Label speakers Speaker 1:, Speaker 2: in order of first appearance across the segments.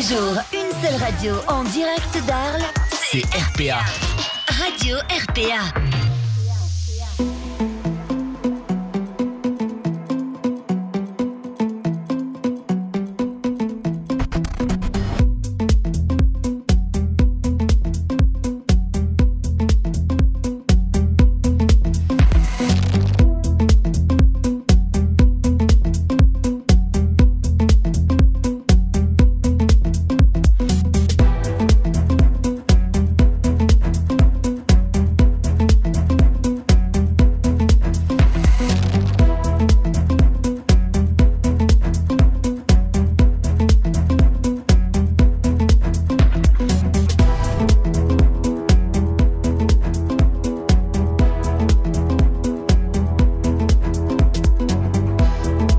Speaker 1: jours, une seule radio en direct d'Arles,
Speaker 2: C'est RPA.
Speaker 1: Radio RPA.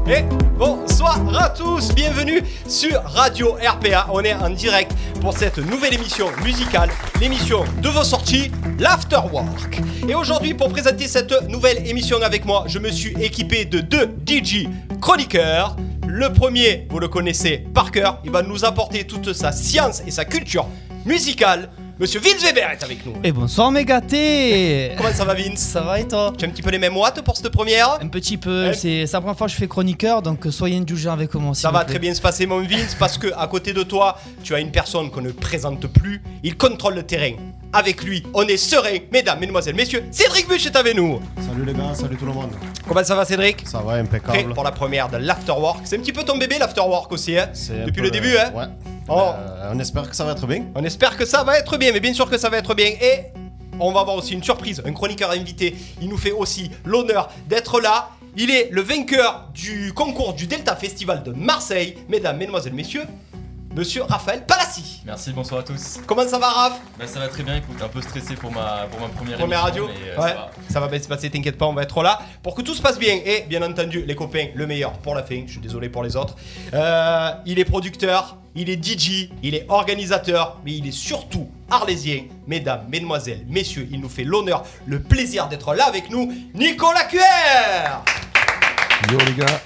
Speaker 3: Et bonsoir à tous, bienvenue sur Radio RPA. On est en direct pour cette nouvelle émission musicale, l'émission de vos sorties, l'Afterwork. Et aujourd'hui, pour présenter cette nouvelle émission avec moi, je me suis équipé de deux DJ chroniqueurs. Le premier, vous le connaissez par cœur, il va nous apporter toute sa science et sa culture musicale. Monsieur Vince Weber est avec nous.
Speaker 4: Et bonsoir mes gâtés
Speaker 3: Comment ça va Vince
Speaker 4: Ça va et toi
Speaker 3: Tu as un petit peu les mêmes watts pour cette première
Speaker 4: Un petit peu,
Speaker 3: Ouais.
Speaker 4: c'est c'est la première fois que je fais chroniqueur, donc euh, soyez indulgents avec moi. s'il
Speaker 3: Ça
Speaker 4: vous
Speaker 3: va
Speaker 4: plaît.
Speaker 3: très bien se passer, mon Vince, parce que à côté de toi, tu as une personne qu'on ne présente plus. Il contrôle le terrain. Avec lui, on est serein, mesdames, mesdemoiselles, messieurs. Cédric Buch est avec nous.
Speaker 5: Salut les gars, salut tout le monde.
Speaker 3: Comment ça va, Cédric
Speaker 5: Ça va,
Speaker 3: Prêt
Speaker 5: impeccable.
Speaker 3: pour la première de l'afterwork. C'est un petit peu ton bébé, l'afterwork aussi, hein
Speaker 5: C'est un
Speaker 3: Depuis
Speaker 5: peu
Speaker 3: le début, hein
Speaker 5: Ouais.
Speaker 3: Oh.
Speaker 5: Euh, on espère que ça va être bien.
Speaker 3: On espère que ça va être bien, mais bien sûr que ça va être bien. Et on va avoir aussi une surprise, un chroniqueur invité. Il nous fait aussi l'honneur d'être là. Il est le vainqueur du concours du Delta Festival de Marseille. Mesdames, mesdemoiselles, messieurs, monsieur Raphaël Palassi.
Speaker 6: Merci, bonsoir à tous.
Speaker 3: Comment ça va, Raph
Speaker 6: Bah, ça va très bien, écoute, un peu stressé pour ma, pour ma première,
Speaker 3: Première
Speaker 6: émission,
Speaker 3: radio
Speaker 6: mais, euh,
Speaker 3: Ouais,
Speaker 6: ça va.
Speaker 3: ça va bien se passer, t'inquiète pas, on va être là pour que tout se passe bien. Et bien entendu, les copains, le meilleur pour la fin, je suis désolé pour les autres. Euh, il est producteur, il est DJ, il est organisateur, mais il est surtout arlésien. Mesdames, mesdemoiselles, messieurs, il nous fait l'honneur, le plaisir d'être là avec nous, Nicolas Cuer
Speaker 7: Yo les gars,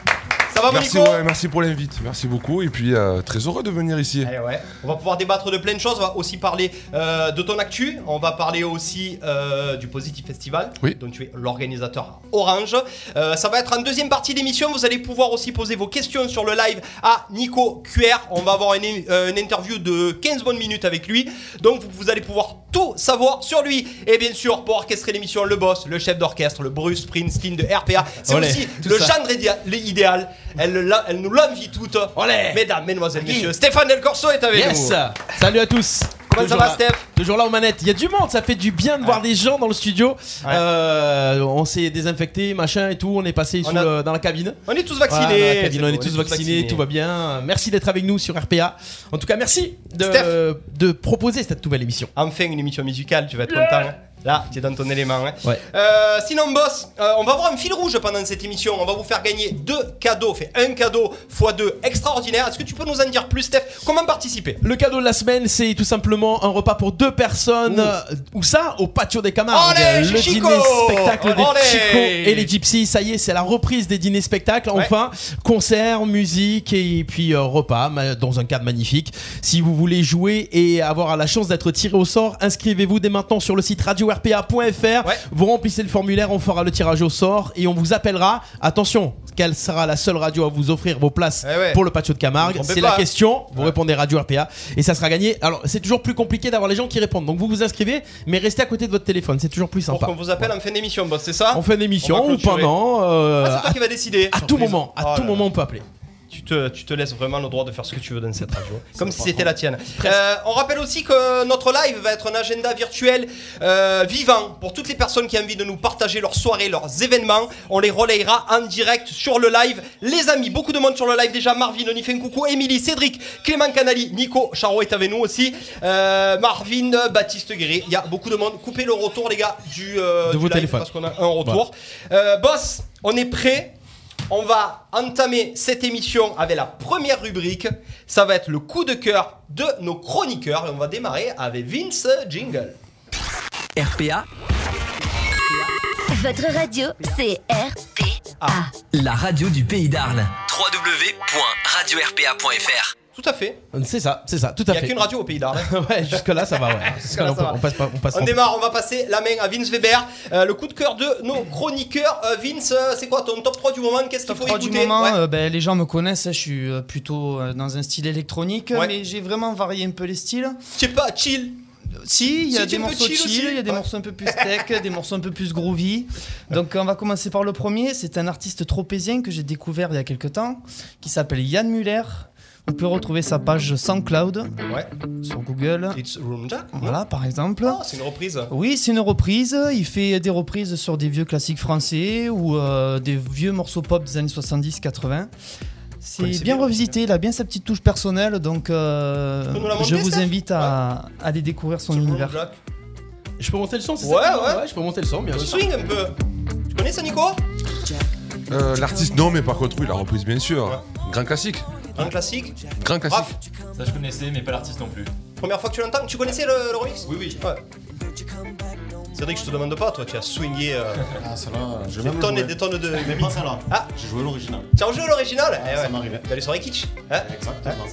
Speaker 3: Ça va, mon
Speaker 7: merci,
Speaker 3: Nico
Speaker 7: ouais, merci pour l'invite, merci beaucoup et puis euh, très heureux de venir ici.
Speaker 3: Eh ouais. On va pouvoir débattre de plein de choses, on va aussi parler euh, de ton actu, on va parler aussi euh, du Positive Festival,
Speaker 7: Oui.
Speaker 3: dont tu es l'organisateur Orange. Euh, ça va être en deuxième partie d'émission, vous allez pouvoir aussi poser vos questions sur le live à Nico QR. On va avoir une, euh, une interview de 15 bonnes minutes avec lui, donc vous, vous allez pouvoir tout savoir sur lui. Et bien sûr, pour orchestrer l'émission, le boss, le chef d'orchestre, le Bruce Springsteen de RPA, c'est
Speaker 6: Olé,
Speaker 3: aussi
Speaker 6: tout
Speaker 3: le
Speaker 6: ça.
Speaker 3: genre idéal- idéal. Elle, le- elle nous l'envie toutes.
Speaker 6: Olé.
Speaker 3: Mesdames, mesdemoiselles, messieurs, Stéphane Del Corso est avec
Speaker 8: Yes
Speaker 3: nous.
Speaker 8: Salut à tous
Speaker 3: Comment ça
Speaker 8: Toujours
Speaker 3: va,
Speaker 8: là-
Speaker 3: Steph
Speaker 8: Toujours là aux manettes. Il y a du monde, ça fait du bien de voir des gens dans le studio. Euh, on s'est désinfecté, machin et tout. On est passé
Speaker 3: On
Speaker 8: sous
Speaker 3: a-
Speaker 8: le- dans la cabine.
Speaker 3: On est tous
Speaker 8: Voilà,
Speaker 3: vaccinés.
Speaker 8: dans la cabine,
Speaker 3: C'est
Speaker 8: on
Speaker 3: bon,
Speaker 8: est tous vaccinés, tout va bien. Merci d'être avec nous sur RPA. En tout cas, merci
Speaker 3: Steph.
Speaker 8: de, de proposer cette nouvelle émission.
Speaker 3: Enfin, une émission musicale, tu vas être content. hein. Là, tu es dans ton élément. hein.
Speaker 8: Ouais.
Speaker 3: Euh, sinon, boss, euh, on va avoir un fil rouge pendant cette émission. On va vous faire gagner deux cadeaux. Fait un cadeau fois deux extraordinaire. Est-ce que tu peux nous en dire plus, Steph Comment participer
Speaker 8: Le cadeau de la semaine, c'est tout simplement un repas pour deux personnes. euh, Où ça Au patio des Camargues.
Speaker 3: Allez,
Speaker 8: le
Speaker 3: Chichico
Speaker 8: dîner spectacle des
Speaker 3: Allez
Speaker 8: Chico et les Gypsies. Ça y est, c'est la reprise des dîners spectacles.
Speaker 3: Ouais.
Speaker 8: Enfin, concert, musique et puis euh, repas ma- dans un cadre magnifique. Si vous voulez jouer et avoir la chance d'être tiré au sort, inscrivez-vous dès maintenant sur le site radio-rpa.fr. Vous remplissez le formulaire, on fera le tirage au sort et on vous appellera. Attention, quelle sera la seule radio à vous offrir vos places
Speaker 3: Eh ouais.
Speaker 8: pour le patio de Camargue
Speaker 3: Vous vous trompez
Speaker 8: C'est
Speaker 3: pas,
Speaker 8: la
Speaker 3: hein.
Speaker 8: question question, vous répondez Radio RPA et ça sera gagné. Alors c'est toujours plus compliqué d'avoir les gens qui répondent. Donc vous vous inscrivez, mais restez à côté de votre téléphone, c'est toujours plus
Speaker 3: Pour
Speaker 8: sympa.
Speaker 3: qu'on vous appelle en fin d'émission, boss, c'est ça
Speaker 8: En fin
Speaker 3: on
Speaker 8: d'émission
Speaker 3: va
Speaker 8: ou
Speaker 3: clôturer.
Speaker 8: pendant, euh,
Speaker 3: Ah, c'est toi
Speaker 8: à-
Speaker 3: qui vas décider.
Speaker 8: à, tout moment, à
Speaker 3: Oh
Speaker 8: tout
Speaker 3: là
Speaker 8: moment on peut appeler.
Speaker 3: tu te, tu te laisses vraiment le droit de faire ce que tu veux dans cette radio, comme si c'était la tienne. Euh, on rappelle aussi que notre live va être un agenda virtuel euh, vivant pour toutes les personnes qui ont envie de nous partager leurs soirées, leurs événements. On les relayera en direct sur le live. Les amis, beaucoup de monde sur le live déjà. Marvin, on y fait un coucou. Émilie, Cédric, Clément Canali, Nico, Charo est avec nous aussi. Euh, Marvin, euh, Baptiste Guéry, il y a beaucoup de monde. Coupez le retour, les gars, du, euh,
Speaker 8: De
Speaker 3: du
Speaker 8: vos
Speaker 3: live,
Speaker 8: téléphones.
Speaker 3: parce qu'on a un retour. Euh, boss, on est prêt on va entamer cette émission avec la première rubrique. Ça va être le coup de cœur de nos chroniqueurs. Et on va démarrer avec Vince Jingle.
Speaker 2: RPA,
Speaker 1: Votre radio, c'est RPA.
Speaker 2: la radio du pays d'Arles. www.radiorpa.fr.
Speaker 3: Tout Tout à fait.
Speaker 8: C'est ça, c'est ça, tout
Speaker 3: Il
Speaker 8: à
Speaker 3: n'y a
Speaker 8: fait.
Speaker 3: qu'une radio au pays d'Arles.
Speaker 8: ouais, jusque-là, ça va. Ouais. Jusque-là,
Speaker 3: Jusque-là,
Speaker 8: on,
Speaker 3: ça
Speaker 8: peut-
Speaker 3: va.
Speaker 8: on passe pas. On passe
Speaker 3: On
Speaker 8: pas-
Speaker 3: démarre, on va passer la main à Vince Weber, euh, le coup de cœur de nos chroniqueurs. Euh, Vince, euh, c'est quoi ton top 3 du moment Qu'est-ce qu'il faut
Speaker 4: Trois
Speaker 3: écouter
Speaker 4: du moment,
Speaker 3: Ouais.
Speaker 4: euh, ben, les gens me connaissent, hein, je suis euh, plutôt euh, dans un style électronique,
Speaker 3: Ouais.
Speaker 4: mais j'ai vraiment varié un peu les styles.
Speaker 3: Je sais pas, chill.
Speaker 4: Si, il y a
Speaker 3: Si, tu
Speaker 4: des
Speaker 3: peux
Speaker 4: morceaux
Speaker 3: chill aussi.
Speaker 4: chill, il y a des
Speaker 3: Ouais.
Speaker 4: morceaux un peu plus tech, des morceaux un peu plus groovy. Donc on va commencer par le premier, c'est un artiste tropézien que j'ai découvert il y a quelques temps, qui s'appelle Yann Muller. On peut retrouver sa page SoundCloud
Speaker 3: Ouais.
Speaker 4: sur Google.
Speaker 3: It's Room Jack.
Speaker 4: Voilà, par exemple.
Speaker 3: Ah, c'est une reprise.
Speaker 4: Oui, c'est une reprise. Il fait des reprises sur des vieux classiques français ou euh, des vieux morceaux pop des années 70-80. C'est
Speaker 3: connaissez
Speaker 4: bien
Speaker 3: bien,
Speaker 4: revisité, il a bien sa petite touche personnelle, donc euh,
Speaker 3: Tu peux nous la
Speaker 4: je
Speaker 3: montrer,
Speaker 4: vous
Speaker 3: Steph
Speaker 4: invite à à aller découvrir son
Speaker 3: It's Room
Speaker 4: univers.
Speaker 3: Jack.
Speaker 8: Je peux monter le son, c'est
Speaker 3: Ouais,
Speaker 8: ça que tu veux
Speaker 3: ouais.
Speaker 8: Je peux monter le son, bien sûr.
Speaker 3: Swing un peu. Tu connais ça, Nico
Speaker 7: Euh, L'artiste, non, mais par contre, oui, la reprise, bien sûr. Grand classique.
Speaker 3: Un classique.
Speaker 7: Grand classique.
Speaker 3: Raph,
Speaker 6: Ça, je connaissais, mais pas l'artiste
Speaker 3: Euh,
Speaker 6: non plus.
Speaker 3: première fois que tu l'entends, tu connaissais le, le remix
Speaker 6: Oui, oui.
Speaker 3: Ouais. Cédric, je te demande pas, toi, tu as swingé euh,
Speaker 5: Ah, celle-là, je
Speaker 3: des tonnes et des tonnes de.
Speaker 5: Mais pas celle-là.
Speaker 3: Ah.
Speaker 5: J'ai joué l'original.
Speaker 3: Tu as rejoué l'original Eh
Speaker 5: ça
Speaker 3: ouais.
Speaker 5: m'arrivait.
Speaker 3: T'as les soirées kitsch. Hein
Speaker 5: Exactement.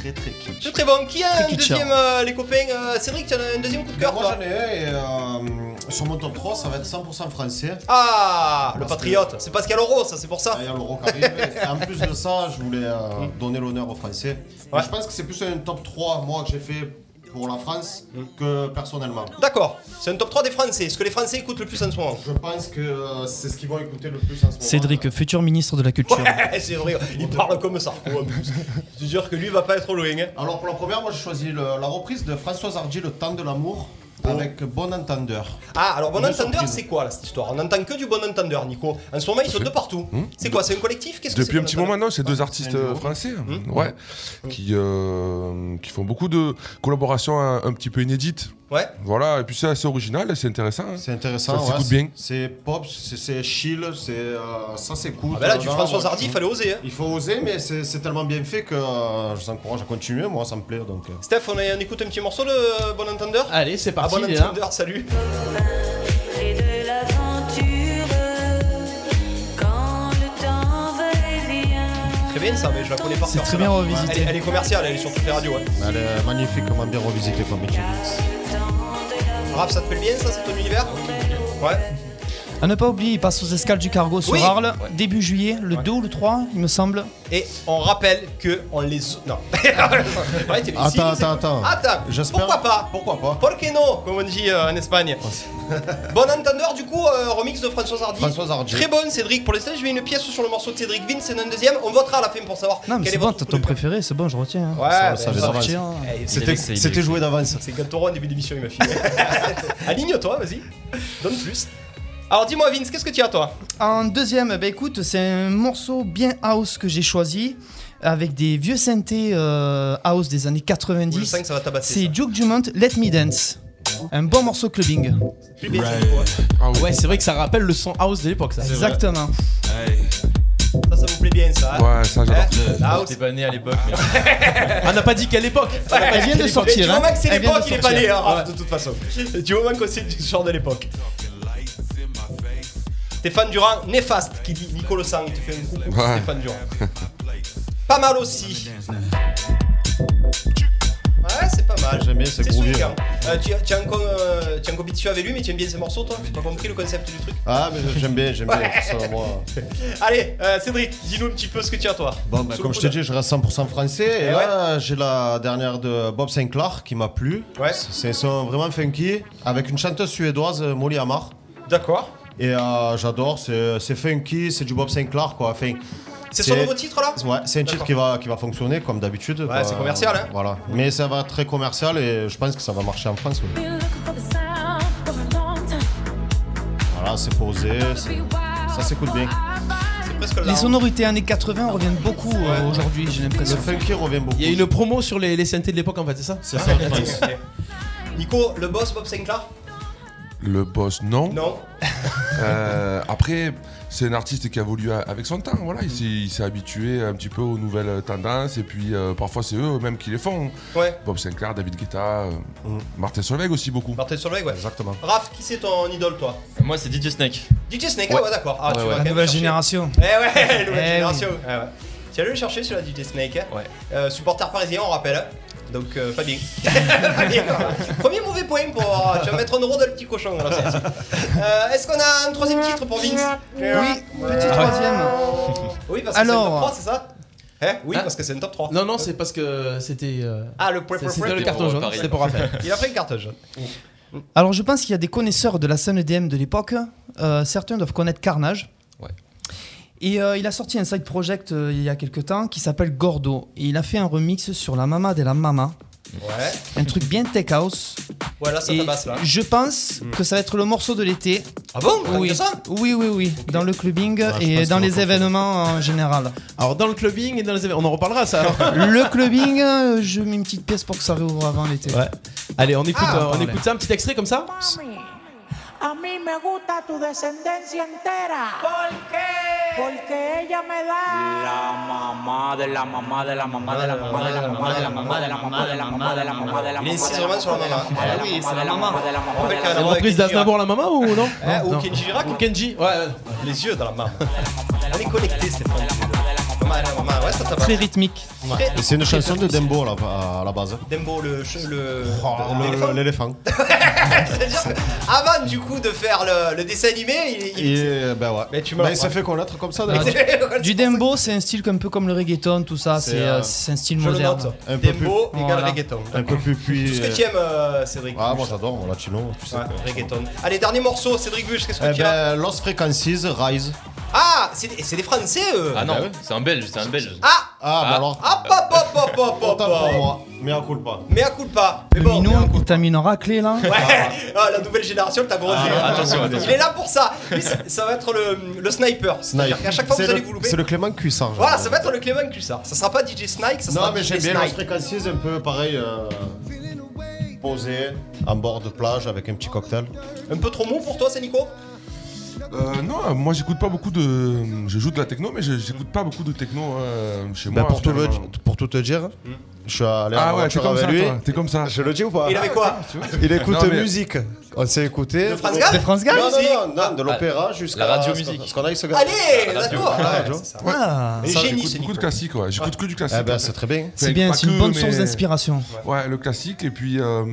Speaker 5: Très très kitsch.
Speaker 3: C'est très bon. Qui a un
Speaker 4: Très kitsch, hein.
Speaker 3: deuxième, euh, les copains Euh, Cédric, tu as un deuxième coup de cœur,
Speaker 5: Ben, Moi
Speaker 3: toi
Speaker 5: j'en ai un et euh, sur mon top 3, ça va être 100% français.
Speaker 3: Ah, le
Speaker 5: Parce
Speaker 3: patriote. C'est Pascal Oro, ça, c'est pour ça.
Speaker 5: Il y a l'euro qui arrive. Et en plus de ça, je voulais euh, donner l'honneur aux Français.
Speaker 3: Ouais.
Speaker 5: Et Je pense que c'est plus un top 3, moi, que j'ai fait pour la France que personnellement.
Speaker 3: D'accord. C'est un top 3 des Français. Ce que les Français écoutent le plus en ce moment.
Speaker 5: Je pense que euh, c'est ce qu'ils vont écouter le plus en ce moment.
Speaker 3: euh,
Speaker 4: Cédric, futur ministre de la Culture.
Speaker 3: Eh, c'est vrai, il parle comme ça. en plus. Je te jure que lui va pas être loin. hein.
Speaker 5: Alors pour la première, moi j'ai choisi le- la reprise de Françoise Hardy, Le temps de l'amour, avec Bon Entendeur.
Speaker 3: Ah, alors Bon
Speaker 5: Une
Speaker 3: Entendeur,
Speaker 5: surprise.
Speaker 3: c'est quoi là, cette histoire On n'entend que du Bon Entendeur, Nico. En ce moment, ils sont de partout. C'est quoi C'est un collectif Qu'est-ce que
Speaker 7: Hmm Depuis
Speaker 3: c'est, Mmh.
Speaker 7: un petit
Speaker 3: Bon
Speaker 7: moment, non, c'est deux artistes euh, français, ouais, qui, euh, qui font beaucoup de collaborations hein, un, un petit peu inédites.
Speaker 3: Entendeur Ouais.
Speaker 7: Voilà, et puis c'est assez original, et c'est intéressant. hein.
Speaker 5: C'est intéressant,
Speaker 7: Ça
Speaker 5: ouais,
Speaker 7: s'écoute
Speaker 5: c'est-
Speaker 7: bien.
Speaker 5: C'est pop, c'est c'est chill, c'est euh, ça c'est cool.
Speaker 3: Ah, ben là, du
Speaker 5: Non,
Speaker 3: François
Speaker 5: moi,
Speaker 3: Hardy, il
Speaker 5: je-
Speaker 3: fallait oser. hein.
Speaker 5: Il faut oser, mais c'est c'est tellement bien fait que euh, je vous encourage à continuer. Moi, ça me plaît donc. euh.
Speaker 3: Steph, on, a- on écoute un petit morceau de euh, Bon Entendeur
Speaker 8: Allez, c'est
Speaker 3: Ah,
Speaker 8: parti,
Speaker 3: Bon
Speaker 8: les gars.
Speaker 3: Entendeur, salut.
Speaker 9: Et de l'aventure, quand le temps va et vient.
Speaker 3: Très bien ça, mais je la connais par
Speaker 4: C'est
Speaker 3: cœur,
Speaker 4: très bien
Speaker 3: celle-là.
Speaker 4: revisité.
Speaker 3: Elle, est- elle est commerciale, elle est sur toutes les radios. hein.
Speaker 5: Elle est magnifiquement bien revisitée comme Mitchell.
Speaker 3: Raph, ça te plaît bien ça C'est ton univers Ouais.
Speaker 4: à ne pas oublier, il passe aux escales du cargo sur
Speaker 3: Oui.
Speaker 4: Arles,
Speaker 3: Ouais.
Speaker 4: début juillet, le 2 ou le 3, il me semble.
Speaker 3: Et on rappelle que on les. Non. Ouais, t'es- si,
Speaker 5: Ah. Attends,
Speaker 3: c'est-
Speaker 5: attends, attends.
Speaker 3: Attends.
Speaker 5: J'espère-
Speaker 3: Pourquoi pas
Speaker 5: Ah, Pourquoi pas
Speaker 3: Por que no, comme on dit euh, en Espagne. bon entendeur, du coup, euh, remix de François Hardy.
Speaker 5: Françoise Hardy.
Speaker 3: Très bonne, Cédric. Pour l'instant, je mets une pièce sur le morceau de Cédric Vince, c'est un deuxième. On votera à la fin pour savoir
Speaker 4: Non, mais
Speaker 3: quel est
Speaker 4: c'est bon,
Speaker 3: votre
Speaker 4: t'as
Speaker 3: coup
Speaker 4: ton
Speaker 3: de cœur.
Speaker 4: préféré, c'est bon, je retiens. hein.
Speaker 3: Ouais,
Speaker 5: Ça,
Speaker 3: mais-
Speaker 5: ça les
Speaker 4: Je
Speaker 5: avance.
Speaker 4: retiens, hein.
Speaker 3: Eh, c'est-
Speaker 5: C'était-
Speaker 6: essayé.
Speaker 5: C'était joué d'avance.
Speaker 3: C'est Gatoro en début d'émission, il m'a filé. Aligne-toi, vas-y. Donne plus. Alors dis-moi, Vince, qu'est-ce que tu as, toi
Speaker 4: En deuxième, bah écoute, c'est un morceau bien house que j'ai choisi avec des vieux synthés euh, house des années
Speaker 3: Ou Le 5,
Speaker 4: 90.
Speaker 3: ça va tabasser.
Speaker 4: C'est
Speaker 3: ça.
Speaker 4: Duke Dumont, Let Me Dance. Un bon morceau clubbing.
Speaker 3: Plus bête, c'est quoi
Speaker 7: Ah oui.
Speaker 8: Ouais, c'est vrai que ça rappelle le son house de l'époque, ça.
Speaker 4: Exactement.
Speaker 3: Ça, ça vous plaît bien, ça hein
Speaker 7: Ouais, ça j'adore.
Speaker 3: Hein La house.
Speaker 6: J'étais pas né à l'époque, mais
Speaker 8: On n'a pas dit qu'à l'époque.
Speaker 4: Elle vient de
Speaker 3: Mais
Speaker 4: sortir.
Speaker 3: Du
Speaker 4: hein.
Speaker 3: moment que c'est
Speaker 4: Elle vient de
Speaker 3: l'époque, il est pas
Speaker 4: sortir.
Speaker 3: né, hein, Raph, de toute façon. Du moment que c'est du genre de l'époque. Stéphane Durand, néfaste, qui dit Nicolas Sang, il te fait un coucou,
Speaker 7: Ouais.
Speaker 3: Stéphane Durand. pas mal aussi. Ouais, c'est pas mal.
Speaker 5: J'aime bien, c'est groovy,
Speaker 3: souriant. Euh, tu, tu as un con- euh, tu as un compétition avec lui, mais tu aimes bien ses morceaux, toi J'ai pas compris le concept du truc.
Speaker 5: Ah, mais j'aime bien, j'aime bien. ça, moi.
Speaker 3: Allez, euh, Cédric, dis-nous un petit peu ce que tu as, toi.
Speaker 5: Bon, bah,
Speaker 3: Sous
Speaker 5: comme
Speaker 3: le
Speaker 5: je te
Speaker 3: coude.
Speaker 5: dis, je reste 100% français. Et
Speaker 3: Eh
Speaker 5: là, j'ai la dernière de Bob Sinclair qui m'a plu.
Speaker 3: Ouais.
Speaker 5: C'est un son vraiment funky avec une chanteuse suédoise, Molly Amar.
Speaker 3: D'accord.
Speaker 5: Et euh, j'adore, c'est c'est funky, c'est du Bob Sinclair quoi. Enfin,
Speaker 3: C'est son nouveau titre, là
Speaker 5: Ouais, c'est un titre
Speaker 3: D'accord.
Speaker 5: qui va, qui va fonctionner comme d'habitude. quoi.
Speaker 3: c'est commercial, hein.
Speaker 5: Voilà. Mais ça va être très commercial et je pense que ça va marcher en France. oui. Voilà, c'est posé. c'est- Ça s'écoute bien.
Speaker 3: C'est presque là. hein.
Speaker 4: Les sonorités années 80 reviennent beaucoup euh, aujourd'hui, j'ai
Speaker 5: Le
Speaker 4: l'impression.
Speaker 5: funky revient beaucoup.
Speaker 8: Il y a une promo sur les, les synthés de l'époque, en fait, c'est ça Ah.
Speaker 5: C'est ça, je pense.
Speaker 3: Ok. Nico, le boss Bob Sinclair
Speaker 7: Le boss, non.
Speaker 3: Non.
Speaker 7: Euh, après, c'est un artiste qui a évolué avec son temps. Voilà, il s'est- il s'est habitué un petit peu aux nouvelles tendances. Et puis, euh, parfois, c'est eux même qui les font. hein.
Speaker 3: Ouais.
Speaker 7: Bob Sinclair, David Guetta, euh,
Speaker 5: Mm.
Speaker 7: Martin Solveig aussi beaucoup.
Speaker 3: Martin Solveig, ouais.
Speaker 7: Exactement.
Speaker 3: Raph, qui c'est ton idole, toi
Speaker 6: moi, c'est DJ Snake.
Speaker 3: DJ Snake, ah ouais, d'accord. Ah, tu vas quand
Speaker 4: La
Speaker 3: même
Speaker 4: nouvelle
Speaker 3: chercher.
Speaker 4: génération.
Speaker 3: Eh ouais, nouvelle
Speaker 4: Eh
Speaker 3: génération. Eh ouais. Tu allé le chercher celui-là, DJ Snake. hein
Speaker 6: Ouais.
Speaker 3: Euh, supporter parisien, on rappelle. Donc, euh, Fabien. Fabien, voilà. Premier mauvais point pour. euh, Tu vas mettre un euro de le petit cochon. voilà, c'est- c'est- Euh, Est-ce qu'on a un troisième titre pour Vince
Speaker 4: Oui, petit troisième.
Speaker 3: Oui, parce que c'est un
Speaker 4: Alors.
Speaker 3: top 3, c'est ça Hein Oui,
Speaker 8: Ah.
Speaker 3: parce que c'est un top 3.
Speaker 8: Non, non, c'est parce que c'était. euh,
Speaker 3: Ah, le point, point,
Speaker 8: c'était
Speaker 3: point.
Speaker 8: le carton
Speaker 6: pour
Speaker 8: jaune,
Speaker 6: Paris.
Speaker 8: c'était pour Raphaël.
Speaker 3: Il a pris une carte jaune.
Speaker 4: Alors je pense qu'il y a des connaisseurs de la scène EDM de l'époque. Euh, certains doivent connaître Carnage.
Speaker 6: Ouais.
Speaker 4: Et euh, il a sorti un side project euh, il y a quelques temps qui s'appelle Gordo. Et il a fait un remix sur la Mama de la Mama.
Speaker 3: Ouais.
Speaker 4: Un truc bien tech house.
Speaker 3: Voilà, ça
Speaker 4: Et
Speaker 3: tabasse là. Mm.
Speaker 4: je pense que ça va être le morceau de l'été.
Speaker 3: Ah bon T'as
Speaker 4: Oui.
Speaker 3: dit ça Ah,
Speaker 4: oui, oui, oui. Dans le clubbing
Speaker 5: je
Speaker 4: et
Speaker 5: pense
Speaker 4: dans
Speaker 5: qu'on
Speaker 4: les
Speaker 5: va
Speaker 4: événements en général.
Speaker 8: Alors, dans le clubbing et dans les événements, on en reparlera ça. alors.
Speaker 4: le clubbing, euh, je mets une petite pièce pour que ça réouvre avant l'été.
Speaker 8: Ouais. Allez, on écoute,
Speaker 4: Ah,
Speaker 8: euh, on
Speaker 4: parlez.
Speaker 8: écoute ça, un petit extrait comme ça.
Speaker 10: Mami, a mí me gusta tu descendencia entera. ¿Por qué? Porque ella me da. La mamá de la mamá de la mamá
Speaker 3: Ah,
Speaker 10: de la mamá de la mamá de la mamá de la mamá de la mamá de la mamá de la
Speaker 3: Il insiste vraiment sur la maman. Ah oui, c'est la maman. On fait
Speaker 8: C'est une reprise d'Aznavour la maman ou non,
Speaker 3: Hein,
Speaker 8: non,
Speaker 3: ou
Speaker 8: non.
Speaker 3: Kenji Girac
Speaker 8: Ou Kenji, ouais. ouais.
Speaker 3: Les yeux dans la main. On est connectés, Stéphane. Maman, maman, maman. Ouais, ça tabasse.
Speaker 4: Très rythmique.
Speaker 3: Très-
Speaker 5: Et C'est une chanson de Dembo là, à la base.
Speaker 3: Dembo, le. che- le...
Speaker 5: Oh, Le-
Speaker 3: Oh, l'éléphant.
Speaker 5: L'éléphant.
Speaker 3: C'est-à-dire que avant du coup de faire le, le dessin animé, il. il-
Speaker 5: Et euh, ben ouais.
Speaker 3: Mais tu me l'as-
Speaker 5: il s'est fait connaître comme ça
Speaker 4: Mais
Speaker 5: d'ailleurs.
Speaker 4: Du dembo, c'est un style un peu comme le reggaeton, tout ça.
Speaker 5: C'est,
Speaker 4: C'est euh,
Speaker 5: euh,
Speaker 4: c'est un style
Speaker 3: Je le
Speaker 4: moderne.
Speaker 3: note.
Speaker 5: Un peu
Speaker 3: Dembo
Speaker 4: plus.
Speaker 3: égale
Speaker 4: Voilà.
Speaker 3: reggaeton.
Speaker 5: Un peu plus puis.
Speaker 3: Tout ce que tu aimes, euh, Cédric.
Speaker 5: Ah, moi
Speaker 3: Buche.
Speaker 5: j'adore mon latino, tu sais.
Speaker 3: Ouais,
Speaker 5: quoi.
Speaker 3: reggaeton. Allez, dernier morceau, Cédric Buche, qu'est-ce que
Speaker 5: Eh
Speaker 3: tu as
Speaker 5: ben, Lost Frequencies, Rise.
Speaker 3: Ah, c'est des, c'est des Français eux
Speaker 6: Ah
Speaker 5: Bah
Speaker 6: non,
Speaker 5: ouais.
Speaker 6: c'est un belge, c'est un belge.
Speaker 3: Ah
Speaker 5: Ah, bah
Speaker 6: Ah.
Speaker 5: alors.
Speaker 3: Hop hop hop hop hop hop
Speaker 5: Autant pour
Speaker 3: hop
Speaker 5: moi, mais un coup le pas.
Speaker 3: Mais à coup de pas Mais
Speaker 4: Le
Speaker 3: bon,
Speaker 4: minou,
Speaker 3: mea culpa.
Speaker 4: il t'a mis une raclée là.
Speaker 3: Ouais, ah, la nouvelle génération, le
Speaker 5: Ah,
Speaker 3: tabouret.
Speaker 6: attention, attention.
Speaker 3: Il est là pour ça. Lui, ça, ça va être le, le sniper. C'est-à-dire
Speaker 5: Snipe.
Speaker 3: qu'à chaque fois que
Speaker 5: C'est
Speaker 3: vous allez
Speaker 5: le-
Speaker 3: vous louper.
Speaker 5: C'est le Clément Cuissard.
Speaker 3: Voilà,
Speaker 5: genre.
Speaker 3: ça va être le Clément Cussard. Ça sera pas DJ Snake, ça sera
Speaker 5: Non, mais
Speaker 3: DJ
Speaker 5: j'aime bien Lost
Speaker 3: Snake.
Speaker 5: Frequencies, un peu pareil. euh, Posé, en bord de plage avec un petit cocktail.
Speaker 3: Un peu trop mou pour toi, c'est Nico
Speaker 7: Euh, non, moi j'écoute pas beaucoup de. Je joue de la techno, mais je- j'écoute pas beaucoup de techno euh, chez
Speaker 5: Bah
Speaker 7: moi.
Speaker 5: pour, te,
Speaker 7: finalement.
Speaker 5: pour tout te dire,
Speaker 3: Hmm.
Speaker 5: je suis allé en
Speaker 7: Ah ouais, t'es
Speaker 5: voiture
Speaker 7: comme ça,
Speaker 5: avec lui.
Speaker 7: toi. T'es comme ça.
Speaker 5: Je le dis ou pas
Speaker 3: Il avait quoi
Speaker 5: Il écoute
Speaker 7: Non, mais-
Speaker 5: musique. On s'est écouté.
Speaker 3: Le France Gall
Speaker 4: De France Gall
Speaker 5: Non,
Speaker 3: Musique.
Speaker 5: non, non, non, de l'opéra jusqu'à.
Speaker 6: la radio
Speaker 5: ce qu'on-
Speaker 6: musique.
Speaker 5: Ce qu'on aille se garder.
Speaker 3: Allez, d'accord
Speaker 5: Ah,
Speaker 3: Ouais,
Speaker 5: tu vois.
Speaker 3: c'est ça.
Speaker 4: Ah,
Speaker 3: Et
Speaker 7: Ça,
Speaker 3: génie,
Speaker 7: J'écoute
Speaker 3: c'est
Speaker 7: beaucoup
Speaker 3: Nico.
Speaker 7: de classique, ouais. J'écoute que du classique.
Speaker 5: Eh ben, c'est très bien.
Speaker 4: c'est
Speaker 7: Enfin,
Speaker 4: bien,
Speaker 7: pas
Speaker 4: c'est une
Speaker 7: que,
Speaker 4: bonne
Speaker 7: mais-
Speaker 4: source d'inspiration.
Speaker 7: Ouais, le classique. Et puis, euh,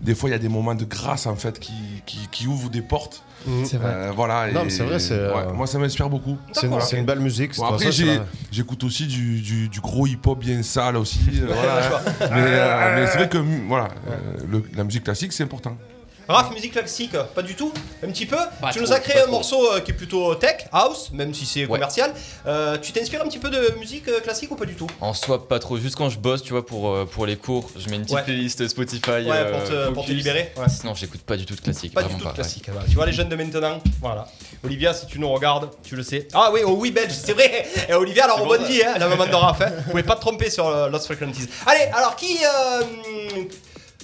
Speaker 7: des fois, il y a des moments de grâce, en fait, qui, qui, qui ouvrent des portes.
Speaker 4: C'est vrai.
Speaker 7: Euh, voilà.
Speaker 5: Non,
Speaker 7: et-
Speaker 5: mais c'est vrai, c'est, euh,
Speaker 7: ouais, moi, ça m'inspire beaucoup.
Speaker 5: C'est une,
Speaker 7: Voilà.
Speaker 5: c'est une belle musique. c'est
Speaker 7: Bon,
Speaker 5: pour
Speaker 7: après,
Speaker 5: ça que je
Speaker 7: j'ai-
Speaker 5: la-
Speaker 7: j'écoute aussi du, du, du gros hip-hop bien sale aussi. euh, voilà, hein. mais euh, mais c'est vrai que mu- voilà, euh, le- la musique classique, c'est important.
Speaker 3: Raph, musique classique, pas du tout, un petit peu.
Speaker 6: Pas
Speaker 3: tu
Speaker 6: trop,
Speaker 3: nous as créé
Speaker 6: pas
Speaker 3: un
Speaker 6: trop.
Speaker 3: morceau euh, qui est plutôt tech, house, même si c'est commercial. Euh, tu t'inspires un petit peu de musique euh, classique ou pas du tout
Speaker 6: En soi, pas trop. Juste quand je bosse, tu vois, pour, euh, pour les cours, je mets une petite
Speaker 3: Ouais.
Speaker 6: playlist Spotify.
Speaker 3: Ouais, pour te- pour te libérer, ouais.
Speaker 6: Sinon, j'écoute pas du tout de classique.
Speaker 3: Pas du
Speaker 6: vraiment
Speaker 3: tout
Speaker 6: pas,
Speaker 3: de
Speaker 6: ouais.
Speaker 3: classique. hein, voilà. Tu vois les jeunes de maintenant, voilà. Olivia, si tu nous regardes, tu le sais. Ah oui, oh oui belge, c'est vrai. Et Olivia, alors on rebondit, hein, la maman de Raph. hein. Vous pouvez pas te tromper sur euh, Lost Frequencies. Allez, alors qui euh, hum,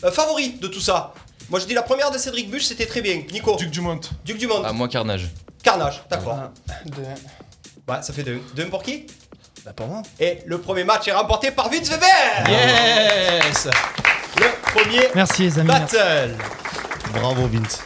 Speaker 3: euh, favori de tout ça Moi, je dis la première de Cédric Buche, c'était très bien.
Speaker 5: Oh.
Speaker 3: Nico,
Speaker 7: Duc
Speaker 3: Duc,
Speaker 7: du Monde.
Speaker 3: du Monde,
Speaker 6: Ah, moi, Carnage.
Speaker 3: Carnage, d'accord. Ouais, ça fait deux. Deux pour qui
Speaker 4: Bah pour moi.
Speaker 3: Et le premier match est remporté par Vince
Speaker 8: Ah,
Speaker 3: Weber.
Speaker 8: Yes
Speaker 3: Le premier
Speaker 4: Merci les amis.
Speaker 3: battle.
Speaker 5: Bravo, Vince.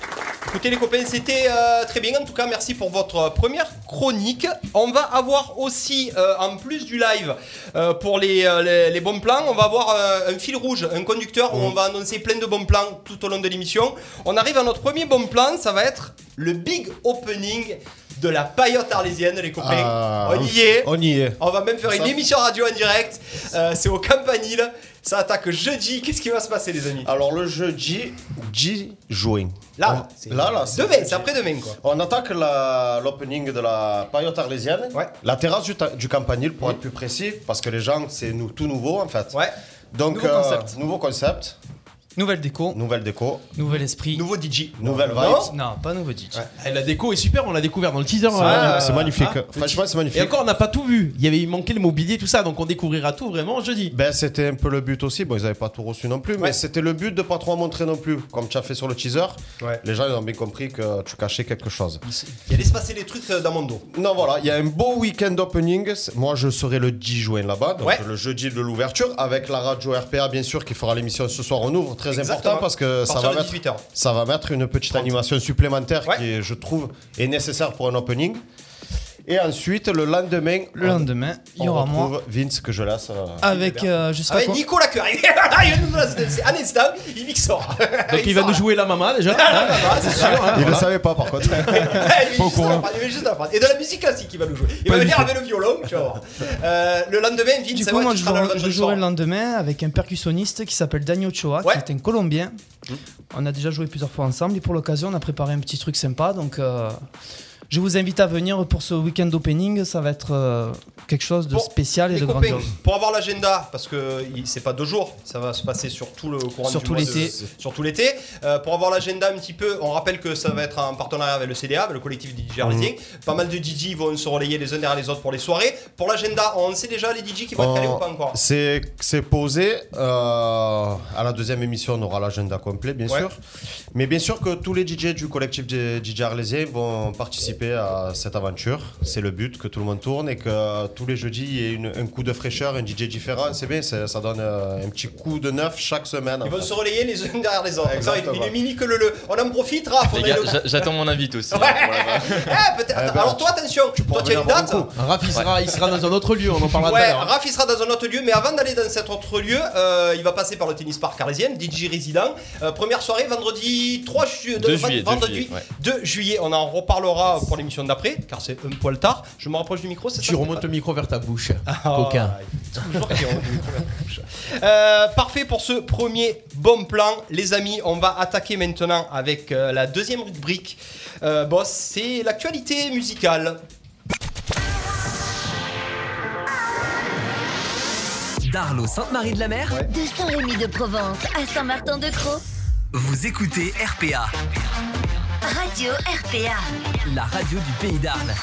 Speaker 3: Écoutez les copains, c'était euh, très bien. En tout cas, merci pour votre euh, première chronique. On va avoir aussi, euh, en plus du live, euh, pour les, euh, les, les bons plans, on va avoir euh, un fil rouge, un conducteur où on va annoncer plein de bons plans tout au long de l'émission. On arrive à notre premier bon plan, ça va être le big opening de la paillote arlésienne, les copains.
Speaker 5: Ah,
Speaker 3: on y est.
Speaker 5: On y est.
Speaker 3: On va même faire une émission radio en direct. Euh, c'est au Campanile. Ça attaque jeudi. Qu'est-ce qui va se passer, les amis
Speaker 5: Alors, le jeudi 10 juin.
Speaker 3: Là,
Speaker 5: Ah, On-
Speaker 3: c'est-
Speaker 5: là, là, c'est-
Speaker 3: demain, c'est après-demain, quoi.
Speaker 5: On attaque la- l'opening de la paillote arlésienne,
Speaker 3: Ouais.
Speaker 5: la terrasse du, ta- du campanile pour être plus précis, parce que les gens, c'est nous, tout nouveau en fait.
Speaker 3: Ouais.
Speaker 5: Donc, euh,
Speaker 4: Nouveau concept.
Speaker 5: nouveau concept,
Speaker 4: Nouvelle déco,
Speaker 5: nouvelle déco,
Speaker 4: nouvel esprit.
Speaker 3: Nouveau DJ.
Speaker 5: nouvelle vibe.
Speaker 3: Non
Speaker 4: Non, pas nouveau DJ.
Speaker 8: Eh, La déco est super, on l'a découvert dans le teaser.
Speaker 5: C'est
Speaker 8: euh,
Speaker 5: magnifique, c'est magnifique.
Speaker 8: hein.
Speaker 5: Ah, Franchement, c'est
Speaker 8: Et
Speaker 5: magnifique.
Speaker 8: encore, on n'a pas tout vu. Il y avait il manquait le mobilier, tout ça, donc on découvrira tout vraiment jeudi.
Speaker 5: Ben, c'était un peu le but aussi. Bon, ils n'avaient pas tout reçu non plus,
Speaker 3: Ouais.
Speaker 5: mais c'était le but de pas trop en montrer non plus. Comme tu as fait sur le teaser,
Speaker 3: Ouais.
Speaker 5: les gens ils ont bien compris que tu cachais quelque chose.
Speaker 3: Il allait se passer des trucs euh, dans mon dos.
Speaker 5: Non, voilà, il y a un beau week-end opening. Moi, je serai le 10 juin là-bas, donc
Speaker 3: Ouais.
Speaker 5: le jeudi de l'ouverture, avec la radio RPA, bien sûr, qui fera l'émission ce soir. On ouvre, très
Speaker 3: Exactement.
Speaker 5: important, parce que
Speaker 3: À
Speaker 5: ça
Speaker 3: partir
Speaker 5: va,
Speaker 3: de
Speaker 5: mettre,
Speaker 3: 18h.
Speaker 5: ça va mettre une petite animation supplémentaire
Speaker 3: Ouais.
Speaker 5: qui, je trouve, est nécessaire pour un opening. Et ensuite, le lendemain,
Speaker 4: Le lendemain, il y
Speaker 5: on
Speaker 4: aura
Speaker 5: retrouve
Speaker 4: moi.
Speaker 5: Vince que je lasse. euh,
Speaker 4: Avec, euh, je sais pas
Speaker 3: Avec
Speaker 4: quoi-
Speaker 3: Nico Lacœur. Il est là, Ah, il nous lance- c'est un instant, il y sort.
Speaker 8: Donc il va nous jouer la maman déjà.
Speaker 3: c'est sûr.
Speaker 4: Ah,
Speaker 3: hein.
Speaker 5: Il le savait pas par contre.
Speaker 3: Il est juste dans la phrase, il est juste dans la phrase. Et de la musique classique, il va nous jouer. Il va venir avec le violon, tu vas voir. Euh, le lendemain, Vince,
Speaker 4: Du
Speaker 3: c'est
Speaker 4: coup,
Speaker 3: moi
Speaker 4: moi,
Speaker 3: qui
Speaker 4: je,
Speaker 3: sera dans le
Speaker 4: jouerai- je
Speaker 3: Dungeon
Speaker 4: jouerai
Speaker 3: Store.
Speaker 4: le lendemain avec un percussionniste qui s'appelle Daniel Ochoa,
Speaker 3: Ouais. Mmh.
Speaker 4: qui est un Colombien. On a déjà joué plusieurs fois ensemble et pour l'occasion, on a préparé un petit truc sympa. Donc, euh, je vous invite à venir pour ce week-end d'opening. Ça va être euh, quelque chose de
Speaker 3: Bon,
Speaker 4: spécial et
Speaker 3: Les
Speaker 4: de
Speaker 3: copains,
Speaker 4: grandiose.
Speaker 3: pour avoir l'agenda, parce que il- c'est pas deux jours, ça va se passer sur tout le courant
Speaker 4: Sur
Speaker 3: du
Speaker 4: tout
Speaker 3: mois
Speaker 4: l'été.
Speaker 3: de- sur tout l'été. Euh, pour avoir l'agenda un petit peu, on rappelle que ça va être en partenariat avec le CDA, avec le collectif des
Speaker 5: Mhm.
Speaker 3: DJ Arlesing. Pas mal de DJ vont se relayer les uns derrière les autres pour les soirées. Pour l'agenda, on sait déjà les DJ qui vont être calés
Speaker 5: On-
Speaker 3: ou pas encore.
Speaker 5: C'est c'est posé. euh, à la deuxième émission, on aura l'agenda complet, bien
Speaker 3: Ouais.
Speaker 5: sûr. Mais bien sûr que tous les DJ du collectif des DJ Arlésiens vont participer à cette aventure. C'est le but que tout le monde tourne et que tous les jeudis, il y ait une- un coup de fraîcheur, un DJ différent. C'est bien, ça ça donne euh, un petit coup de neuf chaque semaine. en
Speaker 3: Ils vont
Speaker 5: fait.
Speaker 3: se relayer les uns derrière les autres. Comme ça,
Speaker 5: Exactement.
Speaker 3: une mini que le le. On en profite, Raph.
Speaker 6: Les
Speaker 3: on a
Speaker 6: gars,
Speaker 3: une-
Speaker 6: j'a- j'attends mon invite aussi. hein, pour là-bas.
Speaker 3: Eh, peut-être-
Speaker 5: Eh ben,
Speaker 3: Alors toi, attention, toi tu as
Speaker 5: venir
Speaker 3: une
Speaker 5: boire un
Speaker 3: date.
Speaker 5: coup.
Speaker 8: Raph il sera, il sera dans un autre lieu, on en parlera tout à
Speaker 3: Ouais,
Speaker 8: l'heure.
Speaker 3: Raph il sera dans un autre lieu, mais avant d'aller dans cet autre lieu, euh, il va passer par le tennis park arlésien, DJ résident. Euh, première soirée, vendredi 3 ju-
Speaker 6: Deux
Speaker 3: vend-
Speaker 6: juillet, deux
Speaker 3: vendredi
Speaker 6: juillet, ouais.
Speaker 3: 2 juillet. On en reparlera pour l'émission d'après, car c'est un poil tard. Je me rapproche du micro, c'est
Speaker 8: Tu
Speaker 3: ça
Speaker 8: remontes le micro vers ta bouche.
Speaker 3: Ah,
Speaker 8: Coquin.
Speaker 3: toujours qu'il remonte le micro vers la bouche. Euh, parfait pour ce premier bon plan, les amis. On va attaquer maintenant avec euh, la deuxième rubrique. Euh, boss, c'est l'actualité musicale.
Speaker 2: D'Arlo Sainte-Marie de la Mer,
Speaker 1: De Saint-Rémy de Provence à Saint-Martin-de-Croix.
Speaker 2: vous écoutez RPA,
Speaker 1: Radio RPA.
Speaker 2: la radio du pays d'Arles.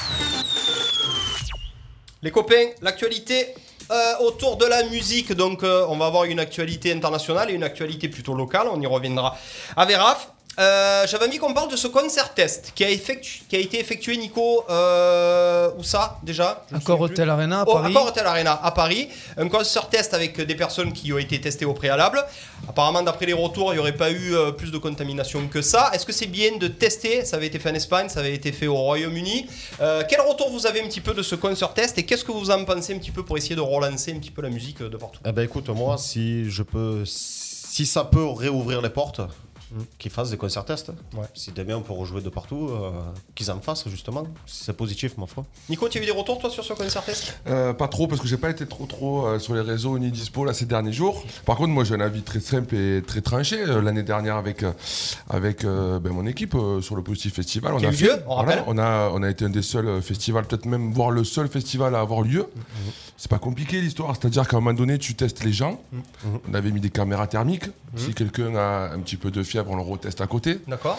Speaker 3: Les copains, l'actualité euh, autour de la musique. Donc, euh, on va avoir une actualité internationale et une actualité plutôt locale. On y reviendra avec Raph. Euh, J'avais envie qu'on parle de ce concert test qui a, effectu- qui a été effectué, Nico, euh, où ça déjà Je me
Speaker 4: Encore
Speaker 3: souviens plus.
Speaker 4: Hôtel Arena à
Speaker 3: Oh,
Speaker 4: Paris.
Speaker 3: Accor Hotel Arena à Paris. Un concert test avec des personnes qui ont été testées au préalable. Apparemment, d'après les retours, il n'y aurait pas eu euh, plus de contamination que ça. Est-ce que c'est bien de tester Ça avait été fait en Espagne, ça avait été fait au Royaume-Uni. Euh, quel retour vous avez un petit peu de ce concert test et qu'est-ce que vous en pensez un petit peu pour essayer de relancer un petit peu la musique euh, de partout
Speaker 5: Eh ben écoute, moi, si je peux, si ça peut réouvrir les portes,
Speaker 3: Mm.
Speaker 5: qu'ils fassent des concerts tests. Si demain on peut rejouer de partout, euh, qu'ils en fassent justement. Si c'est positif, ma foi.
Speaker 3: Nico, tu as eu des retours toi sur ce concert test
Speaker 7: Euh, pas trop parce que j'ai pas été trop trop euh, sur les réseaux ni dispo là ces derniers jours. Par contre, moi j'ai un avis très simple et très tranché. Euh, L'année dernière avec euh, avec euh, ben, mon équipe euh, sur le Positif Festival, on
Speaker 3: Qui a eu
Speaker 7: fait-
Speaker 3: lieu, on
Speaker 7: voilà,
Speaker 3: rappelle.
Speaker 7: on a on a été un des seuls euh, festivals, peut-être même voire le seul festival à avoir lieu.
Speaker 3: Mm-hmm.
Speaker 7: C'est pas compliqué l'histoire, c'est-à-dire qu'à un moment donné tu testes les gens.
Speaker 3: Mm-hmm.
Speaker 7: On avait mis des caméras thermiques. Si quelqu'un a un petit peu de fièvre, on le reteste à côté.
Speaker 3: D'accord.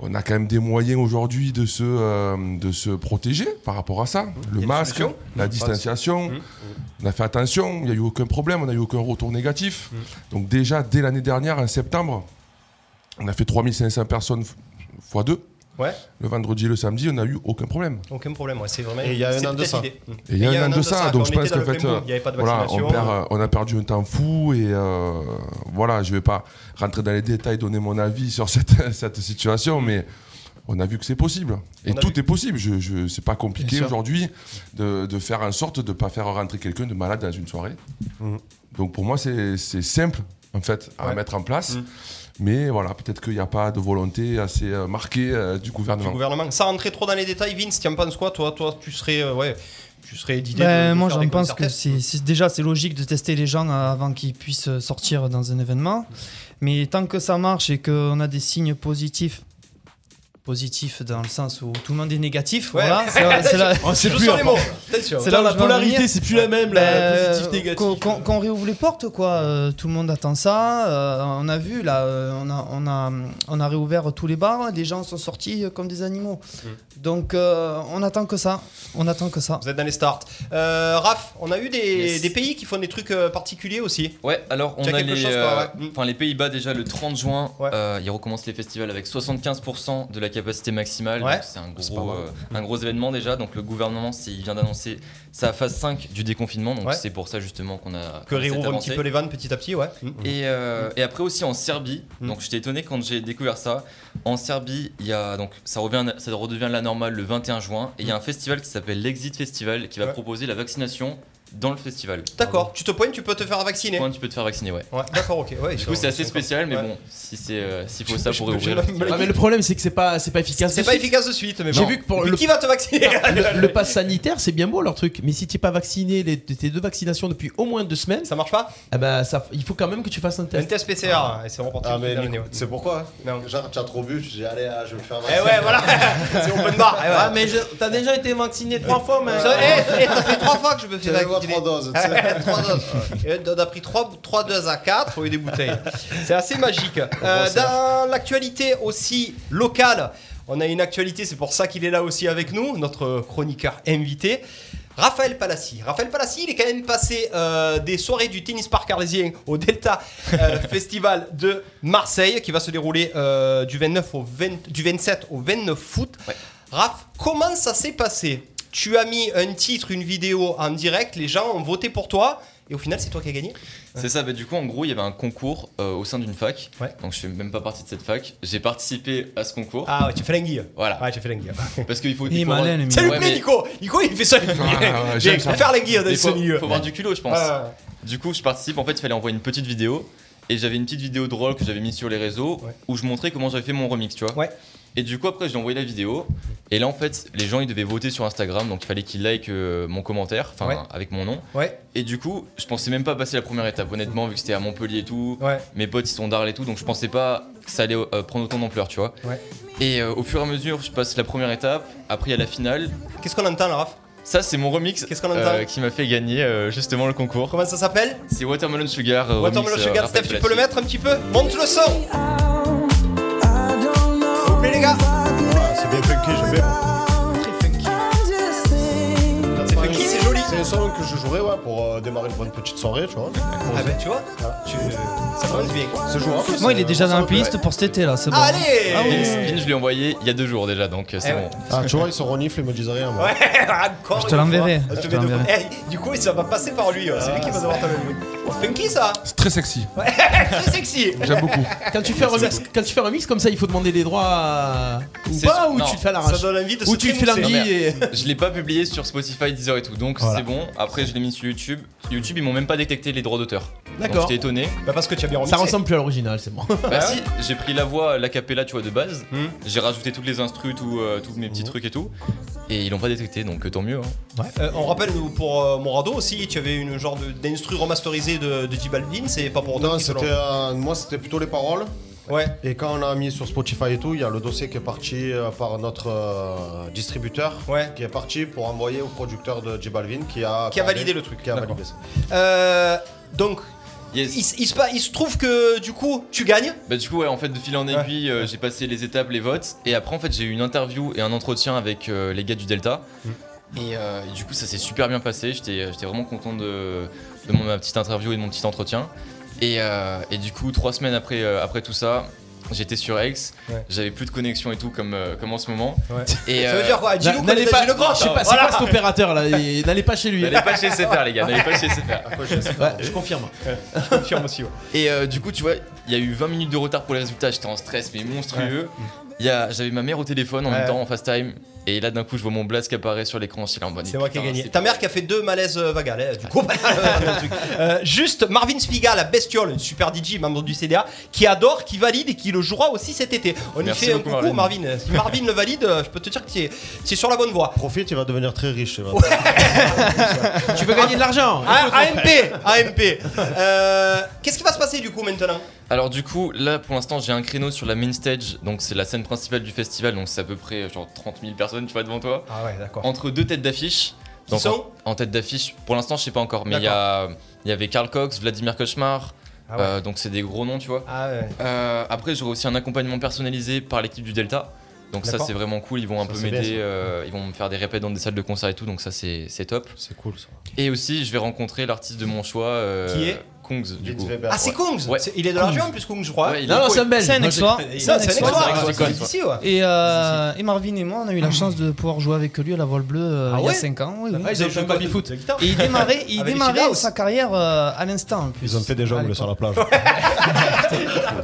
Speaker 7: On a quand même des moyens aujourd'hui de se, euh, de se protéger par rapport à ça.
Speaker 3: Mm-hmm. y a des
Speaker 7: Le masque,
Speaker 3: solutions. Mm-hmm.
Speaker 7: la distanciation. On a fait attention, il n'y a eu aucun problème, on n'a eu aucun retour négatif.
Speaker 3: Mm-hmm.
Speaker 7: Donc déjà, dès l'année dernière, en septembre, on a fait 3500 personnes f- fois 2.
Speaker 3: Ouais,
Speaker 7: Le vendredi et le samedi, on n'a eu aucun problème.
Speaker 3: aucun problème, ouais, c'est vraiment.
Speaker 5: Et il y a un
Speaker 3: c'est
Speaker 5: an de
Speaker 3: peut-être
Speaker 5: ça.
Speaker 3: l'idée. Mm.
Speaker 7: Et il y a un an de ça, donc
Speaker 3: quand
Speaker 7: je
Speaker 3: on
Speaker 7: pense
Speaker 3: était dans
Speaker 7: qu'en
Speaker 3: le
Speaker 7: fait,
Speaker 3: plein boom,
Speaker 7: euh,
Speaker 3: il n'y avait pas de
Speaker 7: voilà,
Speaker 3: vaccination.
Speaker 7: on, perd, euh, on a perdu un temps fou et euh, voilà, je ne vais pas rentrer dans les détails, donner mon avis sur cette, cette situation, mais on a vu que c'est possible. Et
Speaker 3: On a
Speaker 7: tout
Speaker 3: vu.
Speaker 7: est possible. Je, je, c'est pas compliqué
Speaker 4: sûr.
Speaker 7: aujourd'hui de, de faire en sorte de ne pas faire rentrer quelqu'un de malade dans une soirée. Donc pour moi, c'est c'est simple en fait à
Speaker 3: Mmh. Ouais. Mmh.
Speaker 7: mettre en place. Mais voilà, peut-être qu'il n'y a pas de volonté assez euh, marquée euh, du
Speaker 3: du
Speaker 7: gouvernement.
Speaker 3: gouvernement. Sans rentrer trop dans les détails, Vince, tu en penses quoi Toi, toi tu serais. euh, ouais, tu serais d'idée.
Speaker 4: Ben,
Speaker 3: de- de
Speaker 4: moi,
Speaker 3: faire des
Speaker 4: j'en pense
Speaker 3: concerts
Speaker 4: que
Speaker 3: tests
Speaker 4: c'est c'est- déjà c'est logique de tester les gens euh, avant qu'ils puissent euh, sortir dans un événement. Mais tant que ça marche et qu'on a des signes positifs, positifs dans le sens où tout le monde est négatif,
Speaker 3: Ouais.
Speaker 4: voilà, c'est- c'est là-
Speaker 8: Oh, c'est
Speaker 3: Je
Speaker 8: plus
Speaker 3: sens les
Speaker 8: hein.
Speaker 3: mots. Attention.
Speaker 4: C'est là où
Speaker 8: la
Speaker 4: je veux en
Speaker 8: polarité,
Speaker 4: venir.
Speaker 8: c'est plus la même, là,
Speaker 4: Ben,
Speaker 8: positif, négatif.
Speaker 4: Qu'on qu'on- qu'on réouvre les portes, quoi. Euh, tout le monde attend ça. Euh, on a vu, là, euh, on a, on, a, on a réouvert tous les bars. Les gens sont sortis euh, comme des animaux.
Speaker 8: Mmh.
Speaker 4: Donc, euh, on attend que ça. On attend que ça.
Speaker 3: Vous êtes dans les starts. Euh, Raph, on a eu des,
Speaker 6: Yes.
Speaker 3: des pays qui font des trucs euh, particuliers aussi.
Speaker 6: Ouais, alors on
Speaker 3: T'as
Speaker 6: a
Speaker 3: quelque
Speaker 6: les,
Speaker 3: chose, toi,
Speaker 6: euh,
Speaker 3: ouais. Mm.
Speaker 6: enfin, les Pays-Bas déjà le 30 juin,
Speaker 3: Ouais.
Speaker 6: euh, ils recommencent les festivals avec 75% de la capacité maximale.
Speaker 3: Ouais.
Speaker 6: donc C'est un,
Speaker 3: C'est
Speaker 6: gros,
Speaker 3: pas mal.
Speaker 6: euh, un gros événement déjà. Donc le gouvernement c'est- il vient d'annoncer sa phase 5 du déconfinement. Donc
Speaker 3: Ouais.
Speaker 6: c'est pour ça justement qu'on a.
Speaker 3: Que
Speaker 6: qu'on s'est
Speaker 3: réouvre un
Speaker 6: avancé.
Speaker 3: petit peu les vannes petit à petit, ouais.
Speaker 8: Mm.
Speaker 6: Et, euh, et après aussi en Serbie,
Speaker 3: Mm.
Speaker 6: donc j'étais étonné quand j'ai découvert ça. En Serbie, il y a donc ça revient, ça redevient la normale le 21 juin et il y a un festival qui s'appelle l'Exit Festival qui va
Speaker 3: Mm. Ouais.
Speaker 6: proposer la vaccination dans le festival.
Speaker 3: D'accord, tu te pointes, tu peux te faire vacciner.
Speaker 6: Point, tu peux te faire vacciner, ouais.
Speaker 3: Ouais, d'accord, ok. Ouais,
Speaker 6: du
Speaker 3: ils
Speaker 6: coup,
Speaker 3: sont-
Speaker 6: c'est
Speaker 3: ils
Speaker 6: assez
Speaker 3: sont
Speaker 6: spécial, mais
Speaker 3: Ouais.
Speaker 6: bon, si c'est euh, s'il faut ça pour
Speaker 3: je-
Speaker 6: réouvrir.
Speaker 3: je-
Speaker 8: Ah, mais le problème, c'est que c'est pas, c'est pas efficace.
Speaker 3: C'est
Speaker 8: de
Speaker 3: pas
Speaker 8: suite.
Speaker 3: efficace de suite, mais
Speaker 8: J'ai
Speaker 3: bon.
Speaker 8: vu que pour
Speaker 3: Mais
Speaker 8: le-
Speaker 3: qui va te vacciner
Speaker 8: le, le pass sanitaire, c'est bien beau leur truc, mais si t'es pas vacciné les, tes deux vaccinations depuis au moins deux semaines,
Speaker 3: ça marche pas.
Speaker 8: Ah bah ça, il faut quand même que tu fasses un
Speaker 3: Un
Speaker 8: test.
Speaker 3: test PCR, et c'est reporté.
Speaker 5: Ah,
Speaker 3: toute
Speaker 5: mais
Speaker 3: l'année,
Speaker 5: Nico,
Speaker 3: ouais.
Speaker 5: c'est pourquoi hein
Speaker 3: Non.
Speaker 5: Genre, tu as trop bu, tu dis, allez, ah, je vais me faire
Speaker 3: Eh ouais, voilà, c'est open bar. Eh ouais.
Speaker 8: Ah mais je- t'as déjà été vacciné trois fois, mais.
Speaker 3: Ça, eh, eh, ça fait trois fois que je me fais
Speaker 5: J'allais voir
Speaker 3: vacciner.
Speaker 5: trois doses, tu sais.
Speaker 3: Ouais, trois doses. Et On a pris trois, trois doses à quatre au lieu des bouteilles. C'est assez magique. Euh, dans l'actualité aussi locale, on a une actualité, c'est pour ça qu'il est là aussi avec nous, notre chroniqueur invité. Raphaël Palassi. Raphaël Palassi, il est quand même passé euh, des soirées du tennis parc arlésien au Delta euh, Festival de Marseille, qui va se dérouler euh, du, 29 au 20 du 27 au 29 août. Raph, comment ça s'est passé Tu as mis un titre, une vidéo en direct, les gens ont voté pour toi, et au final, c'est toi qui as gagné
Speaker 6: C'est ça, bah, du coup, en gros, il y avait un concours euh, au sein d'une fac.
Speaker 3: Ouais.
Speaker 6: Donc, je fais même pas partie de cette fac. J'ai participé à ce concours.
Speaker 3: Ah, ouais, tu fais l'anguille.
Speaker 6: Voilà.
Speaker 3: Ouais, tu fais l'anguille.
Speaker 6: Parce qu'il faut.
Speaker 4: Il est
Speaker 6: faut avoir-
Speaker 4: malin, le
Speaker 3: Ça lui
Speaker 6: Mm, Ouais,
Speaker 3: plaît,
Speaker 6: mais-
Speaker 3: Nico Nico, il fait ça. Il
Speaker 7: Ah, ouais, j'aime
Speaker 3: faut
Speaker 7: ça.
Speaker 3: faire l'anguille dans
Speaker 6: Il
Speaker 3: ce
Speaker 6: faut,
Speaker 3: milieu.
Speaker 6: faut avoir du culot, je pense.
Speaker 3: Ah, ouais.
Speaker 6: Du coup, je participe. En fait, il fallait envoyer une petite vidéo. Et j'avais une petite vidéo drôle que j'avais mise sur les réseaux
Speaker 3: Ouais.
Speaker 6: où je montrais comment j'avais fait mon remix, tu vois.
Speaker 3: Ouais.
Speaker 6: Et du coup, après, j'ai envoyé la vidéo. Et là, en fait, les gens, ils devaient voter sur Instagram. Donc, il fallait qu'ils likent euh, mon commentaire, enfin,
Speaker 3: Ouais.
Speaker 6: avec mon nom.
Speaker 3: Ouais,
Speaker 6: Et du coup, je pensais même pas passer la première étape, honnêtement, vu que c'était à Montpellier et tout.
Speaker 3: ouais.
Speaker 6: Mes potes, ils sont d'Arles et tout. Donc, je pensais pas que ça allait euh, prendre autant d'ampleur, tu vois.
Speaker 3: Ouais.
Speaker 6: Et euh, au fur et à mesure, je passe la première étape. Après, il y a la finale.
Speaker 3: Qu'est-ce qu'on entend, là, Raph
Speaker 6: Ça, c'est mon remix
Speaker 3: Qu'est-ce qu'on entend
Speaker 6: qui m'a fait gagner euh, justement le concours.
Speaker 3: Comment ça s'appelle
Speaker 6: C'est Watermelon Sugar. euh,
Speaker 3: Watermelon
Speaker 6: remix, euh,
Speaker 3: Sugar
Speaker 6: Raphaël
Speaker 3: Steph, tu peux
Speaker 6: Plassi.
Speaker 3: le mettre un petit peu Monte le son S'il vous plaît, les gars
Speaker 5: Ah, c'est bien funky, j'aime bien.
Speaker 3: Ah, C'est funky, c'est joli
Speaker 5: C'est un son que je jouerais ouais, pour euh, démarrer une bonne petite soirée, tu vois.
Speaker 3: Ah ben, tu vois, tu- ça commence bien.
Speaker 5: C'est jouable.
Speaker 4: Moi, il est déjà dans la
Speaker 5: piste.
Speaker 4: playlist pour cet été là, c'est bon.
Speaker 3: Allez
Speaker 4: Ah oui.
Speaker 6: Vince, Vince, je l'ai envoyé il y a deux jours déjà, donc euh, c'est
Speaker 3: Eh
Speaker 6: bon.
Speaker 3: ouais.
Speaker 5: Ah, tu vois, ils sont renifles, ils me disent rien. Moi.
Speaker 3: Encore
Speaker 4: Je te
Speaker 3: une
Speaker 4: l'enverrai,
Speaker 3: fois.
Speaker 4: je
Speaker 3: Je
Speaker 4: te
Speaker 3: mets de-
Speaker 4: l'enverrai.
Speaker 3: Eh, du coup, ça va passer par lui. ouais. C'est lui qui va devoir te le Funky ça
Speaker 7: C'est très sexy.
Speaker 3: Très sexy
Speaker 7: J'aime beaucoup.
Speaker 8: Quand tu fais un remix, quand tu fais un remix comme ça, il faut demander les droits à- ou
Speaker 6: C'est
Speaker 8: pas
Speaker 6: sûr,
Speaker 8: ou
Speaker 6: non.
Speaker 8: tu le fais à
Speaker 3: Ça
Speaker 8: l'arrache.
Speaker 3: donne envie de
Speaker 8: Ou
Speaker 3: se
Speaker 8: tu le fais
Speaker 3: trémousser.
Speaker 8: lundi
Speaker 6: Non,
Speaker 8: et.
Speaker 6: Je l'ai pas publié sur Spotify, Deezer et tout, donc c'est bon. Après, je l'ai mis sur YouTube. YouTube, ils m'ont même pas détecté les droits d'auteur. Donc,
Speaker 8: D'accord.
Speaker 6: J'étais étonné.
Speaker 3: Bah parce que tu as bien remixé.
Speaker 8: Ça ressemble plus à l'original, c'est bon.
Speaker 6: Merci. J'ai pris la voix, la capella, tu vois, de base.
Speaker 3: Ah Hmm.
Speaker 6: J'ai rajouté toutes les instrus, tout, euh, tous mes petits trucs et tout. Et ils l'ont pas détecté, donc euh, tant mieux. hein.
Speaker 3: Euh, on rappelle nous, pour euh, Morado aussi, tu avais une genre de- d'instru remasterisé de, de J Balvin, c'est pas pour autant
Speaker 5: Non,
Speaker 3: qu'ils te l'ont-
Speaker 5: c'était, euh, moi, c'était plutôt les paroles.
Speaker 3: Ouais.
Speaker 5: Et quand on a mis sur Spotify et tout, il y a le dossier qui est parti euh, par notre euh, distributeur,
Speaker 3: Ouais.
Speaker 5: qui est parti pour envoyer au producteur de J Balvin, qui a,
Speaker 3: Qui a validé le truc.
Speaker 5: Qui a
Speaker 3: D'accord.
Speaker 5: validé ça.
Speaker 3: Euh, donc,
Speaker 6: Yes.
Speaker 3: il, se- il se, pa- il se trouve que du coup, tu gagnes.
Speaker 6: Bah du coup ouais en fait de fil en aiguille euh, j'ai passé les étapes, les votes et après en fait j'ai eu une interview et un entretien avec euh, les gars du Delta
Speaker 3: Hmm.
Speaker 6: et, euh, et du coup ça s'est super bien passé, j'étais euh, j'étais vraiment content de, de mon, ma petite interview et de mon petit entretien et, euh, et du coup trois semaines après, euh, après tout ça j'étais sur X,
Speaker 3: Ouais.
Speaker 6: j'avais plus de connexion et tout comme, euh, comme en ce moment
Speaker 3: Ouais.
Speaker 6: et
Speaker 3: Ça veut
Speaker 6: euh,
Speaker 3: dire quoi Dis-nous qu'on
Speaker 8: N'allez
Speaker 3: est
Speaker 8: pas,
Speaker 3: pas le grand.
Speaker 8: je sais pas, c'est quoi cet opérateur là et N'allez pas chez lui.
Speaker 6: n'allez pas chez SFR les gars, n'allez pas chez SFR
Speaker 8: Ouais, je confirme.
Speaker 3: aussi. ouais.
Speaker 6: Et euh, du coup, tu vois, il y a eu 20 minutes de retard pour les résultats, j'étais en stress, mais monstrueux. Il y a- J'avais ma mère au téléphone en
Speaker 3: Ouais.
Speaker 6: même temps, en FaceTime. Et là, d'un coup, je vois mon blast qui apparaît sur l'écran, je suis là en mode.
Speaker 3: C'est moi qui ai
Speaker 6: putain,
Speaker 3: gagné.
Speaker 6: c'est- Ah.
Speaker 3: Ta mère qui a fait deux malaises euh, vagales, hein, du coup. Euh, juste Marvin Spiga, la bestiole, une super DJ, membre du CDA, qui adore, qui valide et qui le jouera aussi cet été. On
Speaker 6: Merci
Speaker 3: y fait un
Speaker 6: beaucoup,
Speaker 3: coucou, Marvin. Si Marvin le valide, euh, je peux te dire que tu es, tu es sur la bonne voie.
Speaker 5: Profite, il va devenir très riche. il va-
Speaker 8: Tu veux gagner de l'argent
Speaker 3: Ah, AMP, AMP. Euh, Qu'est-ce qui va se passer du coup maintenant
Speaker 6: Alors, du coup, là, pour l'instant, j'ai un créneau sur la main stage, donc c'est la scène principale du festival, donc c'est à peu près euh, genre 30 000 personnes, tu vois, devant toi.
Speaker 3: Ah ouais, d'accord.
Speaker 6: Entre deux têtes d'affiche.
Speaker 3: Qui
Speaker 6: Donc,
Speaker 3: sont
Speaker 6: en, en tête d'affiche, pour l'instant, je sais pas encore, mais il y, a- il y avait Karl Cox, Vladimir Cauchemar,
Speaker 3: Ah ouais.
Speaker 6: euh, donc c'est des gros noms, tu vois.
Speaker 3: Ah ouais.
Speaker 6: Euh, après, j'aurai aussi un accompagnement personnalisé par l'équipe du Delta. Donc ça
Speaker 3: D'accord.
Speaker 6: c'est vraiment cool, ils vont un
Speaker 5: Ça,
Speaker 6: peu
Speaker 5: c'est bien,
Speaker 6: m'aider,
Speaker 5: ça.
Speaker 6: euh, ils vont me faire des répètes dans des salles de concert et tout, donc ça c'est c'est top.
Speaker 5: C'est cool ça.
Speaker 6: Et aussi je vais rencontrer l'artiste de mon choix. euh,
Speaker 3: Qui est
Speaker 6: Kongs, du coup.
Speaker 5: Weber,
Speaker 3: Ah, c'est Kongs
Speaker 6: Bah, Ouais.
Speaker 3: C'est- Il est de l'argent en plus, Kongs, je crois.
Speaker 6: Ouais, il est-
Speaker 8: Non, non, c'est un belge.
Speaker 4: C'est un
Speaker 8: Moi,
Speaker 4: ex-roi.
Speaker 8: j'ai-
Speaker 3: C'est un
Speaker 4: C'est un
Speaker 3: ex
Speaker 6: ex-roi, ouais.
Speaker 3: C'est ici, ouais.
Speaker 4: Et, euh, et Marvin et moi, on a eu la chance de pouvoir jouer avec lui à la voile bleue euh,
Speaker 3: Ah
Speaker 4: il y a
Speaker 3: ouais
Speaker 4: 5 ans. oui, oui.
Speaker 8: Ouais, ils ont fait un baby foot.
Speaker 4: Et il démarrait, il
Speaker 3: Avec les
Speaker 4: démarrait
Speaker 3: Chidaos.
Speaker 4: sa carrière euh, à l'instant. en plus.
Speaker 11: Ils ont fait des jongles
Speaker 4: Allez,
Speaker 11: sur la plage.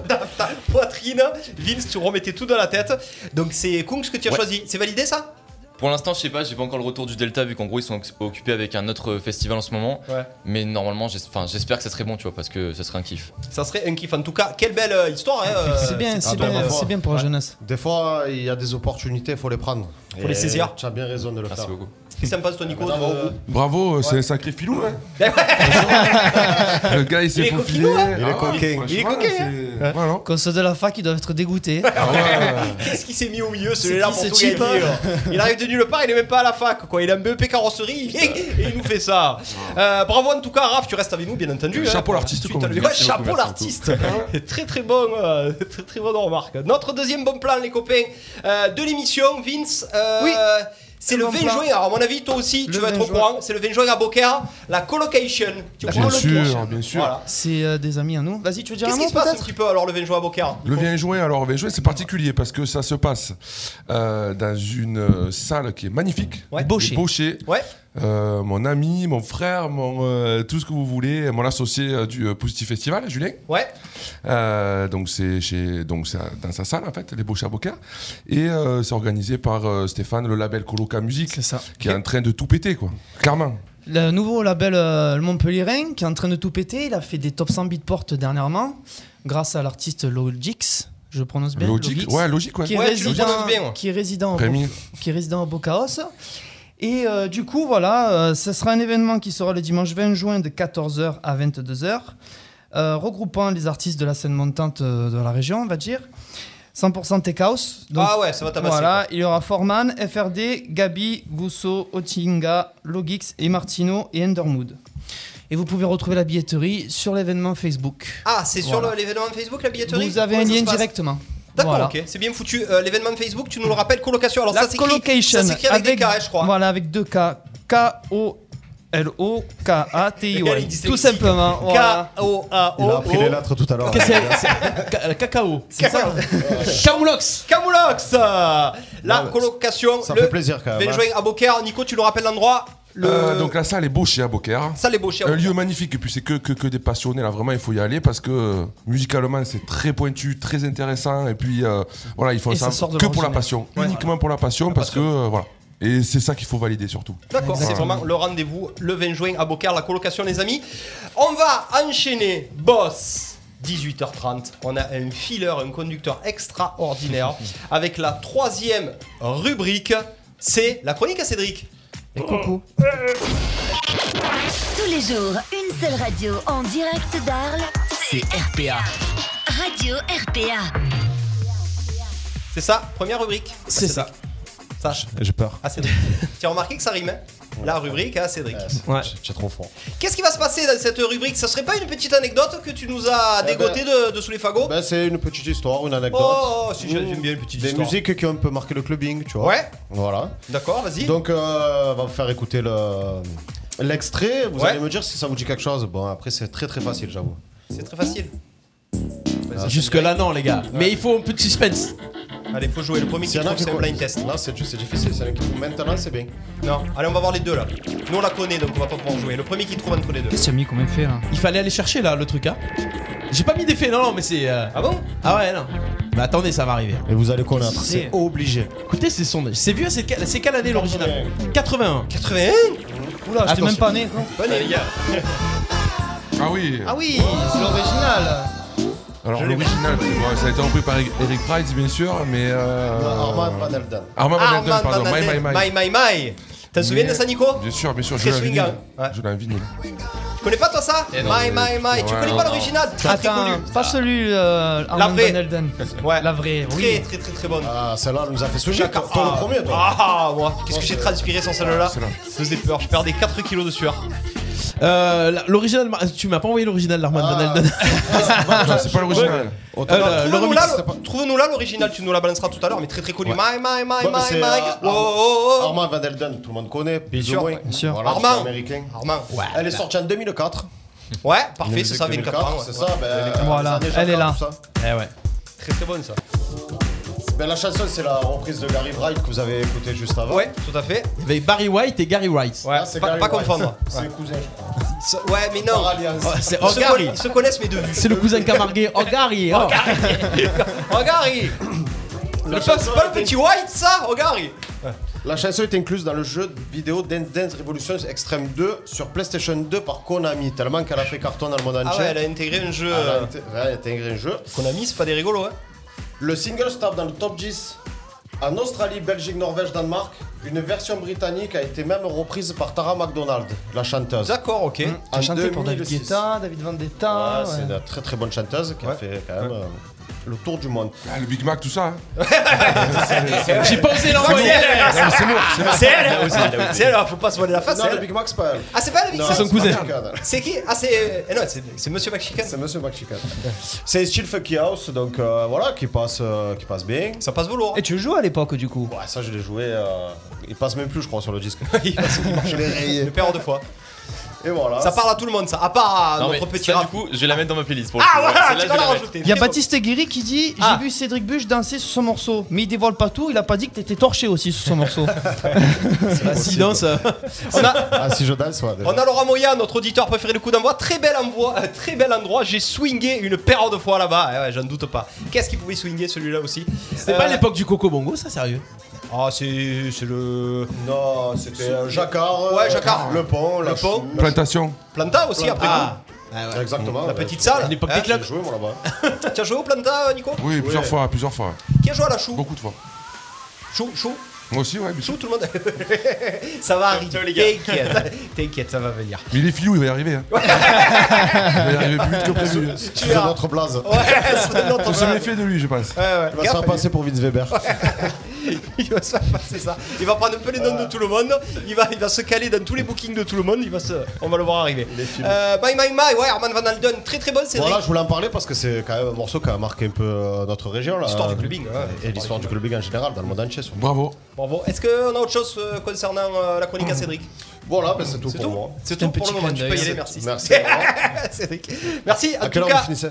Speaker 3: Ta poitrine, Vince, tu remettais tout dans la tête. Donc c'est Kungs que tu as
Speaker 6: Ouais.
Speaker 3: choisi. C'est validé ça
Speaker 6: Pour l'instant, je sais pas, j'ai pas encore le retour du Delta vu qu'en gros ils sont occupés avec un autre festival en ce moment.
Speaker 3: Ouais.
Speaker 6: Mais normalement, j'es- enfin, j'espère que ça serait bon, tu vois, parce que ce serait un kiff.
Speaker 3: Ça serait un kiff. En tout cas, quelle belle euh, histoire. hein, euh,
Speaker 4: C'est bien, c'est
Speaker 5: c'est pas
Speaker 4: bien,
Speaker 5: mal.
Speaker 4: c'est bien pour la
Speaker 5: Ouais.
Speaker 4: jeunesse.
Speaker 5: Des fois, il y a des opportunités, il faut les prendre.
Speaker 3: Faut les saisir.
Speaker 5: Tu as bien raison de le
Speaker 6: Merci
Speaker 5: faire.
Speaker 6: beaucoup.
Speaker 3: Qu'est-ce que ça me
Speaker 4: Ah,
Speaker 3: passe, toi, Nico
Speaker 4: bah,
Speaker 5: Bravo.
Speaker 3: de-
Speaker 7: Bravo, euh, c'est un sacré filou, hein. Le gars, il
Speaker 3: Il
Speaker 7: s'est Ah
Speaker 3: est
Speaker 7: faufilé.
Speaker 3: coquinot, hein.
Speaker 5: Il est coquin.
Speaker 7: Il est coquin. Voilà.
Speaker 4: Quand ceux de la fac, ils doivent être dégoûtés.
Speaker 7: Ah ouais.
Speaker 3: Qu'est-ce qui s'est mis au milieu celui-là
Speaker 4: qui,
Speaker 3: pour
Speaker 4: ce
Speaker 3: tout
Speaker 4: cheap,
Speaker 3: gagner,
Speaker 4: hein
Speaker 3: hein Il arrive de nulle part, il est même pas à la fac quoi. Il a un BEP carrosserie il vient et il nous fait ça.
Speaker 4: Ah.
Speaker 3: Euh, bravo en tout cas, Raph, tu restes avec nous bien entendu.
Speaker 7: Chapeau
Speaker 3: hein.
Speaker 7: l'artiste,
Speaker 3: Tu
Speaker 7: comme
Speaker 3: t'en-
Speaker 7: on dit.
Speaker 3: Ouais,
Speaker 7: Merci
Speaker 3: chapeau
Speaker 7: beaucoup, merci
Speaker 3: l'artiste. hein. très très bon, euh, très très bonne remarque. Notre deuxième bon plan les copains euh, de l'émission, Vince. euh,
Speaker 4: Oui.
Speaker 3: C'est
Speaker 4: Un
Speaker 3: le
Speaker 4: bon
Speaker 3: 20
Speaker 4: plan.
Speaker 3: juin, alors à mon avis toi aussi tu
Speaker 4: Le
Speaker 3: vas être
Speaker 4: 20
Speaker 3: au courant, c'est le 20 juin à Beaucaire, la colocation. Tu
Speaker 4: La
Speaker 3: comprends
Speaker 4: Pour
Speaker 7: Ah, Bien
Speaker 4: le
Speaker 7: sûr,
Speaker 4: prochain.
Speaker 7: bien sûr.
Speaker 3: Voilà.
Speaker 4: C'est euh, des amis à nous. Vas-y, tu veux dire un
Speaker 3: Qu'est-ce qui
Speaker 4: mot
Speaker 3: se passe un
Speaker 4: peut-être
Speaker 3: petit peu alors le 20 juin à Beaucaire
Speaker 7: Le vient jouer, alors le vient jouer, c'est particulier parce que ça se passe euh, dans une euh, salle qui est magnifique.
Speaker 3: Ouais.
Speaker 7: Boché.
Speaker 3: Ouais.
Speaker 7: Euh, mon ami, mon frère, mon, euh, tout ce que vous voulez, mon associé euh, du euh, Positif Festival, Julien.
Speaker 3: Ouais.
Speaker 7: Euh, donc c'est chez donc c'est dans sa salle en fait, les Bochers à Beaucaire. Et euh, c'est organisé par euh, Stéphane, le label Coloca Musique,
Speaker 4: C'est ça.
Speaker 7: qui est en train de tout péter quoi. Clairement.
Speaker 4: Le nouveau label euh, Le Montpellierin qui est en train de tout péter. Il a fait des top 100 beatport dernièrement grâce à l'artiste Logix. Je prononce bien
Speaker 7: Logique.
Speaker 4: Logix.
Speaker 7: Ouais, logique ouais.
Speaker 4: qui est,
Speaker 3: Ouais, tu le
Speaker 4: résident,
Speaker 3: prononces bien, ouais.
Speaker 4: qui est résident au
Speaker 7: Rémi.
Speaker 4: qui est résident au Bocaos. Et euh, du coup, voilà, euh, ce sera un événement qui sera le dimanche 20 juin de 14h à 22h, euh, regroupant les artistes de la scène montante euh, de la région, on va dire. 100% Tech House. Donc,
Speaker 3: ah ouais, ça va tabasser.
Speaker 4: voilà, il y aura Forman, FRD, Gabi, Gousso, Otinga, Logix et Martino et Endermood. Et vous pouvez retrouver la billetterie sur l'événement Facebook.
Speaker 3: Ah, c'est sur
Speaker 4: Voilà.
Speaker 3: le- l'événement Facebook, la billetterie
Speaker 4: Vous avez un
Speaker 3: Comment ça
Speaker 4: lien
Speaker 3: se passe
Speaker 4: directement.
Speaker 3: D'accord,
Speaker 4: Voilà.
Speaker 3: ok, c'est bien foutu. Euh, l'événement Facebook, tu nous le rappelles, colocation. Alors
Speaker 4: La
Speaker 3: ça s'écrit
Speaker 4: colocation
Speaker 3: ça s'écrit avec, des carrés, je crois.
Speaker 4: Voilà, avec deux K. K-O-L-O-K-A-T-I.
Speaker 3: Le gars, il dit
Speaker 4: Tout
Speaker 3: sexy.
Speaker 4: simplement. Voilà.
Speaker 5: Il a appris les
Speaker 3: K-O-A-O.
Speaker 5: lettres tout à l'heure.
Speaker 8: Qu'est-ce que c'est c'est- ca- Cacao. C'est ça Camoulox
Speaker 3: Camoulox euh, La
Speaker 5: Non, mais
Speaker 3: colocation.
Speaker 5: ça
Speaker 3: le
Speaker 5: fait plaisir, quand même,
Speaker 3: 20
Speaker 5: hein.
Speaker 3: juin à Beaucaire. Nico, tu le rappelles l'endroit le...
Speaker 7: Euh, donc la salle est Bochers à Beaucaire.
Speaker 3: Ça, les beaux chiens.
Speaker 7: Un
Speaker 5: Euh,
Speaker 7: lieu magnifique et puis c'est que, que, que des passionnés là vraiment il faut y aller parce que euh, musicalement c'est très pointu, très intéressant et puis euh, voilà ils font
Speaker 4: Et
Speaker 7: ça,
Speaker 4: ça sort de
Speaker 7: que
Speaker 4: leur
Speaker 7: pour la
Speaker 4: jeunesse.
Speaker 7: passion, uniquement pour la passion parce que euh, voilà et c'est ça qu'il faut valider surtout.
Speaker 3: D'accord, c'est vraiment le rendez-vous le 20 juin à Beaucaire, la colocation, les amis. On va enchaîner, boss. 18h30, on a un filler, un conducteur extraordinaire avec la troisième rubrique, c'est la chronique à Cédric.
Speaker 1: Tous les jours, une seule radio en direct d'Arles.
Speaker 2: C'est RPA.
Speaker 1: Radio RPA.
Speaker 3: C'est ça, première rubrique.
Speaker 8: C'est ça.
Speaker 3: Sache.
Speaker 11: J'ai peur.
Speaker 3: Ah, Cédric. tu as remarqué que ça rime, hein La rubrique à Cédric.
Speaker 8: Ouais.
Speaker 5: C'est trop fort.
Speaker 3: Qu'est-ce qui va se passer dans cette rubrique Ça serait pas une petite anecdote que tu nous as
Speaker 5: Eh ben-
Speaker 3: dégotée de, de sous les fagots
Speaker 5: Ben, c'est une petite histoire, une anecdote.
Speaker 3: Oh, si, j'aime bien les petites
Speaker 5: Des
Speaker 3: histoires.
Speaker 5: musiques qui ont un peu marqué le clubbing, tu vois.
Speaker 3: Ouais.
Speaker 5: Voilà.
Speaker 3: D'accord, vas-y.
Speaker 5: Donc, euh, on va vous faire écouter le- l'extrait. vous
Speaker 3: Ouais.
Speaker 5: allez me dire si ça vous dit quelque chose. Bon, après, c'est très très facile, j'avoue.
Speaker 3: C'est très facile.
Speaker 8: Jusque-là, non, les gars. Mais il faut un peu de suspense.
Speaker 3: Allez, faut jouer le premier qui
Speaker 5: S'il y en a
Speaker 3: trouve,
Speaker 5: qui
Speaker 3: c'est un
Speaker 5: co-
Speaker 3: blind test.
Speaker 5: Non, c'est c'est difficile. s'il y en a qui- Maintenant, c'est bien.
Speaker 3: Non, allez, on va voir les deux là. Nous on la connaît donc on va pas pouvoir jouer. Le premier qui trouve entre les deux.
Speaker 4: Qu'est-ce qu'il y a mis comme effet là
Speaker 8: Il fallait aller chercher là le truc, hein. J'ai pas mis d'effet, non, non, mais c'est. euh,
Speaker 3: Ah bon
Speaker 8: Ah ouais, non. Mais attendez, ça va arriver.
Speaker 5: Et vous allez connaître. C'est obligé.
Speaker 8: Écoutez ces sondages. C'est vieux, c'est quelle, c'est quelle année l'original 81.
Speaker 3: 81
Speaker 4: Oula, j'étais
Speaker 8: Attention.
Speaker 4: même pas né. quoi.
Speaker 7: Ah oui.
Speaker 4: Ah oui, c'est l'original.
Speaker 7: Alors l'original, c'est- ouais, ça a été repris par Eric Prydz bien sûr, mais euh,
Speaker 5: Armand Van Helden.
Speaker 7: Armand Van Helden,
Speaker 3: Armand
Speaker 7: pardon,
Speaker 3: Van
Speaker 7: My My
Speaker 3: Helden.
Speaker 7: My.
Speaker 3: My My My. T'en souviens de ça, Nico
Speaker 7: Bien sûr, bien sûr, je
Speaker 3: Très
Speaker 7: l'ai en vinyle.
Speaker 3: swingant. Ouais.
Speaker 7: Je l'ai en vinyle.
Speaker 3: Tu connais pas toi ça
Speaker 6: Eh non,
Speaker 3: My My
Speaker 7: mais-
Speaker 3: My. Tu
Speaker 7: Ouais,
Speaker 3: connais
Speaker 7: non,
Speaker 3: pas
Speaker 6: non.
Speaker 3: l'original Très très
Speaker 4: Attends,
Speaker 3: connu.
Speaker 4: pas celui euh, Armand
Speaker 3: La vraie.
Speaker 4: Van Helden.
Speaker 3: Ouais.
Speaker 4: La vraie,
Speaker 3: Très
Speaker 4: oui.
Speaker 3: très très très bonne.
Speaker 5: Ah, celle-là nous a fait sourire.
Speaker 3: Chacun-
Speaker 5: Toi, toi, le premier, toi.
Speaker 3: Ah, moi, qu'est-ce que j'ai transpiré sans celle-là Ça
Speaker 7: Celle-là.
Speaker 3: faisait peur, je perdais 4 kilos de sueur.
Speaker 8: Euh, la- l'original, Mar- tu m'as pas envoyé l'original, Euh, l'Armand
Speaker 5: Ah.
Speaker 8: Van Helden.
Speaker 7: Non, c'est pas l'original.
Speaker 5: Autant-
Speaker 8: Euh, le- le
Speaker 3: Trouve-nous
Speaker 8: remix.
Speaker 3: là, le- Trouve-nous là l'original, tu nous la balanceras tout à l'heure, mais très très connu. My My My
Speaker 5: Ouais, mais
Speaker 3: My
Speaker 5: c'est,
Speaker 3: My.
Speaker 5: euh,
Speaker 3: Oh, oh, oh.
Speaker 5: Armand Van Helden, tout le monde connaît. Plus
Speaker 3: sûr,
Speaker 5: ou moins.
Speaker 3: ouais.
Speaker 4: Bien sûr.
Speaker 5: Voilà,
Speaker 3: Armand.
Speaker 5: c'est américain.
Speaker 3: Armand.
Speaker 5: Elle est sortie en 2004.
Speaker 3: Ouais, parfait, c'est ça, 24 ans. ouais.
Speaker 5: C'est ça, ben,
Speaker 3: Ouais.
Speaker 5: euh,
Speaker 4: Voilà,
Speaker 5: les années
Speaker 4: elle est là.
Speaker 5: Jacques, tout ça.
Speaker 3: Eh ouais. Très très bonne ça.
Speaker 5: Ben, la chanson, c'est la reprise de Gary Wright que vous avez écouté juste avant.
Speaker 3: Ouais, tout à fait.
Speaker 8: Avec Barry White et Gary Wright.
Speaker 3: Ouais,
Speaker 5: Ah, c'est
Speaker 3: pas,
Speaker 5: Gary
Speaker 3: pas
Speaker 5: Wright.
Speaker 3: confondre.
Speaker 5: C'est
Speaker 3: Ouais.
Speaker 5: le cousin, je crois.
Speaker 3: Ce- ouais, mais non.
Speaker 5: Par alliance.
Speaker 3: Ouais, c'est-
Speaker 8: Oh,
Speaker 3: ils, se
Speaker 8: Gary.
Speaker 3: conna- ils se connaissent mes deux vues.
Speaker 8: C'est le cousin Camargué. Oh, Gary oh.
Speaker 3: Oh Gary Le pas- C'est pas le petit White ça Oh Gary
Speaker 5: La chanson est incluse dans le jeu vidéo Dance Dance Revolution Extreme 2 sur PlayStation 2 par Konami, tellement qu'elle a fait carton dans le monde entier.
Speaker 3: Ah ouais, elle a intégré un jeu.
Speaker 5: Elle a
Speaker 3: euh,
Speaker 5: inté- ouais, elle a intégré un jeu.
Speaker 3: Qu'on a mis, c'est pas des rigolos, hein
Speaker 5: Le single se tape dans le top 10 en Australie, Belgique, Norvège, Danemark. Une version britannique a été même reprise par Tara MacDonald, la chanteuse.
Speaker 3: D'accord, ok.
Speaker 4: T'as
Speaker 5: En
Speaker 4: chanté pour David
Speaker 5: 2006.
Speaker 4: Guetta, David
Speaker 8: Ah,
Speaker 4: Vendetta.
Speaker 5: Ouais,
Speaker 4: ouais.
Speaker 5: Ah, C'est une très très bonne chanteuse qui a
Speaker 3: Ouais.
Speaker 5: fait quand même euh, le tour du monde.
Speaker 7: Ah, le Big Mac, tout ça. hein.
Speaker 8: J'ai pas osé
Speaker 3: C'est
Speaker 8: l'envoyer.
Speaker 3: elle C'est elle C'est elle, hein, faut pas se voiler la face,
Speaker 5: non,
Speaker 3: c'est
Speaker 5: le
Speaker 3: elle
Speaker 5: Big Mac, c'est pas elle.
Speaker 3: Ah, c'est pas elle,
Speaker 5: Non,
Speaker 3: Vixen
Speaker 8: son cousin.
Speaker 5: pas Chicken.
Speaker 3: C'est qui Ah, c'est. eh non, c'est c'est Monsieur McChicken.
Speaker 5: C'est Monsieur McChicken. C'est style Funky House, donc euh, voilà, qui passe, euh, qui passe bien.
Speaker 3: Ça passe hein. velours.
Speaker 4: Et tu joues à l'époque du coup
Speaker 5: Ouais, ça je l'ai joué. euh, il passe même plus, je crois, sur le disque.
Speaker 3: Il passe- il marche.
Speaker 5: je l'ai rayé.
Speaker 3: Le père en deux fois.
Speaker 5: Et voilà.
Speaker 3: Ça parle à tout le monde, ça. À part à
Speaker 6: Non, mais
Speaker 3: notre petit
Speaker 6: ça,
Speaker 3: rap.
Speaker 6: du coup, je vais la mettre dans ma playlist pour le
Speaker 3: Ah,
Speaker 6: coup.
Speaker 3: voilà, tu
Speaker 6: Celle-là,
Speaker 3: vas
Speaker 6: je vais
Speaker 3: la
Speaker 6: la mettre.
Speaker 3: rajouter.
Speaker 4: Il y a
Speaker 3: Très bon.
Speaker 4: Baptiste Guéry qui dit J'ai
Speaker 3: Ah.
Speaker 4: vu Cédric Buche danser sur son morceau, mais il dévoile pas tout, il a pas dit que t'étais torché aussi sur son morceau.
Speaker 8: Silence.
Speaker 3: euh, On a,
Speaker 5: Ah, si je danse, ouais. déjà.
Speaker 3: on a Laurent Moya, notre auditeur préféré du coup d'envoi. Très bel envoi, euh, très bel endroit. J'ai swingé une paire de fois là-bas. Eh ouais, j'en doute pas. Qu'est-ce qu'il pouvait swinguer celui-là aussi Euh,
Speaker 8: C'était
Speaker 5: Euh.
Speaker 8: pas l'époque du Coco Bongo, ça, sérieux
Speaker 3: Ah, c'est c'est le.
Speaker 5: Non, c'était euh, Jacquard.
Speaker 3: Ouais,
Speaker 5: euh,
Speaker 3: Jacquard.
Speaker 5: Le pont, la
Speaker 3: Le pont.
Speaker 5: chou-
Speaker 7: Plantation.
Speaker 3: Planta aussi après
Speaker 8: Ah.
Speaker 5: la- Exactement.
Speaker 3: La
Speaker 5: Ah, ouais.
Speaker 3: petite salle.
Speaker 8: À l'époque
Speaker 3: Hein
Speaker 8: des clubs.
Speaker 5: J'ai joué, moi, là-bas.
Speaker 3: Tu as joué au Planta, Nico
Speaker 7: Oui, plusieurs fois, plusieurs fois.
Speaker 3: Qui a joué à la chou
Speaker 7: Beaucoup de fois.
Speaker 3: Chou, chou,
Speaker 7: Moi aussi, ouais. bien sûr.
Speaker 3: chou, tout le monde. ça va arriver. T'inquiète, t'inquiète, ça va venir.
Speaker 7: Mais il est filou, il va y arriver. hein. il va y arriver plus vite que prévu.
Speaker 5: C'est notre blaze.
Speaker 3: Ouais, c'est notre
Speaker 7: On se
Speaker 3: blague.
Speaker 7: méfie de lui, je pense.
Speaker 3: Ouais, ouais.
Speaker 5: Il va se faire
Speaker 3: Gaffe,
Speaker 5: passer pour Vince Weber.
Speaker 3: il va se faire passer ça. Il va prendre un peu les noms de tout le monde. Il va, il va se caler dans tous les bookings de tout le monde. Il va se, on va le voir arriver. Euh, my My My, ouais, Armand Van Alden, très très bonne, Cédric.
Speaker 5: Voilà, je voulais en parler parce que c'est quand même un morceau qui a marqué un peu euh, notre région. là.
Speaker 3: L'histoire du clubbing, ouais.
Speaker 5: Et l'histoire du clubbing en général, dans le monde entier. surtout.
Speaker 7: Bravo.
Speaker 3: Bravo. Est-ce qu'on a autre chose euh, concernant euh, la chronique à Cédric
Speaker 5: Voilà, ben, c'est tout
Speaker 3: C'est
Speaker 5: Mmh. pour moi.
Speaker 3: tout. C'est tout pour le moment. Tu peux y aller, merci.
Speaker 5: Merci. au revoir.
Speaker 3: Cédric. Merci. En
Speaker 5: À quelle
Speaker 3: tout
Speaker 5: heure
Speaker 3: cas,
Speaker 5: vous finissez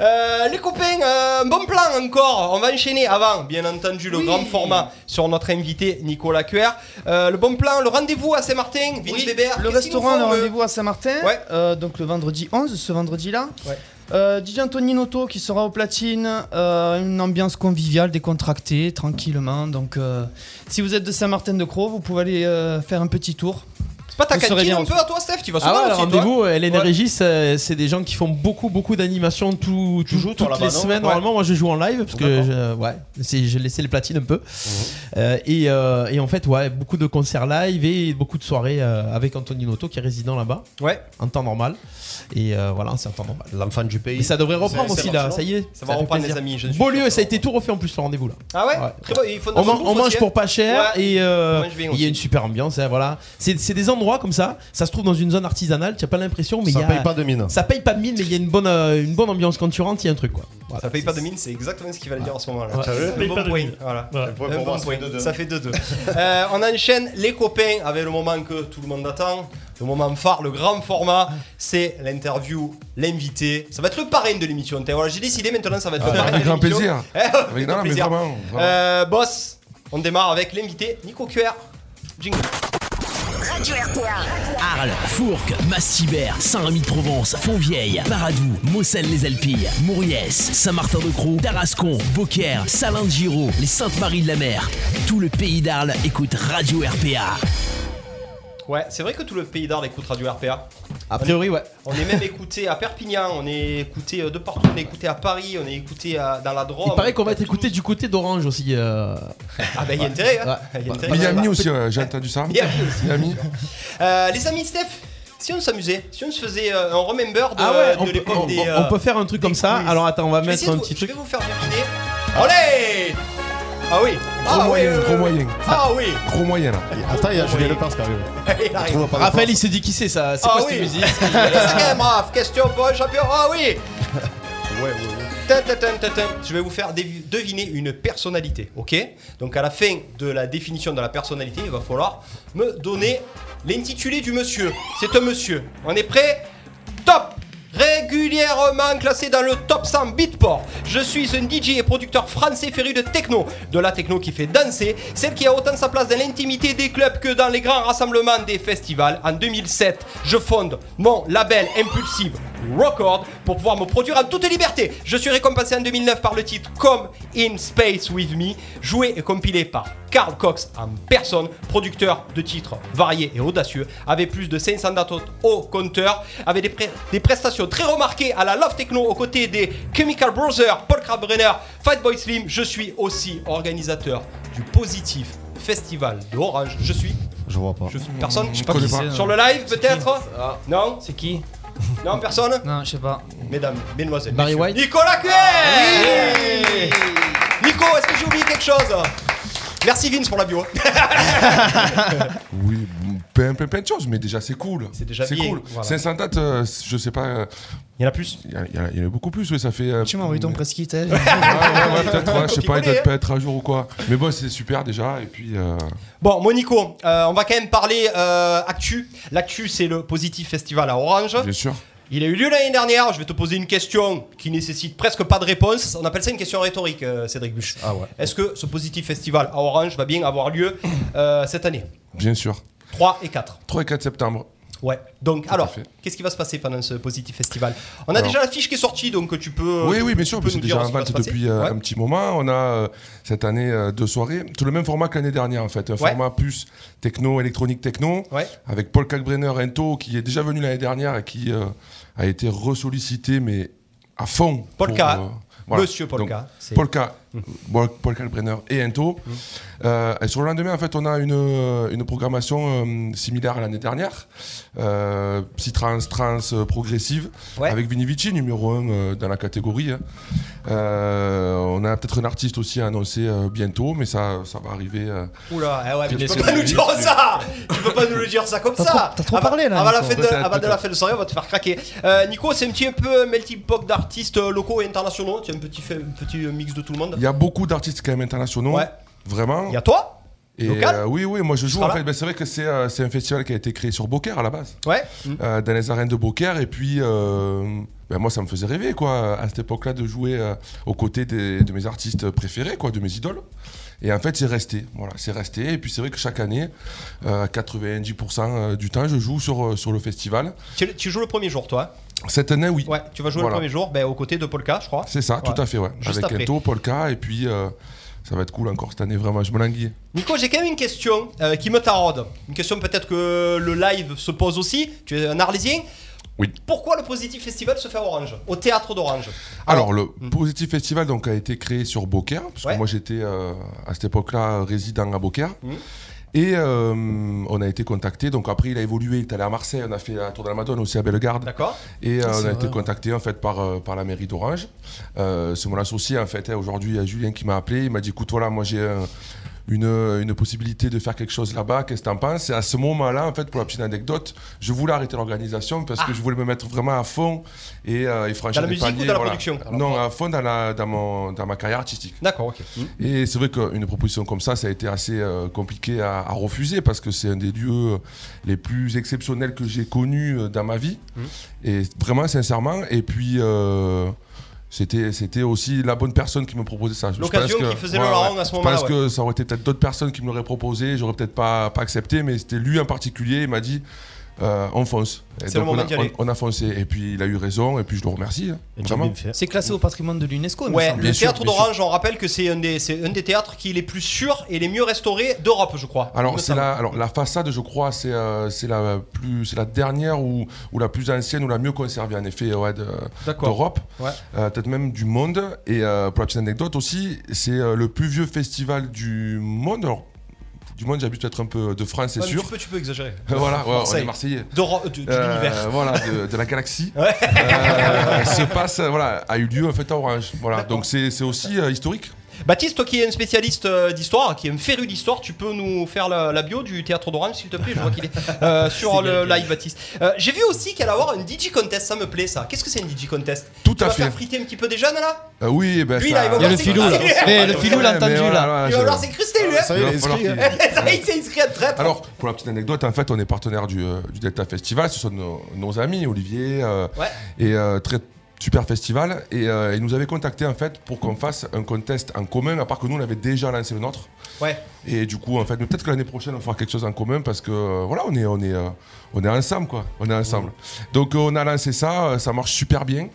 Speaker 3: Euh, les copains, euh, bon plan encore. On va enchaîner avant, bien entendu, le grand format sur notre invité Nicolas Cuer. Euh, le bon plan, le rendez-vous à Saint-Martin, Vince
Speaker 4: Oui,
Speaker 3: Weber.
Speaker 4: Le
Speaker 3: Qu'est-ce qu'ils nous
Speaker 4: restaurant, le
Speaker 3: font, euh,
Speaker 4: rendez-vous à Saint-Martin,
Speaker 3: Ouais.
Speaker 4: euh, donc le vendredi 11, ce vendredi-là.
Speaker 3: Ouais.
Speaker 4: Euh, DJ Anthony Noto qui sera au platine, euh, une ambiance conviviale, décontractée, tranquillement. Donc, euh, si vous êtes de Saint-Martin-de-Croix, vous pouvez aller euh, faire un petit tour.
Speaker 3: C'est pas ta
Speaker 4: Vous serez
Speaker 3: cantine
Speaker 4: bien
Speaker 3: un peu à toi, Steph Tu vas souvent
Speaker 8: Ah ouais, le
Speaker 3: aussi, toi
Speaker 8: rendez-vous, Hélène
Speaker 3: Ouais.
Speaker 8: et Régis, euh, c'est des gens qui font beaucoup, beaucoup d'animations tout, tout-
Speaker 5: joues,
Speaker 8: toutes
Speaker 5: toi, là-bas,
Speaker 8: les
Speaker 5: non
Speaker 8: semaines.
Speaker 5: Ouais.
Speaker 8: Normalement, moi, je joue en live parce que je, euh, ouais, c'est- je laissais les platines un peu.
Speaker 3: Mhm.
Speaker 8: Euh, et, euh, et en fait, ouais, beaucoup de concerts live et beaucoup de soirées euh, avec Anthony Noto qui est résident là-bas
Speaker 3: Ouais,
Speaker 8: en temps normal. Et euh, voilà, c'est en temps
Speaker 3: Eh.
Speaker 8: normal.
Speaker 5: L'enfant du pays.
Speaker 8: Et ça devrait reprendre
Speaker 3: c'est
Speaker 8: aussi là,
Speaker 3: Barcelone.
Speaker 8: ça y est.
Speaker 3: ça va
Speaker 8: fait
Speaker 3: reprendre
Speaker 8: plaisir.
Speaker 3: les amis. je suis
Speaker 8: Beau
Speaker 3: sûr.
Speaker 8: lieu, ça a été tout refait en plus ce rendez-vous là.
Speaker 3: Ah ouais,
Speaker 8: Ouais.
Speaker 3: Très bon, il faut
Speaker 8: On, man-
Speaker 3: faut
Speaker 8: on mange
Speaker 3: aussi, hein.
Speaker 8: pour pas cher
Speaker 3: Ouais.
Speaker 8: et euh,
Speaker 3: On mange bien
Speaker 8: il y
Speaker 3: aussi.
Speaker 8: a une super ambiance. hein, voilà, c'est c'est des endroits comme ça. Ça se trouve dans une zone artisanale. Tu as pas l'impression, mais il y
Speaker 5: Ça
Speaker 8: a-
Speaker 5: paye pas de mine.
Speaker 8: ça paye pas de mine, mais il y a une bonne euh, une bonne ambiance quand tu rentres. Il y a un truc quoi.
Speaker 3: hein.
Speaker 8: Voilà.
Speaker 3: Ça paye pas de mine, c'est exactement ce qu'il va dire en ce moment-là.
Speaker 8: Ouais. Ça
Speaker 3: Le
Speaker 11: paye
Speaker 3: bon
Speaker 11: pas de
Speaker 3: point,
Speaker 11: mine.
Speaker 3: Voilà.
Speaker 11: Voilà.
Speaker 5: Pour
Speaker 3: Un bon
Speaker 5: moi,
Speaker 3: point.
Speaker 5: ça
Speaker 3: Ça fait 2-2. Euh, on enchaîne les copains avec le moment que tout le monde attend, le moment phare, le grand format, c'est l'interview, l'invité. Ça va être le parrain de l'émission. T'as- Voilà, j'ai décidé maintenant, ça va être le parrain
Speaker 7: Avec
Speaker 3: de
Speaker 7: grand
Speaker 3: l'émission.
Speaker 7: plaisir.
Speaker 3: Eh, avec
Speaker 7: Avec,
Speaker 3: grand
Speaker 7: non, mais
Speaker 3: plaisir.
Speaker 7: vraiment. vraiment.
Speaker 3: Euh, boss, on démarre avec l'invité Nico QR. Jingle.
Speaker 1: Radio RPA.
Speaker 2: Arles, Fourques, Massibert, Saint-Rémy-de-Provence, Fontvieille, Paradou, Moselle-les-Alpilles, Mouriès, Saint-Martin-de-Croix, Tarascon, Beaucaire, Salins-de-Giraud, les Saintes-Maries-de-la-Mer. Tout le pays d'Arles écoute Radio RPA.
Speaker 3: Ouais, c'est vrai que tout le pays d'Arles écoute Radio RPA.
Speaker 8: A priori, ouais.
Speaker 3: On est même écouté à Perpignan, on est écouté euh, de partout, on est écouté à Paris, on est écouté à- dans la Drôme.
Speaker 8: Il paraît qu'on va être
Speaker 3: Toulouse.
Speaker 8: écouté du côté d'Orange aussi. euh.
Speaker 3: Ah bah il y a intérêt, hein.
Speaker 8: Ouais.
Speaker 3: Il y a intérêt.
Speaker 7: Miami aussi, ouais, j'ai entendu ça.
Speaker 3: Miami aussi.
Speaker 7: Miami.
Speaker 3: Euh, les amis Steph, si on s'amusait, si on se faisait euh, un remember de, de
Speaker 8: Ah on, peut,
Speaker 3: l'époque
Speaker 8: on-
Speaker 3: des.
Speaker 8: on-
Speaker 3: euh,
Speaker 8: on peut faire un truc comme ça.
Speaker 3: quiz.
Speaker 8: Alors attends, on va
Speaker 3: je vais
Speaker 8: mettre
Speaker 3: essayer
Speaker 8: un
Speaker 3: de vous-
Speaker 8: petit
Speaker 3: je vais
Speaker 8: truc.
Speaker 3: vous faire deviner. Allez Ah oui Ah oui,
Speaker 7: moyen,
Speaker 3: oui,
Speaker 7: gros
Speaker 3: oui,
Speaker 7: moyen.
Speaker 3: oui. Ah oui
Speaker 7: Gros moyen, là.
Speaker 5: Attends, Ah, il y a Julien Lepers qui arrive.
Speaker 3: Il arrive.
Speaker 5: Trouve pas de
Speaker 8: Raphaël, il s'est dit qui c'est ça. C'est
Speaker 3: Ah
Speaker 8: quoi
Speaker 3: oui.
Speaker 8: cette musique
Speaker 3: Allez, ça quand même, Raph. Question pour le champion Ah oui
Speaker 5: place. Ouais, ouais, ouais.
Speaker 3: Tin, tin, tin, tin, tin. Je vais vous faire dévi- deviner une personnalité, ok Donc à la fin de la définition de la personnalité, il va falloir me donner l'intitulé du monsieur. C'est un monsieur. On est prêt top régulièrement classé dans le top 100 Beatport. Je suis un DJ et producteur français féru de techno, de la techno qui fait danser, celle qui a autant sa place dans l'intimité des clubs que dans les grands rassemblements des festivals. En 2007, je fonde mon label Impulsive Record pour pouvoir me produire en toute liberté. Je suis récompensé en 2009 par le titre Come in Space with Me, joué et compilé par Carl Cox en personne, producteur de titres variés et audacieux, avait plus de 500 dates au- au compteur, avait des, pré- des prestations très remarquées à la Love Techno aux côtés des Chemical Brothers, Paul Kalkbrenner, Fatboy Slim. Je suis aussi organisateur du Positif Festival de Orange. Je suis.
Speaker 5: Je vois pas.
Speaker 3: Je suis personne, je sais pas
Speaker 7: connais
Speaker 3: qui
Speaker 7: pas.
Speaker 3: c'est. Sur le live peut-être
Speaker 4: Ah.
Speaker 3: Non
Speaker 4: C'est qui
Speaker 3: Non, personne
Speaker 4: Non, je sais pas.
Speaker 3: Mesdames, mesdemoiselles,
Speaker 8: Barry
Speaker 3: messieurs,
Speaker 8: White Ah
Speaker 3: Nicolas Cuel Nico, est-ce que j'ai oublié quelque chose Merci Vince pour la bio.
Speaker 7: Oui, plein, plein, plein de choses, mais déjà c'est cool.
Speaker 3: C'est déjà bien,
Speaker 7: cool.
Speaker 3: voilà.
Speaker 7: 500 dates, euh, je sais pas, euh,
Speaker 3: Il y en a plus
Speaker 7: il y, a- il y en a- il y en a beaucoup plus, oui, ça fait. euh, Ah,
Speaker 4: Tu m'as envoyé ton hein. press kit, elle.
Speaker 7: Ouais, ouais, ouais, peut-être, ouais, je sais pas, il
Speaker 3: Copier-coller,
Speaker 7: doit pas être à jour ou quoi. Mais bon, c'est super déjà, et puis. euh,
Speaker 3: Bon, Monico, euh, on va quand même parler euh, actu. L'actu, c'est le Positif Festival à Orange.
Speaker 7: Bien sûr.
Speaker 3: Il a eu lieu l'année dernière. Je vais te poser une question qui nécessite presque pas de réponse. On appelle ça une question rhétorique, euh, Cédric Buche.
Speaker 5: Ah ouais.
Speaker 3: Est-ce que ce Positif Festival à Orange va bien avoir lieu euh, cette année
Speaker 7: Bien sûr.
Speaker 3: 3 et 4.
Speaker 7: 3 et 4 septembre.
Speaker 3: Ouais. Donc,
Speaker 7: à
Speaker 3: alors,
Speaker 7: fait.
Speaker 3: qu'est-ce qui va se passer pendant ce Positif Festival On a
Speaker 7: Alors.
Speaker 3: déjà la fiche qui est sortie, donc tu peux.
Speaker 7: Oui,
Speaker 3: tu-
Speaker 7: oui, bien
Speaker 3: tu
Speaker 7: sûr,
Speaker 3: peux
Speaker 7: parce que
Speaker 3: nous
Speaker 7: c'est
Speaker 3: dire
Speaker 7: déjà en
Speaker 3: ce qui va se
Speaker 7: vente
Speaker 3: passer.
Speaker 7: depuis euh,
Speaker 3: Ouais.
Speaker 7: un petit moment. On a euh, cette année euh, deux soirées. C'est le même format que l'année dernière, en fait. Un
Speaker 3: Ouais.
Speaker 7: format plus techno, électronique techno,
Speaker 3: Ouais.
Speaker 7: avec Paul Kalkbrenner, Ento, qui est déjà venu l'année dernière et qui euh, a été ressollicité, mais à fond.
Speaker 3: Polka.
Speaker 7: pour, euh, voilà.
Speaker 3: Monsieur Polka,
Speaker 7: Donc,
Speaker 3: c'est- Mmh.
Speaker 7: Polka, Paul Paul Kalkbrenner et Ento. Euh, et sur le lendemain, en fait, on a une, euh, une programmation euh, similaire à l'année dernière. Euh, psy trance, trance, euh, progressive,
Speaker 3: Ouais.
Speaker 7: avec Vini Vici, numéro 1 dans la catégorie. hein. Euh, on a peut-être un artiste aussi à annoncer euh, bientôt, mais ça, ça va arriver. euh.
Speaker 3: Oula, eh ouais, mais tu
Speaker 6: Punaise,
Speaker 3: peux pas
Speaker 6: c'est
Speaker 3: nous dire
Speaker 6: horrible.
Speaker 3: ça Tu peux pas nous le dire ça comme
Speaker 4: T'as
Speaker 3: ça Ah
Speaker 4: trop- t'as trop
Speaker 3: Avant-
Speaker 4: parlé, là,
Speaker 3: Avant bah, la
Speaker 4: Nico.
Speaker 3: fin de,
Speaker 7: Peut-être,
Speaker 3: avant de la
Speaker 7: peut-être.
Speaker 3: fin de soirée, on va te faire craquer. Euh, Nico, c'est un petit peu un melting pot d'artistes euh, locaux et internationaux. Tu as un petit, fait- un petit mix de tout le monde.
Speaker 7: Il y a beaucoup d'artistes quand même internationaux.
Speaker 3: Ouais.
Speaker 7: Vraiment.
Speaker 3: Il y a toi
Speaker 7: Et,
Speaker 3: local
Speaker 7: euh, oui, oui, moi je joue
Speaker 3: seras
Speaker 7: en
Speaker 3: là
Speaker 7: fait. Ben, c'est vrai que c'est euh, c'est un festival qui a été créé sur Beaucaire à la base.
Speaker 3: Ouais.
Speaker 7: euh, dans les arènes de Beaucaire. Et puis, euh, ben, moi, ça me faisait rêver, quoi, à cette époque-là, de jouer euh, aux côtés des- de mes artistes préférés, quoi, de mes idoles. Et en fait, c'est resté. Voilà, c'est resté. Et puis, c'est vrai que chaque année, euh, 90% du temps, je joue sur, euh, sur le festival.
Speaker 3: Tu, tu joues le premier jour, toi
Speaker 7: Cette année, oui.
Speaker 3: Ouais, tu vas jouer
Speaker 7: Voilà.
Speaker 3: le premier jour ben, aux côtés de Polka, je crois.
Speaker 7: C'est ça, tout
Speaker 3: Ouais.
Speaker 7: à fait, ouais.
Speaker 3: Juste
Speaker 7: Avec
Speaker 3: après.
Speaker 7: Ento, Polka, et puis. euh, ça va être cool encore cette année, vraiment, je me languis.
Speaker 3: Nico, j'ai quand même une question euh, qui me taraude. Une question peut-être que le live se pose aussi. Tu es un Arlésien
Speaker 7: Oui.
Speaker 3: Pourquoi le Positif Festival se fait à Orange Au théâtre d'Orange
Speaker 7: Alors, le Positif Festival donc, a été créé sur Beaucaire, parce
Speaker 3: Ouais.
Speaker 7: que moi j'étais euh, à cette époque-là euh, résident à Beaucaire.
Speaker 3: Mhm.
Speaker 7: Et euh, on a été contacté, donc après il a évolué, il est allé à Marseille, on a fait la Tour de la Madone aussi à Bellegarde.
Speaker 3: D'accord
Speaker 7: Et euh,
Speaker 4: Ah,
Speaker 7: on
Speaker 4: c'est
Speaker 7: a été
Speaker 4: vrai.
Speaker 7: contacté en fait par, euh, par la mairie d'Orange. Euh, c'est mon associé en fait, hein, aujourd'hui, euh, Julien qui m'a appelé, il m'a dit écoute, voilà, moi j'ai euh, une, euh, une possibilité de faire quelque chose là-bas, qu'est-ce que t'en penses Et à ce moment-là, en fait, pour la petite anecdote, je voulais arrêter l'organisation parce que je voulais me mettre vraiment à fond et, euh, et franchir
Speaker 3: Ah. Dans la
Speaker 7: les
Speaker 3: musique ou
Speaker 7: paliers,
Speaker 3: dans la
Speaker 7: voilà.
Speaker 3: production
Speaker 7: Non, à fond dans, la, dans, mon, dans ma carrière artistique.
Speaker 3: D'accord, ok. Hmm.
Speaker 7: Et c'est vrai qu'une proposition comme ça, ça a été assez euh, compliqué à, à refuser parce que c'est un des lieux euh, les plus exceptionnels que j'ai connus euh, dans ma vie.
Speaker 3: Mmh.
Speaker 7: Et vraiment, sincèrement. Et puis. euh, c'était, c'était aussi la bonne personne qui me proposait ça. Je
Speaker 3: L'occasion
Speaker 7: pense que-
Speaker 3: qui faisait le larron à ce moment-là,
Speaker 7: Je pense
Speaker 3: ouais.
Speaker 7: que ça aurait été peut-être d'autres personnes qui me l'auraient proposé, j'aurais peut-être pas, pas accepté, mais c'était lui en particulier, il m'a dit euh, on fonce. Et
Speaker 3: C'est le
Speaker 7: on,
Speaker 3: moment
Speaker 7: a,
Speaker 3: d'y aller.
Speaker 7: on- on a foncé. Et puis il a eu raison, et puis je le remercie. hein.
Speaker 5: Et tu as
Speaker 7: Vraiment.
Speaker 5: bien fait.
Speaker 4: C'est classé au patrimoine de l'UNESCO, il me
Speaker 3: Ouais,
Speaker 4: semble.
Speaker 3: le
Speaker 7: Bien sûr,
Speaker 3: théâtre
Speaker 7: bien
Speaker 3: d'Orange, on rappelle que c'est un, des- c'est un des théâtres qui est les plus sûrs et les mieux restaurés d'Europe, je crois. Il
Speaker 7: Alors,
Speaker 3: me
Speaker 7: c'est
Speaker 3: semble.
Speaker 7: la, alors la façade, je crois, c'est euh, c'est la plus, c'est la dernière ou, ou la plus ancienne ou la mieux conservée en effet ouais, de-
Speaker 3: D'accord.
Speaker 7: d'Europe,
Speaker 3: Ouais.
Speaker 7: Euh, peut-être même du monde. Et euh, pour la petite anecdote aussi, c'est euh, le plus vieux festival du monde. Alors, du monde, j'habite peut-être un peu de France, c'est
Speaker 3: Ouais, mais
Speaker 7: sûr.
Speaker 3: Tu peux, tu peux exagérer.
Speaker 7: voilà, ouais, on
Speaker 3: Marseille.
Speaker 7: est Marseillais.
Speaker 3: D'Europe, de, de
Speaker 7: Euh,
Speaker 3: l'univers.
Speaker 7: voilà, de, de la galaxie. Euh, se passe, euh, voilà, a eu lieu en fait à Orange. Voilà, donc c'est c'est aussi euh, historique.
Speaker 3: Baptiste, toi qui es un spécialiste euh, d'histoire, qui est un féru d'histoire, tu peux nous faire la, la bio du théâtre d'Orange, s'il te plaît Je vois qu'il est euh, sur le live, Baptiste. Euh, J'ai vu aussi qu'elle allait avoir un DJ contest, ça me plaît ça. Qu'est-ce que c'est un DJ contest
Speaker 7: Tout
Speaker 3: Tu
Speaker 7: à
Speaker 3: vas
Speaker 7: fait.
Speaker 3: faire friter un petit peu des jeunes là
Speaker 7: Euh, oui, ben
Speaker 3: Lui,
Speaker 7: ça-
Speaker 3: là, il va Il y a le penser filou, que là. c'est-
Speaker 4: Eh, le filou, l'a
Speaker 7: Ouais, mais
Speaker 4: entendu,
Speaker 7: voilà,
Speaker 3: Il
Speaker 4: là.
Speaker 7: voilà,
Speaker 3: hein. va
Speaker 7: Ah, je- bah,
Speaker 3: vouloir s'incruster lui, hein
Speaker 5: Ça y est,
Speaker 7: Il
Speaker 5: il est
Speaker 7: va falloir
Speaker 5: inscrit, hein.
Speaker 3: Ça y est, il s'est inscrit à traître.
Speaker 7: Alors, pour la petite anecdote, en fait, on est partenaire du, euh, du Delta Festival. Ce sont nos, nos amis, Olivier, euh,
Speaker 3: Ouais.
Speaker 7: et euh, très super festival. Et euh, ils nous avaient contactés, en fait, pour qu'on fasse un contest en commun, à part que nous, on avait déjà lancé le nôtre.
Speaker 3: Ouais.
Speaker 7: Et du coup, en fait, mais peut-être que l'année prochaine, on fera quelque chose en commun parce que, euh, voilà, on est, on est, euh, on est ensemble, quoi. On est ensemble. Donc, euh, on a lancé ça, euh, ça marche super bien.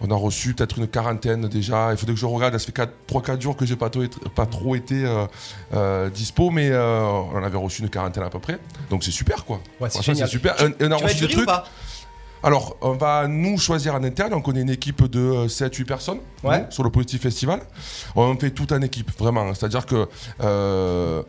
Speaker 7: On a reçu peut-être une quarantaine déjà. Il faudrait que je regarde. Ça fait 3-4 jours que j'ai pas, tôt été- pas trop été euh, euh, dispo, mais euh, on en avait reçu une quarantaine à peu près. Donc c'est super quoi.
Speaker 3: Ouais, c'est
Speaker 7: Franchement,
Speaker 3: génial.
Speaker 7: super. On- on a
Speaker 3: Tu vas être
Speaker 7: reçu des
Speaker 3: jury ou
Speaker 7: trucs.
Speaker 3: pas
Speaker 7: Alors, on va nous choisir en interne. Donc, on est une équipe de 7-8 personnes
Speaker 3: Ouais.
Speaker 7: nous, sur le Positif Festival. On fait tout en équipe, vraiment. C'est-à-dire que. euh,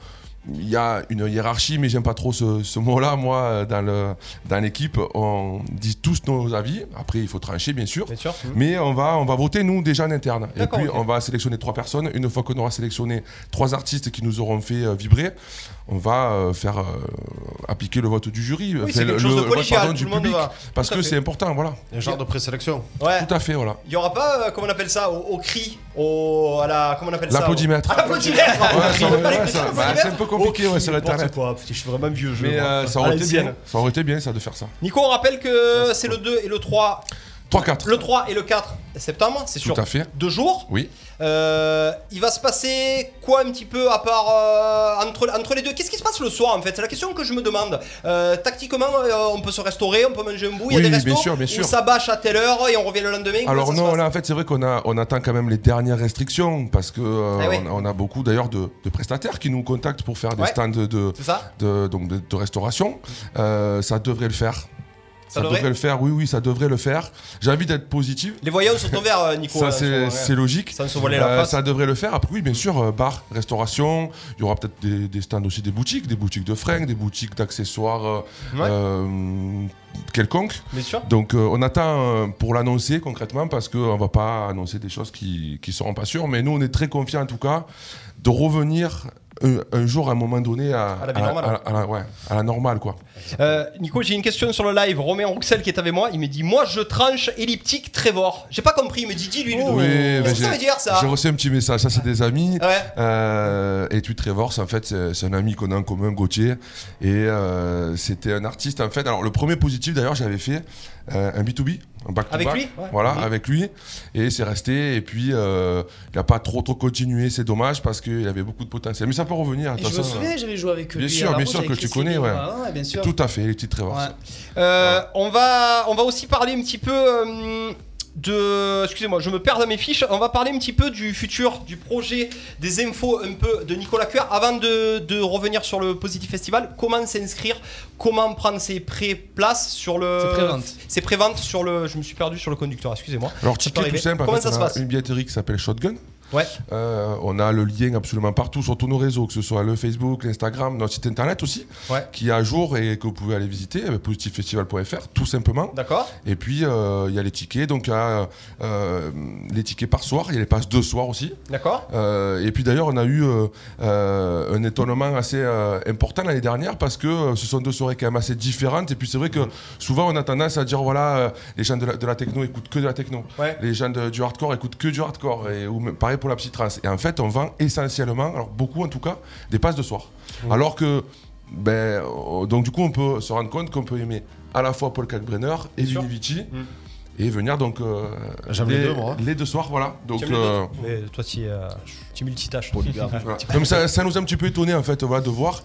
Speaker 7: il y a une hiérarchie, mais j'aime pas trop ce, ce mot-là. Moi, euh, dans le- dans l'équipe, on dit tous nos avis. Après, il faut trancher, bien sûr.
Speaker 3: Bien sûr.
Speaker 7: Mais on va, on va voter, nous, déjà en interne. Et
Speaker 3: D'accord,
Speaker 7: puis,
Speaker 3: ok.
Speaker 7: on va sélectionner trois personnes. Une fois qu'on aura sélectionné trois artistes qui nous auront fait euh, vibrer, on va euh, faire euh, appliquer le vote du jury.
Speaker 3: Oui,
Speaker 7: Enfin,
Speaker 3: c'est
Speaker 7: le,
Speaker 3: quelque chose de
Speaker 7: le vote,
Speaker 3: collégial,
Speaker 7: pardon,
Speaker 3: tout
Speaker 7: du
Speaker 3: le monde
Speaker 7: public.
Speaker 3: va.
Speaker 7: Parce
Speaker 3: Tout à
Speaker 7: que
Speaker 3: fait. Ah.
Speaker 7: c'est important, voilà.
Speaker 5: Un genre de présélection.
Speaker 3: Ouais.
Speaker 7: Tout à fait, voilà.
Speaker 3: Il y aura pas, euh, comment on appelle ça, au, au cri, au, à la, comment on appelle ça
Speaker 7: L'applaudimètre.
Speaker 3: au- à L'applaudimètre.
Speaker 7: Ouais, ça,
Speaker 3: On appelle
Speaker 7: ouais,
Speaker 3: les
Speaker 7: ça,
Speaker 3: petits
Speaker 7: bah,
Speaker 3: applaudimètres
Speaker 7: c'est un peu compliqué,
Speaker 3: au
Speaker 7: ouais,
Speaker 3: cri,
Speaker 7: sur
Speaker 3: n'importe
Speaker 7: Internet.
Speaker 3: quoi, putain, je suis vraiment vieux. je
Speaker 7: Mais
Speaker 3: vois.
Speaker 7: euh, ça,
Speaker 3: À
Speaker 7: aurait été
Speaker 5: hein.
Speaker 3: l'ancienne.
Speaker 7: bien, ça aurait été bien, ça, de faire ça.
Speaker 3: Nico, on rappelle que c'est le 2 et le 3,
Speaker 7: 3-4.
Speaker 3: le 3 et le 4 septembre, c'est
Speaker 7: Tout
Speaker 3: sûr.
Speaker 7: à fait.
Speaker 3: Deux jours.
Speaker 7: Oui.
Speaker 3: Euh, il va se passer quoi un petit peu à part euh, entre, entre les deux Qu'est-ce qui se passe le soir en fait C'est la question que je me demande. Euh, tactiquement, euh, on peut se restaurer, on peut manger un bout. Il y a
Speaker 7: Oui,
Speaker 3: des restos
Speaker 7: bien sûr, bien sûr.
Speaker 3: où ça bâche à telle heure et on revient le lendemain. Comment
Speaker 7: Alors
Speaker 3: ça se
Speaker 7: non,
Speaker 3: passe
Speaker 7: là en fait c'est vrai qu'on a, on attend quand même les dernières restrictions parce que euh,
Speaker 3: Ah ouais.
Speaker 7: on, a- on a beaucoup d'ailleurs de, de prestataires qui nous contactent pour faire des
Speaker 3: Ouais.
Speaker 7: stands de, de,
Speaker 3: C'est ça
Speaker 7: donc de, de restauration. Euh, ça devrait le faire. Ça,
Speaker 3: devrait
Speaker 7: devrait le faire, oui, oui, ça devrait le faire. J'ai envie d'être positif.
Speaker 3: Les voyants sont ouverts, euh, Nico.
Speaker 7: Ça,
Speaker 3: hein,
Speaker 7: c'est
Speaker 3: sur- ouais.
Speaker 7: c'est logique. Euh,
Speaker 3: Sans se voiler la face.
Speaker 7: Ça devrait le faire. Après, oui, bien sûr, euh, bar, restauration. Il y aura peut-être des, des stands aussi, des boutiques, des boutiques de fringues, des boutiques d'accessoires euh,
Speaker 3: Ouais.
Speaker 7: euh, quelconques.
Speaker 3: Bien sûr.
Speaker 7: Donc, euh, on attend euh, pour l'annoncer concrètement parce qu'on ne va pas annoncer des choses qui ne seront pas sûres. Mais nous, on est très confiants en tout cas de revenir un, un jour, à un moment donné, à,
Speaker 3: À la vie normale.
Speaker 7: à la- ouais, à la normale. Quoi.
Speaker 3: Euh, Nico, j'ai une question sur le live. Romain Rouxel qui est avec moi, il me dit Moi je tranche elliptique Trévor. J'ai pas compris, il me dit Dis-lui le
Speaker 7: Oui,
Speaker 3: Qu'est-ce
Speaker 7: ben,
Speaker 3: que ça
Speaker 7: j'ai-
Speaker 3: veut dire ça
Speaker 7: J'ai reçu un petit message, ça c'est des amis.
Speaker 3: Ouais.
Speaker 7: Euh, et tu Trevor, c'est- en fait, c'est c'est un ami qu'on a en commun, Gauthier. Et euh, c'était un artiste, en fait. Alors, le premier positif, d'ailleurs, j'avais fait euh, un B2B, un back to
Speaker 3: Avec
Speaker 7: back.
Speaker 3: lui Ouais.
Speaker 7: Voilà, avec lui. Et c'est resté. Et puis, euh, il n'a pas trop, trop continué. C'est dommage parce qu'il avait beaucoup de potentiel. Mais ça peut revenir. de
Speaker 4: Et
Speaker 7: toute
Speaker 4: je me
Speaker 7: façon.
Speaker 4: souviens, j'avais joué avec lui.
Speaker 7: hein. Bien
Speaker 4: à
Speaker 7: sûr,
Speaker 4: la
Speaker 7: bien
Speaker 4: route
Speaker 7: sûr
Speaker 4: avec
Speaker 7: que tu
Speaker 4: Christine
Speaker 7: connais,
Speaker 4: Bieber.
Speaker 7: ouais.
Speaker 4: Ah ouais, bien sûr.
Speaker 7: Tout à fait, les petits Trevor.
Speaker 4: Ouais.
Speaker 3: Euh, on, va, on va aussi parler un petit peu euh, de. Excusez-moi, je me perds dans mes fiches. On va parler un petit peu du futur, du projet, des infos un peu de Nicolas Cuer. Avant de, de revenir sur le Positif Festival, comment s'inscrire Comment prendre ses pré-places sur le.
Speaker 4: C'est pré-vente.
Speaker 3: C'est pré-vente sur le. Je me suis perdu sur le conducteur, excusez-moi. Ça
Speaker 7: Alors,
Speaker 3: peut
Speaker 7: ticket tout
Speaker 3: arriver.
Speaker 7: simple. en
Speaker 3: Comment
Speaker 7: fait,
Speaker 3: ça
Speaker 7: on
Speaker 3: se
Speaker 7: a
Speaker 3: passe
Speaker 7: Une billetterie qui s'appelle Shotgun.
Speaker 3: Ouais.
Speaker 7: Euh, on a le lien absolument partout sur tous nos réseaux, que ce soit le Facebook, l'Instagram, notre site internet aussi,
Speaker 3: Ouais.
Speaker 7: qui est à jour et que vous pouvez aller visiter, euh, positivefestival.fr, tout simplement.
Speaker 3: D'accord
Speaker 7: Et puis, euh, il y a les tickets, donc il y a, euh, les tickets par soir, il y a les passes deux soirs aussi.
Speaker 3: D'accord
Speaker 7: Euh, et puis d'ailleurs, on a eu euh, euh, un étonnement assez euh, important l'année dernière parce que euh, ce sont deux soirées quand même assez différentes. Et puis c'est vrai que
Speaker 3: Mmh.
Speaker 7: souvent, on a tendance à dire voilà, euh, les gens de la, de la techno écoutent que de la techno.
Speaker 3: Ouais.
Speaker 7: Les gens de- du hardcore écoutent que du hardcore. Et, ou même- pareil pour la petite trance. Et en fait, on vend essentiellement, alors beaucoup en tout cas, des passes de soir. Alors que. Ben, euh, donc du coup, on peut se rendre compte qu'on peut aimer à la fois Paul Kalkbrenner et
Speaker 3: sûr. Mm.
Speaker 7: Vinivici et venir donc euh,
Speaker 5: J'aime les deux, moi.
Speaker 7: les deux soirs, voilà. Donc
Speaker 3: J'aime les
Speaker 7: euh,
Speaker 3: deux. Mais toi, tu, euh, tu multitâches.
Speaker 7: voilà. Donc ça, ça nous a un petit peu étonné en fait voilà, de voir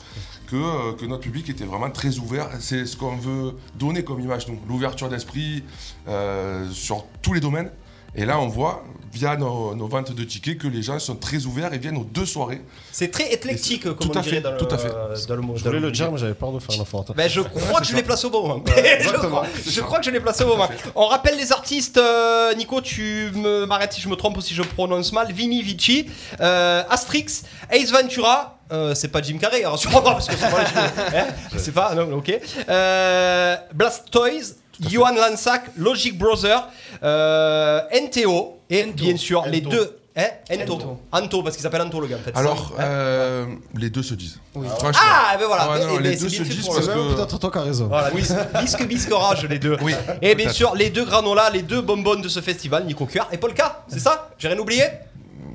Speaker 7: que, euh, que notre public était vraiment très ouvert. C'est ce qu'on veut donner comme image, nous, l'ouverture d'esprit euh, sur tous les domaines. Et là, on voit via nos, nos ventes de tickets que les gens sont très ouverts et viennent aux deux soirées.
Speaker 3: C'est très éclectique,
Speaker 7: Tout
Speaker 3: comme on
Speaker 7: à
Speaker 3: dirait
Speaker 7: fait,
Speaker 3: dans le-
Speaker 7: tout à fait.
Speaker 3: dans le mot.
Speaker 5: Je voulais le dire, mais j'avais peur de faire la faute.
Speaker 3: Ben, je crois que je l'ai placé au bon moment. je,
Speaker 5: exactement,
Speaker 3: crois,
Speaker 7: c'est
Speaker 3: je
Speaker 7: ça.
Speaker 3: crois que je l'ai placé au bon moment. On rappelle les artistes. euh, Nico, tu me m'arrêtes si je me trompe ou si je prononce mal. Vini Vici, euh, Astrix, Ace Ventura. euh, c'est pas Jim Carrey, rassure-moi parce que c'est pas, Jim- hein, c'est pas, non, ok. Euh, Blastoise, Johan Lansac, Logic Brother, euh, NTO et bien sûr les
Speaker 5: Ento.
Speaker 3: deux Eh Ento. Anto.
Speaker 4: Ento.
Speaker 3: parce qu'il s'appelle Anto le gars en fait.
Speaker 7: Alors, euh, les deux se disent. Franchement.
Speaker 3: Ah, ben voilà.
Speaker 7: ouais,
Speaker 3: Eh
Speaker 7: non,
Speaker 3: ben,
Speaker 7: les
Speaker 3: c'est
Speaker 7: deux
Speaker 3: bien
Speaker 7: se
Speaker 3: fait
Speaker 7: disent
Speaker 3: pour
Speaker 7: parce
Speaker 3: le-
Speaker 7: que.
Speaker 5: tonton qui a raison.
Speaker 3: Voilà, bis- bisque bisque orage les deux.
Speaker 7: Oui,
Speaker 3: Et bien
Speaker 7: peut-être.
Speaker 3: sûr, les deux granolas, les deux bonbonnes de ce festival, Nico Cuir et Polka, c'est ça J'ai rien oublié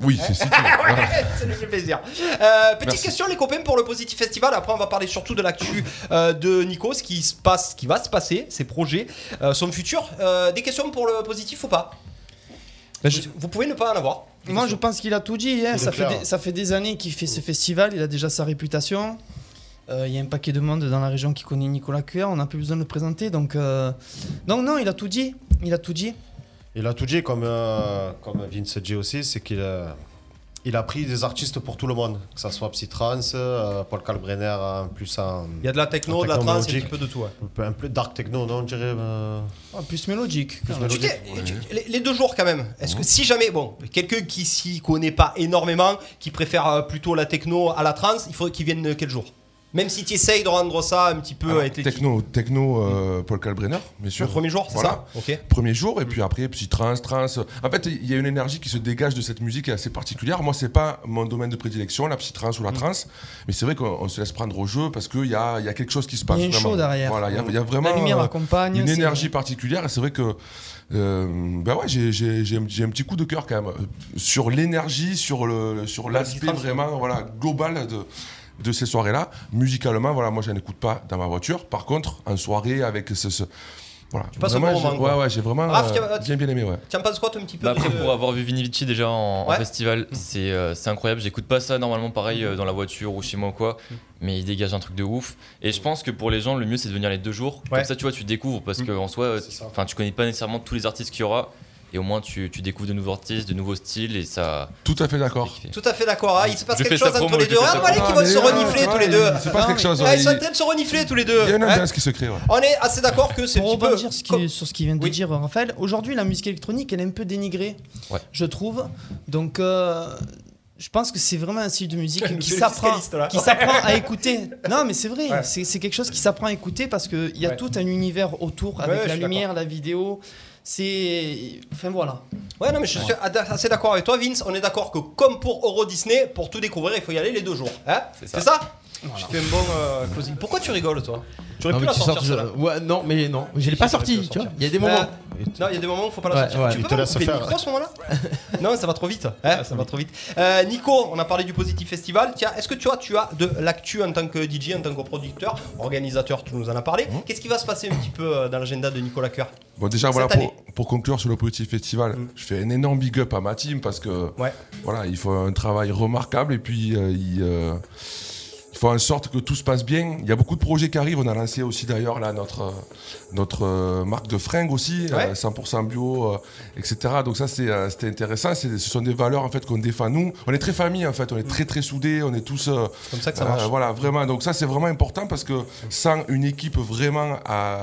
Speaker 7: Oui, c'est si tu veux.
Speaker 3: Ouais, ça nous fait plaisir. Euh, petite
Speaker 7: Merci.
Speaker 3: question, les copains, pour le Positif Festival. Après, on va parler surtout de l'actu euh, de Nico, ce qui, se passe, ce qui va se passer, ses projets, euh, son futur. Euh, des questions pour le positif ou pas vous, vous pouvez ne pas en avoir. Des
Speaker 4: Moi, je
Speaker 3: questions.
Speaker 4: pense qu'il a tout dit. hein.
Speaker 5: Il est
Speaker 4: Ça, fait
Speaker 5: clair.
Speaker 4: des, ça fait des années qu'il fait ce festival. Il a déjà sa réputation. Euh, Il y a un paquet de monde dans la région qui connaît Nicolas Cuer. On n'a plus besoin de le présenter. Donc, euh, donc non, il a tout dit. Il a tout dit.
Speaker 5: Il a tout dit, comme, euh, comme Vince dit aussi, c'est qu'il a, il a pris des artistes pour tout le monde, que ce soit Psytrance, euh, Paul Kalbrenner, en plus en.
Speaker 3: Il y a de la techno,
Speaker 5: En
Speaker 3: de la trance, il y a un
Speaker 5: technologique.
Speaker 3: petit peu de tout. ouais.
Speaker 5: Un peu, un peu dark techno, non, on dirait. euh,
Speaker 4: Ah, plus mélodique.
Speaker 7: bah,
Speaker 3: Tu t'es- tu- les- les deux jours quand même. Est-ce que si jamais, bon, quelqu'un qui s'y connaît pas énormément, qui préfère euh, plutôt la techno à la trance, il faudrait qu'il vienne euh, quel jour Même si tu essayes de rendre ça un petit peu
Speaker 7: Alors,
Speaker 3: avec les
Speaker 7: Ah, techno, techno euh, Paul Kalbrenner, bien sûr.
Speaker 3: le premier jour, c'est
Speaker 7: Voilà.
Speaker 3: ça Ok.
Speaker 7: Premier jour, et puis après, petit trance, trance. En fait, il y a une énergie qui se dégage de cette musique qui est assez particulière. Moi, c'est pas mon domaine de prédilection, la petite trance ou la trance, mais c'est vrai qu'on on se laisse prendre au jeu parce qu'il y a, il y a quelque chose qui se passe.
Speaker 4: Il y a une
Speaker 7: vraiment.
Speaker 4: show derrière.
Speaker 7: Voilà, il y a, il y a vraiment
Speaker 4: La lumière
Speaker 7: euh,
Speaker 3: Ah,
Speaker 4: accompagne,
Speaker 7: une
Speaker 4: c'est-
Speaker 7: énergie particulière, et c'est vrai que. euh, bah ouais, j'ai, j'ai- j'ai un j'ai un petit coup de cœur quand même euh, sur l'énergie, sur, le, sur l'aspect
Speaker 3: trance.
Speaker 7: vraiment voilà, global de, de ces soirées-là. Musicalement, voilà, moi, j'en écoute pas dans ma voiture. Par contre, en soirée, avec ce. ce- voilà,
Speaker 3: passes un
Speaker 7: vraiment,
Speaker 3: bon
Speaker 7: j'ai-
Speaker 3: moment, quoi. Ah,
Speaker 7: ouais, ouais, j'ai vraiment
Speaker 3: Raph,
Speaker 7: euh,
Speaker 3: tu as-
Speaker 7: bien bien aimé, ouais.
Speaker 3: Tiens, pas de squat un petit peu
Speaker 6: Bah après,
Speaker 3: de-
Speaker 6: pour avoir vu Vini Vici déjà en, en
Speaker 3: Euh, Ouais.
Speaker 6: festival, c'est euh, c'est incroyable. J'écoute pas ça normalement pareil euh, dans la voiture ou chez moi ou quoi, mais il dégage un truc de ouf. Et je pense que pour les gens, le mieux c'est de venir les deux jours.
Speaker 3: Ouais.
Speaker 6: Comme ça, tu vois, tu découvres parce que en soi, euh, enfin, tu connais pas nécessairement tous les artistes qu'il y aura. Et au moins, tu, tu découvres de nouveaux artistes, de nouveaux styles, et ça.
Speaker 7: Tout à fait d'accord.
Speaker 6: fait kiffer.
Speaker 3: Tout à fait d'accord. hein. Il se passe
Speaker 6: Je
Speaker 3: quelque
Speaker 6: fais sa
Speaker 3: chose entre
Speaker 6: promo,
Speaker 3: les
Speaker 6: je
Speaker 3: deux.
Speaker 6: fais sa
Speaker 3: Ah, voilà,
Speaker 6: promo.
Speaker 3: qui vont se
Speaker 7: Ah, mais,
Speaker 3: renifler
Speaker 7: ah,
Speaker 3: tous les
Speaker 7: il-
Speaker 3: deux.
Speaker 7: C'est pas
Speaker 4: Non,
Speaker 7: quelque
Speaker 4: mais-
Speaker 7: chose.
Speaker 3: Ah, ils sont en
Speaker 7: il-
Speaker 3: train de se renifler tous les deux.
Speaker 7: Il y a une
Speaker 3: Hein.
Speaker 7: ambiance qui se crée. ouais.
Speaker 3: On est assez d'accord que c'est un
Speaker 4: Pour
Speaker 3: petit peu.
Speaker 4: rebondir ce qui-
Speaker 3: comme-
Speaker 4: sur ce qu'il vient de
Speaker 3: Oui.
Speaker 4: dire Raphaël, aujourd'hui la musique électronique elle est un peu dénigrée,
Speaker 6: Ouais.
Speaker 4: je trouve. Donc euh, je pense que c'est vraiment un style de musique
Speaker 3: Le
Speaker 4: qui s'apprend
Speaker 3: fiscaliste, là.
Speaker 4: qui s'apprend à écouter. Non mais c'est vrai, c'est c'est quelque chose qui s'apprend à écouter parce qu'il y a
Speaker 3: Ouais.
Speaker 4: tout un univers autour
Speaker 3: Ouais,
Speaker 4: avec
Speaker 3: ouais, je
Speaker 4: la
Speaker 3: suis
Speaker 4: lumière, la vidéo. C'est. Enfin voilà.
Speaker 3: Ouais, non, mais je suis ad- assez d'accord avec toi, Vince. On est d'accord que, comme pour Euro Disney, pour tout découvrir, il faut y aller les deux jours. Hein c'est ça, Je fais un bon euh, closing. Pourquoi tu rigoles, toi Tu aurais
Speaker 8: Non,
Speaker 3: pu
Speaker 8: mais
Speaker 3: la
Speaker 8: tu
Speaker 3: sortir,
Speaker 8: sortes-
Speaker 3: celle-là.
Speaker 8: ouais, non, mais non, je l'ai pas sorti. Tu vois, il y a des moments.
Speaker 3: Euh, non, il y a des moments où faut pas la
Speaker 8: Ouais,
Speaker 3: sortir.
Speaker 8: ouais.
Speaker 3: Tu
Speaker 5: Il
Speaker 3: peux
Speaker 5: te
Speaker 3: pas
Speaker 5: laisse
Speaker 3: couper le
Speaker 5: faire.
Speaker 3: micro à ce moment-là Non, ça va trop vite. hein, ça va trop vite. Euh, Nico, on a parlé du Positif Festival. Tiens, est-ce que tu as, tu as de l'actu en tant que DJ, en tant que producteur, organisateur Tu nous en as parlé. Qu'est-ce qui va se passer un petit peu euh, dans l'agenda de Nicolas Coeur
Speaker 7: Bon, déjà, voilà,
Speaker 3: Cette Mm.
Speaker 7: pour, pour conclure sur le Petit Festival, je fais un énorme big up à ma team parce que
Speaker 3: Ouais.
Speaker 7: voilà, ils font un travail remarquable et puis euh, ils, euh, ils font en sorte que tout se passe bien. Il y a beaucoup de projets qui arrivent. On a lancé aussi d'ailleurs là notre, euh, notre euh, marque de fringues aussi,
Speaker 3: Ouais.
Speaker 7: euh, 100% bio, euh, etc. Donc ça, c'est, euh, c'était intéressant. C'est- ce sont des valeurs en fait qu'on défend nous. On est très famille en fait. On est très très soudés. On est tous. euh,
Speaker 3: Comme ça que ça marche.
Speaker 7: euh, voilà, vraiment. Donc ça, c'est vraiment important parce que sans une équipe vraiment à,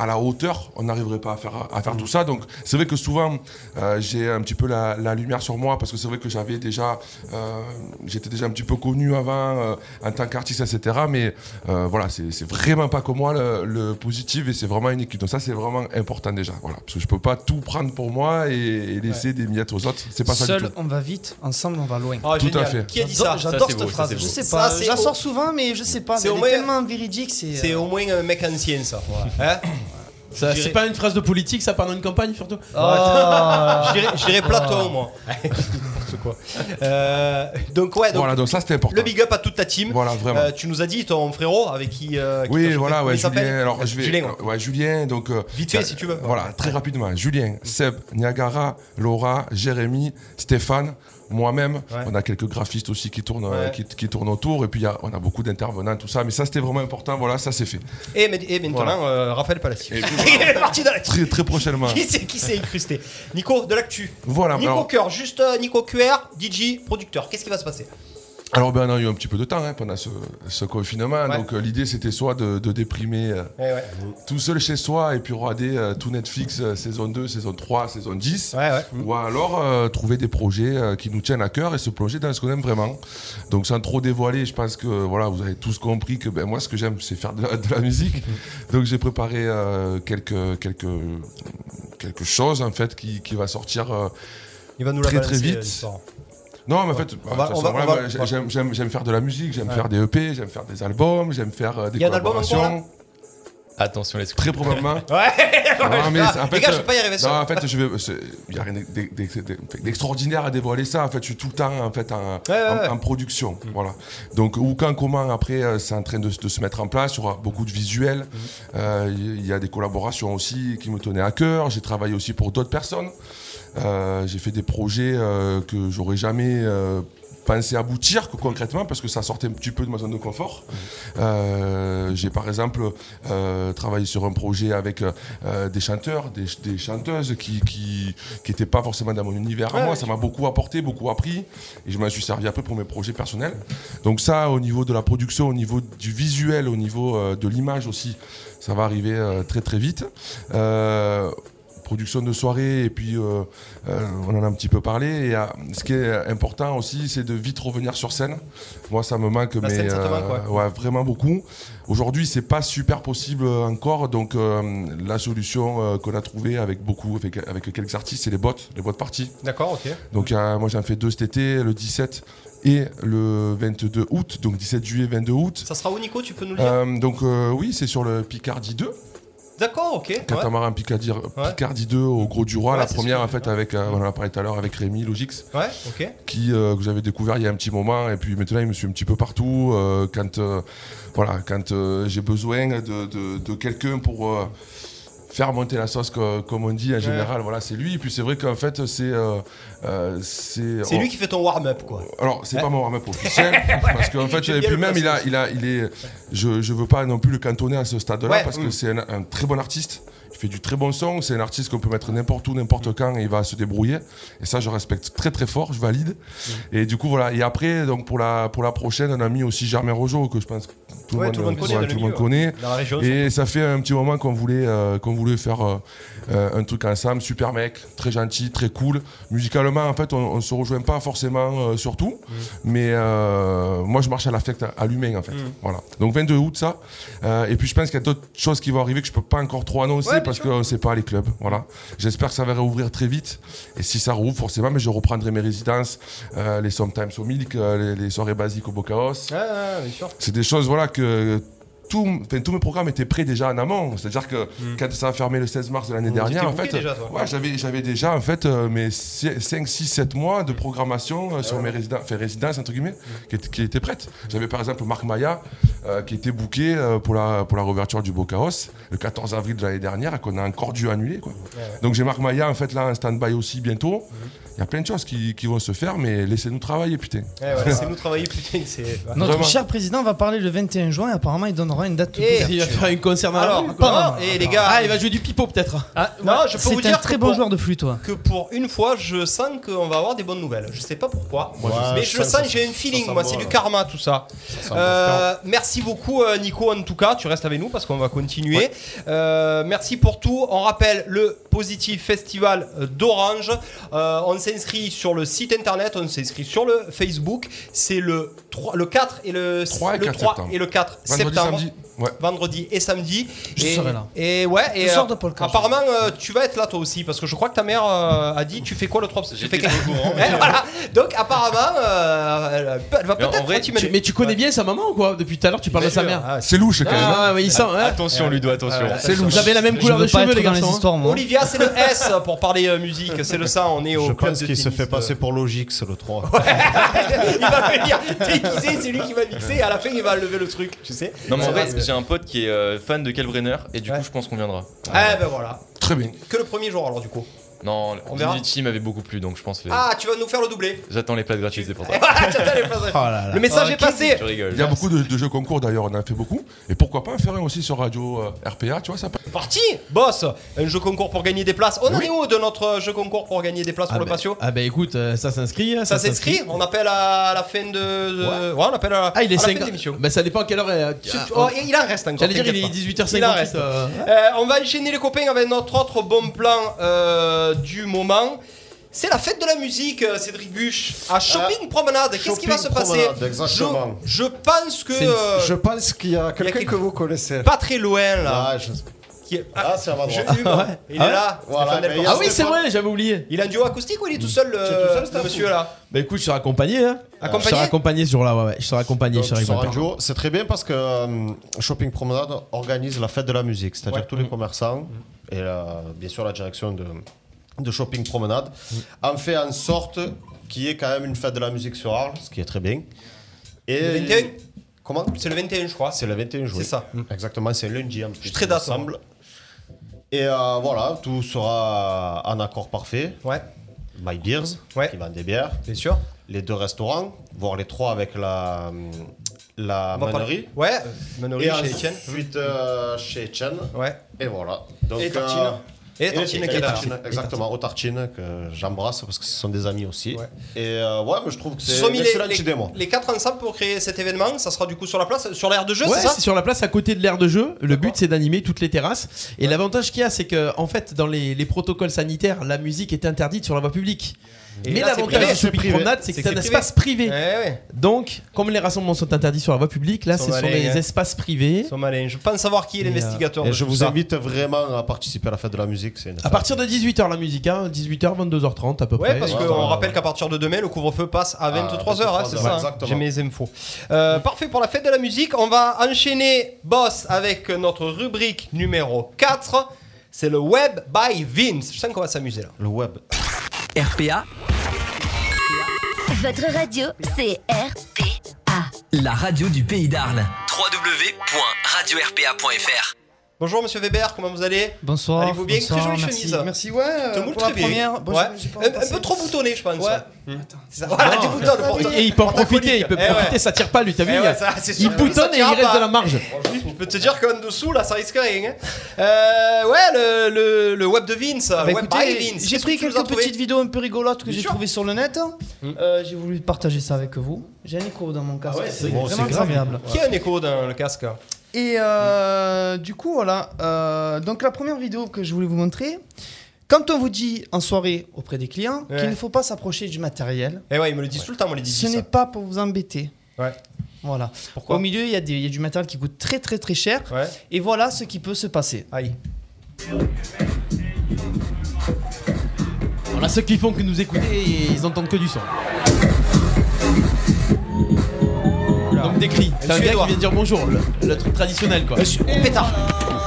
Speaker 7: à la hauteur, on n'arriverait pas à faire, à faire tout ça. Donc c'est vrai que souvent, euh, j'ai un petit peu la, la lumière sur moi parce que c'est vrai que j'avais déjà, euh, j'étais déjà un petit peu connu avant euh, en tant qu'artiste, etc. Mais euh, voilà, c'est c'est vraiment pas comme moi le, le positif et c'est vraiment une équipe. Donc ça, c'est vraiment important déjà. Voilà, parce que je peux pas tout prendre pour moi et, et laisser des miettes aux autres. C'est pas ça du
Speaker 4: Seul
Speaker 7: tout.
Speaker 4: on va vite, ensemble on va loin.
Speaker 3: Ah,
Speaker 7: Tout à
Speaker 3: génial.
Speaker 7: fait.
Speaker 3: Qui a dit
Speaker 4: J'adore-
Speaker 3: ça
Speaker 4: J'adore
Speaker 6: c'est
Speaker 4: cette
Speaker 6: beau, ça,
Speaker 4: phrase.
Speaker 6: c'est
Speaker 4: Je
Speaker 6: beau.
Speaker 4: sais
Speaker 3: Ça,
Speaker 4: pas.
Speaker 3: c'est
Speaker 4: Je la
Speaker 3: beau.
Speaker 4: sors souvent mais je sais pas.
Speaker 3: C'est
Speaker 4: Elle
Speaker 3: au
Speaker 4: est
Speaker 3: moins-
Speaker 4: tellement véridique. C'est. euh,
Speaker 3: C'est au moins un mec ancien, ça. Hein
Speaker 8: Ça,
Speaker 3: Je dirais-
Speaker 8: C'est pas une phrase de politique, ça part d'une campagne surtout.
Speaker 3: Ah. Je
Speaker 7: Ah.
Speaker 3: dirais- je dirais Platon, moi. N'importe quoi. Euh, donc, ouais, donc,
Speaker 7: Voilà, donc ça, c'était important.
Speaker 3: le big up à toute ta team.
Speaker 7: Voilà, vraiment.
Speaker 3: Euh, tu nous as dit ton frérot avec qui. euh, qui t'as
Speaker 7: Oui,
Speaker 3: chauffé,
Speaker 7: voilà,
Speaker 3: comment
Speaker 7: ouais,
Speaker 3: il s'appelle Euh,
Speaker 7: Euh, Julien. Alors, je vais,
Speaker 3: Julien, ouais.
Speaker 7: ouais, Julien, donc. euh,
Speaker 3: Vite fait,
Speaker 7: euh,
Speaker 3: si tu veux.
Speaker 7: Voilà, très rapidement. Julien, Seb, Niagara, Laura, Jérémy, Stéphane, moi-même.
Speaker 3: Ouais.
Speaker 7: On a quelques graphistes aussi qui tournent, euh,
Speaker 3: Ouais.
Speaker 7: qui, qui tournent autour. Et puis, il y a- on a beaucoup d'intervenants, tout ça. Mais ça, c'était vraiment important. Voilà, ça, c'est fait.
Speaker 3: Et, ma- et maintenant, euh, Raphaël Palassi. Il est parti dans la
Speaker 7: Très, très prochainement.
Speaker 3: Qui c'est qui s'est incrusté Nico, de l'actu.
Speaker 7: Voilà,
Speaker 3: Nico
Speaker 7: Ah, alors-
Speaker 3: Cœur, juste euh, Nico QR, DJ, producteur. Qu'est-ce qui va se passer
Speaker 7: Alors, ben, on a eu un petit peu de temps hein, pendant ce, ce confinement.
Speaker 3: Ouais.
Speaker 7: Donc, euh, l'idée, c'était soit de, de déprimer. euh,
Speaker 3: Eh ouais.
Speaker 7: tout seul chez soi et puis regarder euh, tout Netflix euh, saison 2, saison 3, saison 10.
Speaker 3: Ouais, ouais.
Speaker 7: Ou alors euh, trouver des projets euh, qui nous tiennent à cœur et se plonger dans ce qu'on aime vraiment. Donc sans trop dévoiler, je pense que voilà, vous avez tous compris que ben, moi ce que j'aime c'est faire de la, de la musique. Donc j'ai préparé euh, quelques, quelques, quelque chose en fait qui, qui va sortir. euh,
Speaker 3: Il va nous la
Speaker 7: très très
Speaker 3: balancer,
Speaker 7: vite.
Speaker 3: l'histoire.
Speaker 7: Non, mais en fait, bah,
Speaker 3: va-
Speaker 7: de toute
Speaker 3: on va-
Speaker 7: façon, voilà,
Speaker 3: on va-
Speaker 7: moi, j'ai- j'aime- j'aime j'aime faire de la musique, j'aime
Speaker 3: Ouais.
Speaker 7: faire des EP, j'aime faire des albums, j'aime faire euh, des
Speaker 3: Il y a un album encore,
Speaker 7: collaborations.
Speaker 6: Attention, les
Speaker 7: Très probablement.
Speaker 3: Ouais,
Speaker 7: Non, mais
Speaker 3: Ah,
Speaker 7: en fait,
Speaker 3: les gars,
Speaker 7: euh,
Speaker 3: je peux pas y arriver
Speaker 7: non,
Speaker 3: seul.
Speaker 7: en fait, je vais. c'est- Il n'y a rien d'e- d'e- d'e- d'extraordinaire à dévoiler ça. En fait, je suis tout le temps en, fait, en,
Speaker 3: Ouais, ouais,
Speaker 7: en-
Speaker 3: ouais.
Speaker 7: en production. Voilà. Donc, ou quand, comment, après, euh, c'est en train de, se- de se mettre en place. Il y aura beaucoup de
Speaker 3: Mhm.
Speaker 7: visuels. Euh, Il y a des collaborations aussi qui me tenaient à cœur. J'ai travaillé aussi pour d'autres personnes. Euh, j'ai fait des projets euh, que j'aurais jamais euh, pensé aboutir que concrètement parce que ça sortait un petit peu de ma zone de confort. Euh, j'ai par exemple euh, travaillé sur un projet avec euh, des chanteurs, des, ch- des chanteuses qui qui qui étaient pas forcément dans mon univers à moi. Ça m'a beaucoup apporté, beaucoup appris et je m'en suis servi après pour mes projets personnels. Donc ça, au niveau de la production, au niveau du visuel, au niveau euh, de l'image aussi, ça va arriver euh, très très vite. Euh, production de soirée et puis euh, euh, on en a un petit peu parlé et euh, ce qui est important aussi c'est de vite revenir sur scène moi ça me manque mais euh,
Speaker 3: scène, ça te manque,
Speaker 7: ouais, vraiment beaucoup aujourd'hui c'est pas super possible euh, encore donc euh, la solution euh, qu'on a trouvée avec beaucoup avec, avec quelques artistes c'est les bots les bots parties
Speaker 3: D'accord, ok.
Speaker 7: donc euh, moi j'en fais deux cet été le 17 et le 22 août donc 17 juillet 22 août
Speaker 3: Ça sera où, Nico Tu peux nous le dire
Speaker 7: Euh, donc euh, oui c'est sur le Picardie 2
Speaker 3: D'accord, ok. ouais.
Speaker 7: Catamaran Picardie, Picardie 2 au Gros du Roi,
Speaker 3: Ouais,
Speaker 7: la
Speaker 3: c'est
Speaker 7: première
Speaker 3: sûr.
Speaker 7: en fait avec, euh, on en a parlé tout à l'heure avec Rémi Logix,
Speaker 3: Ouais, ok.
Speaker 7: qui euh, que j'avais découvert il y a un petit moment et puis maintenant il me suit un petit peu partout euh, quand euh, voilà quand euh, j'ai besoin de, de- de quelqu'un pour euh, faire monter la sauce co- comme on dit en général voilà c'est lui et puis c'est vrai qu'en fait c'est euh, euh, c'est
Speaker 3: C'est
Speaker 7: on-
Speaker 3: lui qui fait ton warm-up, quoi.
Speaker 7: alors, c'est pas hein, mon warm-up officiel, parce qu'en fait,
Speaker 3: J'aime
Speaker 7: et
Speaker 3: bien
Speaker 7: puis
Speaker 3: le
Speaker 7: même, il a, il a, il est, je, je veux pas non plus le cantonner à ce stade-là,
Speaker 3: Ouais,
Speaker 7: parce
Speaker 3: mm.
Speaker 7: que c'est un, un très bon artiste. Il fait du très bon son, c'est un artiste qu'on peut mettre n'importe où,
Speaker 3: Mm.
Speaker 7: n'importe quand, et il va se débrouiller. Et ça, je respecte très très fort, je valide.
Speaker 3: Mm.
Speaker 7: Et du coup, voilà. Et après, donc pour la, pour la prochaine, on a mis aussi Germain Rojo, que je pense que tout,
Speaker 3: Ouais,
Speaker 7: le, monde,
Speaker 3: connaît dans le
Speaker 7: tout le monde
Speaker 3: milieu,
Speaker 7: connaît.
Speaker 3: Dans la hein. région.
Speaker 7: Et ça fait un petit moment qu'on voulait, euh, qu'on voulait faire euh, euh, un truc ensemble. Super mec, très gentil, très cool. Musicalement, en fait, on, on se rejoint pas forcément euh, sur tout.
Speaker 3: Mm.
Speaker 7: Mais euh, moi, je marche à l'affect, à, à l'humain, en fait.
Speaker 3: Mm.
Speaker 7: Voilà. Donc 22 août, ça. Euh, et puis, je pense qu'il y a d'autres choses qui vont arriver que je peux pas encore trop annoncer
Speaker 3: Ouais, bien
Speaker 7: parce
Speaker 3: sûr.
Speaker 7: qu'on sait pas les clubs. Voilà. J'espère que ça va réouvrir très vite. Et si ça rouvre, forcément, mais je reprendrai mes résidences, euh, les Sometimes au Milk, euh, les, les soirées basiques au Bocaos.
Speaker 3: Ouais, ouais, ouais, bien sûr.
Speaker 7: C'est des choses voilà, que tout, enfin, tous mes programmes étaient prêts déjà en amont. C'est-à-dire que
Speaker 3: Hmm.
Speaker 7: quand ça a fermé le 16 mars de l'année
Speaker 3: Mmh,
Speaker 7: dernière,
Speaker 3: t'étais
Speaker 7: en fait,
Speaker 3: booké déjà, toi.
Speaker 7: ouais, j'avais, j'avais déjà en fait, euh, mes 5, 6, 7 mois de programmation euh,
Speaker 3: Ah
Speaker 7: sur mes résiden- enfin, résidences, entre guillemets,
Speaker 3: Hmm.
Speaker 7: qui, étaient- qui étaient prêtes. J'avais par exemple Marc Maya euh, qui était booké euh, pour, la, pour la réouverture du Bocaos le 14 avril de l'année dernière et qu'on a encore dû annuler. Quoi. Donc j'ai Marc Maya en fait, là en stand-by aussi bientôt.
Speaker 3: Hmm.
Speaker 7: Il y a plein de choses qui, qui vont se faire, mais laissez-nous travailler, putain.
Speaker 3: Eh ouais, c'est nous travailler, putain, c'est.
Speaker 4: Notre
Speaker 7: Vraiment.
Speaker 4: cher président va parler le 21 juin et apparemment il donnera une date toute
Speaker 3: Et-
Speaker 8: Il va faire une concert dans la
Speaker 3: Alors,
Speaker 8: rue,
Speaker 3: non,
Speaker 8: quoi.
Speaker 3: et les gars.
Speaker 8: Ah, il va jouer du pipeau peut-être.
Speaker 3: Ah, non, je peux vous
Speaker 4: C'est un
Speaker 3: dire
Speaker 4: très
Speaker 3: que
Speaker 4: bon
Speaker 3: pour-
Speaker 4: joueur de flûte, toi.
Speaker 3: que pour une fois, je sens qu'on va avoir des bonnes nouvelles. Je sais pas pourquoi, mais je, sens,
Speaker 5: ça-
Speaker 3: j'ai un feeling,
Speaker 5: ça sent
Speaker 3: moi,
Speaker 5: bon,
Speaker 3: c'est du
Speaker 5: ouais.
Speaker 3: karma tout ça.
Speaker 5: sent
Speaker 3: Euh, merci beaucoup, euh, Nico, en tout cas, tu restes avec nous parce qu'on va continuer. Euh, merci pour tout. On rappelle le Positif Festival d'Orange. Euh, on s'inscrit sur le site internet, on s'inscrit sur le Facebook. C'est le, 3, le 4 et le,
Speaker 7: 3 et
Speaker 3: le
Speaker 7: 4
Speaker 3: 3
Speaker 7: septembre.
Speaker 3: et le 4
Speaker 7: Vendredi,
Speaker 3: septembre.
Speaker 7: samedi. Ouais.
Speaker 3: Vendredi et samedi.
Speaker 4: Je
Speaker 3: et,
Speaker 4: serai là.
Speaker 3: Et ouais, et
Speaker 4: Je sors
Speaker 3: euh,
Speaker 4: de Polka, je
Speaker 3: apparemment, euh, tu vas être là toi aussi parce que je crois que ta mère euh, a dit tu fais quoi le 3 Tu fais
Speaker 6: J'étais pas au courant, euh,
Speaker 3: Ouais, voilà. Donc apparemment, euh, elle- elle va
Speaker 6: Mais en
Speaker 3: peut-être
Speaker 6: vrai,
Speaker 3: t'y
Speaker 8: Tu-
Speaker 3: mêler.
Speaker 8: mais tu connais bien sa maman ou quoi Depuis tout à l'heure, tu parles de sa
Speaker 3: Bien sûr.
Speaker 8: mère.
Speaker 3: Ah,
Speaker 7: C'est louche quand même.
Speaker 8: Ah, ouais, ouais, il sent. hein.
Speaker 5: Euh,
Speaker 6: Attention, Ludo, attention.
Speaker 3: Ouais.
Speaker 7: C'est louche.
Speaker 8: Vous avez la même
Speaker 4: Je
Speaker 8: couleur de
Speaker 4: veux pas
Speaker 8: cheveux,
Speaker 4: être
Speaker 8: les
Speaker 4: dans les
Speaker 8: garçons. hein.
Speaker 4: histoires, moi.
Speaker 3: Olivia, c'est le S pour parler euh, musique, c'est le ça, on est au
Speaker 5: Je
Speaker 3: club
Speaker 5: pense
Speaker 3: de
Speaker 5: qu'il se
Speaker 3: tennis euh,
Speaker 5: fait
Speaker 3: de-
Speaker 5: passer pour Logix le 3.
Speaker 3: il va venir déguisé, c'est lui qui va mixer, et à la fin il va lever le truc, tu sais.
Speaker 6: Non, mais en
Speaker 3: Ça
Speaker 6: vrai,
Speaker 3: va.
Speaker 6: j'ai un pote qui est euh, fan de Kalbrenner et du coup, je pense qu'on viendra.
Speaker 3: Eh ben voilà,
Speaker 7: Très bien.
Speaker 3: que le premier jour alors du coup.
Speaker 6: Non,
Speaker 3: On verra.
Speaker 6: le team m'avait beaucoup plu donc je pense. les-
Speaker 3: Ah, tu vas nous faire le doublé.
Speaker 6: J'attends les places gratuites, c'est pour ça.
Speaker 3: Voilà, t'as les
Speaker 4: Oh
Speaker 3: phrases. Le
Speaker 4: Euh,
Speaker 3: message est passé.
Speaker 6: Je rigole.
Speaker 7: Il y a beaucoup de, de jeux concours d'ailleurs, on en fait beaucoup. Et pourquoi pas en faire un aussi sur Radio euh, RPA, tu vois, ça peut-
Speaker 3: Parti, boss. Un jeu concours pour gagner des places. On en est où de notre jeu concours pour gagner des places
Speaker 8: Ah,
Speaker 3: pour le
Speaker 8: bah-
Speaker 3: patio
Speaker 8: Ah, bah écoute, euh, ça s'inscrit.
Speaker 3: Ça s'inscrit On appelle à la fin de. de- Ouais, on appelle à,
Speaker 8: Ah, il est
Speaker 3: à la fin
Speaker 8: 5
Speaker 3: de l'émission.
Speaker 8: Bah ça dépend à quelle heure. est-
Speaker 3: Tu- tu-
Speaker 8: Ah,
Speaker 3: oh, il en reste encore.
Speaker 8: J'allais dire, il est
Speaker 3: t'inquiète pas.
Speaker 8: 18h58.
Speaker 3: Il en reste.
Speaker 8: euh,
Speaker 3: Euh, on va enchaîner les copains avec notre autre bon plan euh, du moment. C'est la fête de la musique, euh, Cédric Buche, à Shopping Promenade. Qu'est-ce qui va se
Speaker 5: Shopping
Speaker 3: passer
Speaker 5: Promenade, exactement.
Speaker 3: je, je pense que.
Speaker 5: C'est-
Speaker 3: euh,
Speaker 5: Je pense qu'il y a quelqu'un
Speaker 3: quelqu'un-
Speaker 5: que vous connaissez.
Speaker 3: Pas très loin là,
Speaker 5: Ah, je-
Speaker 3: qui qui est.
Speaker 5: Ah, c'est avant
Speaker 3: Je-
Speaker 5: droite.
Speaker 3: Hugo,
Speaker 8: Ah ouais.
Speaker 3: Il est
Speaker 8: Ah ouais.
Speaker 3: là.
Speaker 5: Voilà,
Speaker 3: Stéphane
Speaker 5: mais
Speaker 3: Delporte.
Speaker 5: il y a
Speaker 8: Ah oui, c'est vrai, j'avais oublié.
Speaker 3: Il a un duo acoustique ou il est tout seul,
Speaker 5: C'est tout seul,
Speaker 3: le,
Speaker 5: Stéphane
Speaker 3: monsieur là
Speaker 8: Bah écoute, je serai accompagné. Hein. Je
Speaker 3: Accompagné
Speaker 8: serai accompagné ce jour-là, ouais, ouais. Je serai accompagné,
Speaker 5: Donc,
Speaker 8: je serai
Speaker 5: sur
Speaker 8: accompagné.
Speaker 5: Radio, Euh, c'est très bien parce que euh, Shopping Promenade organise la fête de la musique, c'est-à-dire tous
Speaker 3: Mm.
Speaker 5: les commerçants et euh, bien sûr la direction de, de Shopping Promenade
Speaker 3: Mm.
Speaker 5: en fait en sorte qu'il y ait quand même une fête de la musique sur Arles, ce qui est très bien. Et
Speaker 3: Le 21?
Speaker 5: Comment
Speaker 3: C'est le 21, je crois.
Speaker 5: C'est le 21 juillet.
Speaker 3: C'est ça. Mm.
Speaker 5: Exactement, c'est lundi en plus.
Speaker 3: Je suis très
Speaker 5: il me
Speaker 3: d'accord.
Speaker 5: semble. Et euh, voilà, tout sera en accord parfait.
Speaker 3: Ouais,
Speaker 5: My Beers,
Speaker 3: Ouais.
Speaker 5: qui vend des bières
Speaker 3: bien sûr.
Speaker 5: les deux restaurants, voire les trois avec la, la
Speaker 3: On va
Speaker 5: manerie.
Speaker 3: parler- Ah, Ouais, Manorie
Speaker 5: Et
Speaker 3: chez Etienne.
Speaker 5: ensuite, euh, chez Etienne.
Speaker 3: Ouais.
Speaker 5: Et voilà. Donc, euh,
Speaker 3: Et tartine. Et tartine
Speaker 5: et
Speaker 3: qui est là.
Speaker 5: tartine, Exactement, aux tartines que j'embrasse parce que ce sont des amis aussi.
Speaker 3: Ouais.
Speaker 5: Et euh, ouais, mais je trouve que
Speaker 3: Ils se
Speaker 5: c'est
Speaker 3: sont
Speaker 5: une
Speaker 3: mis les,
Speaker 5: excellente
Speaker 3: les-
Speaker 5: idée, moi.
Speaker 3: les quatre ensemble pour créer cet événement. Ça sera du coup sur la place, sur l'aire de jeu,
Speaker 8: Ouais,
Speaker 3: c'est ça
Speaker 8: c'est sur la place à côté de l'aire de jeu. Le but, c'est d'animer toutes les terrasses. Et l'avantage qu'il y a, c'est que, en fait, dans les, les protocoles sanitaires, la musique est interdite sur la voie publique.
Speaker 3: Et
Speaker 8: Mais
Speaker 3: là, c'est
Speaker 8: l'avantage
Speaker 3: privé,
Speaker 8: du
Speaker 5: c'est
Speaker 8: shopping
Speaker 5: privé.
Speaker 8: promenade, c'est que
Speaker 3: C'est
Speaker 8: c'est un
Speaker 3: que c'est
Speaker 8: espace privé.
Speaker 3: Eh ouais.
Speaker 8: Donc, comme les rassemblements sont interdits sur la voie publique, là,
Speaker 3: Ils sont
Speaker 8: c'est sur
Speaker 3: malins,
Speaker 8: les
Speaker 3: hein.
Speaker 8: espaces privés.
Speaker 3: Ils sont malins. Je pense savoir qui est
Speaker 8: Et, euh,
Speaker 3: l'investigateur.
Speaker 5: Et
Speaker 3: de
Speaker 5: je
Speaker 3: tout
Speaker 5: vous
Speaker 3: ça.
Speaker 5: invite vraiment à participer à la fête de la musique. C'est une
Speaker 8: À partir de 18h, la musique, hein, 18h, 22h30 à peu
Speaker 3: Ouais,
Speaker 8: près.
Speaker 3: parce
Speaker 8: Et
Speaker 3: qu'on
Speaker 8: voilà.
Speaker 3: rappelle qu'à partir de demain, le couvre-feu passe à 23h, c'est
Speaker 5: 23,
Speaker 3: ça hein
Speaker 5: exactement.
Speaker 3: J'ai mes infos. Euh, parfait pour la fête de la musique. On va enchaîner, boss, avec notre rubrique numéro 4. C'est le Web by Vince. Je sens qu'on va s'amuser là.
Speaker 5: Le web.
Speaker 2: RPA,
Speaker 1: Votre radio, c'est RPA.
Speaker 2: la radio du pays d'Arles. www.radiorpa.fr
Speaker 3: Bonjour Monsieur Weber, comment vous allez
Speaker 8: Oh,
Speaker 4: Bonsoir.
Speaker 3: Allez-vous Ah, bien
Speaker 4: bonsoir,
Speaker 3: Très jolie
Speaker 4: merci.
Speaker 3: chemise.
Speaker 4: Merci, ouais.
Speaker 3: Te
Speaker 4: euh,
Speaker 3: moule
Speaker 4: pour
Speaker 3: très
Speaker 4: la
Speaker 3: bien.
Speaker 4: première. Bon,
Speaker 3: Ouais.
Speaker 4: j'ai- j'ai pas
Speaker 3: un, un
Speaker 4: passé.
Speaker 3: peu trop boutonné, je pense.
Speaker 4: Ouais.
Speaker 3: Hmm. C'est ça. Voilà, tu boutonnes pour toi.
Speaker 8: Et il peut en
Speaker 3: Contre
Speaker 8: profiter, il peut
Speaker 3: colique. Eh
Speaker 8: profiter,
Speaker 3: ouais.
Speaker 8: ça tire pas lui, t'as vu
Speaker 3: Eh
Speaker 8: il
Speaker 3: ouais,
Speaker 8: a-
Speaker 3: ça, c'est sûr.
Speaker 8: Il boutonne
Speaker 3: Ça
Speaker 8: et il
Speaker 3: tirera
Speaker 8: reste
Speaker 3: pas.
Speaker 8: de la marge.
Speaker 3: Je peux te dire qu'en dessous, là, ça risque rien. hein. Euh, ouais, le, le, le web de Vince.
Speaker 4: Bah,
Speaker 3: web by
Speaker 4: écoutez,
Speaker 3: Vince.
Speaker 4: j'ai
Speaker 3: Qu'est-ce
Speaker 4: pris
Speaker 3: que tu nous as
Speaker 4: quelques
Speaker 3: trouvé
Speaker 4: petites vidéos un peu rigolotes que
Speaker 3: Bien
Speaker 4: j'ai
Speaker 3: sûr. Mm.
Speaker 4: trouvées sur le net. Euh, j'ai voulu partager ça avec vous. J'ai un écho dans mon
Speaker 3: Ah
Speaker 4: casque. c'est
Speaker 5: bon,
Speaker 4: vraiment
Speaker 5: c'est
Speaker 4: désagréable.
Speaker 3: Qui a un écho dans le casque hein
Speaker 4: Et euh, du coup, voilà. euh, donc la première vidéo que je voulais vous montrer, quand on vous dit en soirée auprès des clients
Speaker 3: Ouais.
Speaker 4: qu'il ne faut pas s'approcher du matériel,
Speaker 3: Eh ouais, ils me le disent tout le temps, moi, les
Speaker 4: ce
Speaker 3: DJ.
Speaker 4: n'est
Speaker 3: ça.
Speaker 4: pas pour vous embêter.
Speaker 3: Ouais.
Speaker 4: Voilà.
Speaker 3: Pourquoi
Speaker 4: Au milieu, il y, a des- il y a du matériel qui coûte très très très cher.
Speaker 3: Ouais.
Speaker 4: Et voilà ce qui peut se passer.
Speaker 3: Aïe.
Speaker 8: Voilà ceux qui font que nous écouter, ils entendent que du son. Donc des cris. T'as un gars
Speaker 3: Suédois.
Speaker 8: qui vient dire bonjour, le, le truc traditionnel quoi.
Speaker 3: Pétard.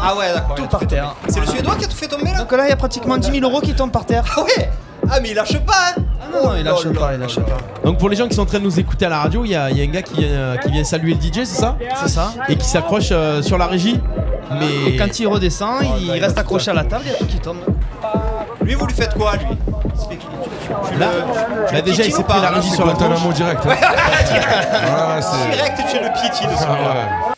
Speaker 3: Ah ouais, d'accord.
Speaker 4: Tout
Speaker 3: ouais.
Speaker 4: par terre.
Speaker 3: C'est le Suédois qui a tout fait tomber là
Speaker 4: Donc là, il y a pratiquement 10 000 euros qui tombent par terre.
Speaker 3: Ah ouais Ah, mais il lâche pas, hein
Speaker 4: Ah non, non, il lâche pas, il lâche pas.
Speaker 8: Donc pour les gens qui sont en train de nous écouter à la radio, il y, a il y a un gars qui, vient- euh, qui vient saluer le DJ, c'est ça
Speaker 4: C'est ça.
Speaker 8: Et qui s'accroche euh, sur la régie. Mais
Speaker 4: Et quand il redescend, il reste accroché à la table, il y a tout qui tombe.
Speaker 3: Lui, vous lui faites quoi, lui Il se fait- tu- tu
Speaker 8: là,
Speaker 3: le- tu
Speaker 8: là
Speaker 3: le
Speaker 8: déjà il
Speaker 3: piétines
Speaker 8: s'est
Speaker 3: ou pas
Speaker 8: pris la régie
Speaker 7: C'est
Speaker 8: sur la tronche.
Speaker 7: Guantanamo direct. hein. Ah, c'est-
Speaker 3: Direct, tu le piétines. celui-là.
Speaker 7: Ah ouais.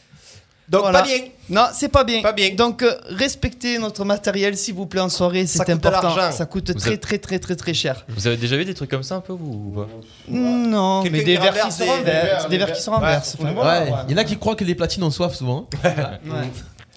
Speaker 3: Donc,
Speaker 4: Voilà.
Speaker 3: pas bien.
Speaker 4: Non, c'est pas bien.
Speaker 3: Pas bien.
Speaker 4: Donc euh, respectez notre matériel s'il vous plaît en soirée,
Speaker 3: Ça
Speaker 4: c'est
Speaker 3: coûte de
Speaker 4: important.
Speaker 3: l'argent.
Speaker 4: ça coûte
Speaker 6: Vous
Speaker 4: très
Speaker 6: êtes-
Speaker 4: très très très très cher.
Speaker 6: Vous avez déjà vu des trucs comme ça un peu vous, ou pas
Speaker 4: Non,
Speaker 3: Quelqu'un
Speaker 4: mais
Speaker 3: qui
Speaker 4: des verres qui
Speaker 3: renverse
Speaker 4: se
Speaker 3: des-
Speaker 4: renversent,
Speaker 5: des
Speaker 4: des verres qui se renversent.
Speaker 3: Ouais,
Speaker 4: Enfin,
Speaker 3: faut
Speaker 8: Ah Ouais, il y en a qui croient que les platines ont soif souvent. hein.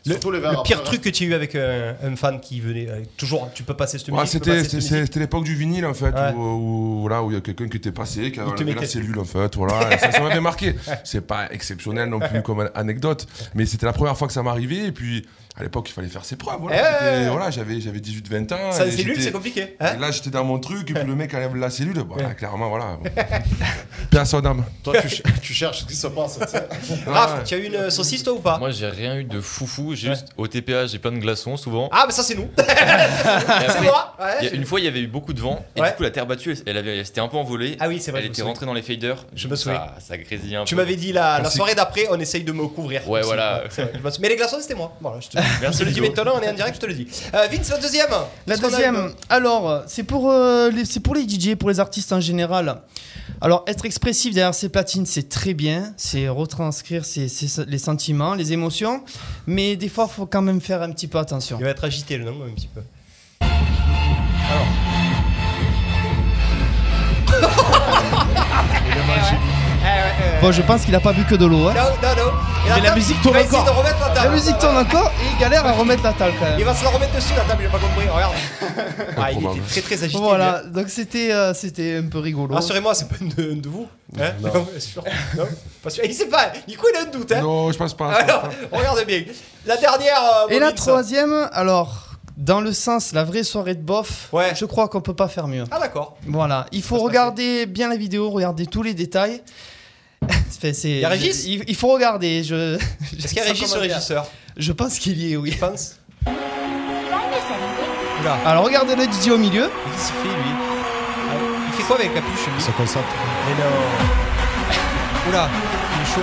Speaker 5: Surtout les verres
Speaker 3: Le pire
Speaker 5: après,
Speaker 3: truc que tu as eu avec euh, un fan qui venait. euh, toujours, tu peux passer cette
Speaker 7: Ouais,
Speaker 3: musique. tu peux
Speaker 7: Ah, c'était
Speaker 3: passer cette
Speaker 7: c'était-
Speaker 3: musique.
Speaker 7: c'était l'époque du vinyle en fait,
Speaker 3: Ouais.
Speaker 7: où, où- voilà, où il y a quelqu'un qui était passé, qui avait
Speaker 3: te
Speaker 7: enlevé la
Speaker 3: mettait-
Speaker 7: cellule en fait, voilà, et ça ça m'avait marqué. C'est pas exceptionnel non plus comme anecdote, mais c'était la première fois que ça m'arrivait, et puis à l'époque il fallait faire ses preuves, voilà,
Speaker 3: Eh ouais,
Speaker 7: J'étais-
Speaker 3: ouais, ouais.
Speaker 7: voilà, j'avais j'avais 18-20 ans.
Speaker 3: Ça,
Speaker 7: et
Speaker 3: c'est nul,
Speaker 7: j'étais-
Speaker 3: c'est compliqué.
Speaker 7: et
Speaker 3: Hein
Speaker 7: là j'étais dans mon truc, et puis le mec enlève la cellule, bah, clairement voilà. Bon. Paix à son âme.
Speaker 5: Toi, tu, ch- tu cherches ce qui se passe. tu sais.
Speaker 3: Raph,
Speaker 7: Ouais.
Speaker 3: tu as eu une euh, saucisse toi ou pas
Speaker 6: Moi j'ai rien eu de foufou, j'ai juste au TPA j'ai plein de glaçons souvent.
Speaker 3: Ah, mais ça, c'est nous.
Speaker 6: Et
Speaker 3: c'est
Speaker 6: après,
Speaker 3: moi.
Speaker 6: il
Speaker 3: Ouais,
Speaker 6: y a
Speaker 3: j'ai-
Speaker 6: une fois il y avait eu beaucoup de vent et
Speaker 3: Ouais.
Speaker 6: du coup la terre battue elle, elle avait, elle s'était un peu envolée.
Speaker 3: Ah oui, c'est vrai, je me
Speaker 6: Elle était
Speaker 3: souviens.
Speaker 6: rentrée dans les faders.
Speaker 3: Je me
Speaker 6: ça, ça grésillait un
Speaker 3: Tu
Speaker 6: peu.
Speaker 3: m'avais dit la, la
Speaker 7: Classique.
Speaker 3: soirée d'après, on essaye de me couvrir.
Speaker 6: Ouais
Speaker 3: Aussi.
Speaker 6: voilà.
Speaker 3: C'est vrai, je pense- Mais les glaçons, c'était moi. Voilà, je te, je te le dis
Speaker 6: Ludo.
Speaker 3: maintenant, on est en direct, je te le dis. Euh, Vince, la deuxième.
Speaker 4: La
Speaker 3: Parce qu'on a
Speaker 4: deuxième,
Speaker 3: une-
Speaker 4: alors, euh, c'est pour, euh, les- c'est pour les DJ, pour les artistes en général. Alors, être expressif derrière ses platines, c'est très bien. C'est retranscrire ses- ses- les sentiments, les émotions. Mais des fois, faut quand même faire un petit peu attention.
Speaker 3: Il va être agité le nom, un petit peu.
Speaker 4: Bon, je pense qu'il a pas bu que de l'eau. hein.
Speaker 3: Non, non, non. Et
Speaker 8: Mais la
Speaker 3: table,
Speaker 8: musique
Speaker 3: il
Speaker 8: tourne
Speaker 3: va essayer
Speaker 8: encore.
Speaker 3: de remettre la
Speaker 4: La
Speaker 3: table.
Speaker 4: musique tourne encore et il galère à remettre la table quand même.
Speaker 3: Il va se la remettre dessus, la table, il a pas compris, regarde. Ah, il
Speaker 7: Improbable.
Speaker 3: était très très agité. lui.
Speaker 4: Voilà, donc c'était euh, c'était un peu rigolo.
Speaker 3: Rassurez-moi, c'est pas une de, une de vous. Hein non. bien sûr. Non pas sûr. Il sait pas, du coup il a un doute. Hein
Speaker 7: Non, je passe pas. je passe
Speaker 3: Alors,
Speaker 7: pas.
Speaker 3: regardez bien. La dernière. euh,
Speaker 4: Et la
Speaker 3: Moline, ça.
Speaker 4: troisième, alors, dans le sens, la vraie soirée de bof,
Speaker 3: Ouais.
Speaker 4: je crois qu'on peut pas faire mieux.
Speaker 3: Ah, d'accord.
Speaker 4: Voilà, il faut
Speaker 3: se
Speaker 4: regarder bien la vidéo, regarder tous les détails. C'est- c'est-
Speaker 3: Y a Régis
Speaker 4: il, il faut regarder. Je,
Speaker 3: Est-ce qu'il y a
Speaker 4: sans
Speaker 3: Régis ou
Speaker 4: commentaire.
Speaker 3: Régisseur
Speaker 4: Je pense qu'il y est, oui.
Speaker 3: Je pense. Oula,
Speaker 4: Alors regardez le DJ au milieu.
Speaker 3: il s'y fait lui. Ah, Il fait quoi avec la capuche lui
Speaker 5: C'est comme ça.
Speaker 3: Mais non. Oula, il est chaud.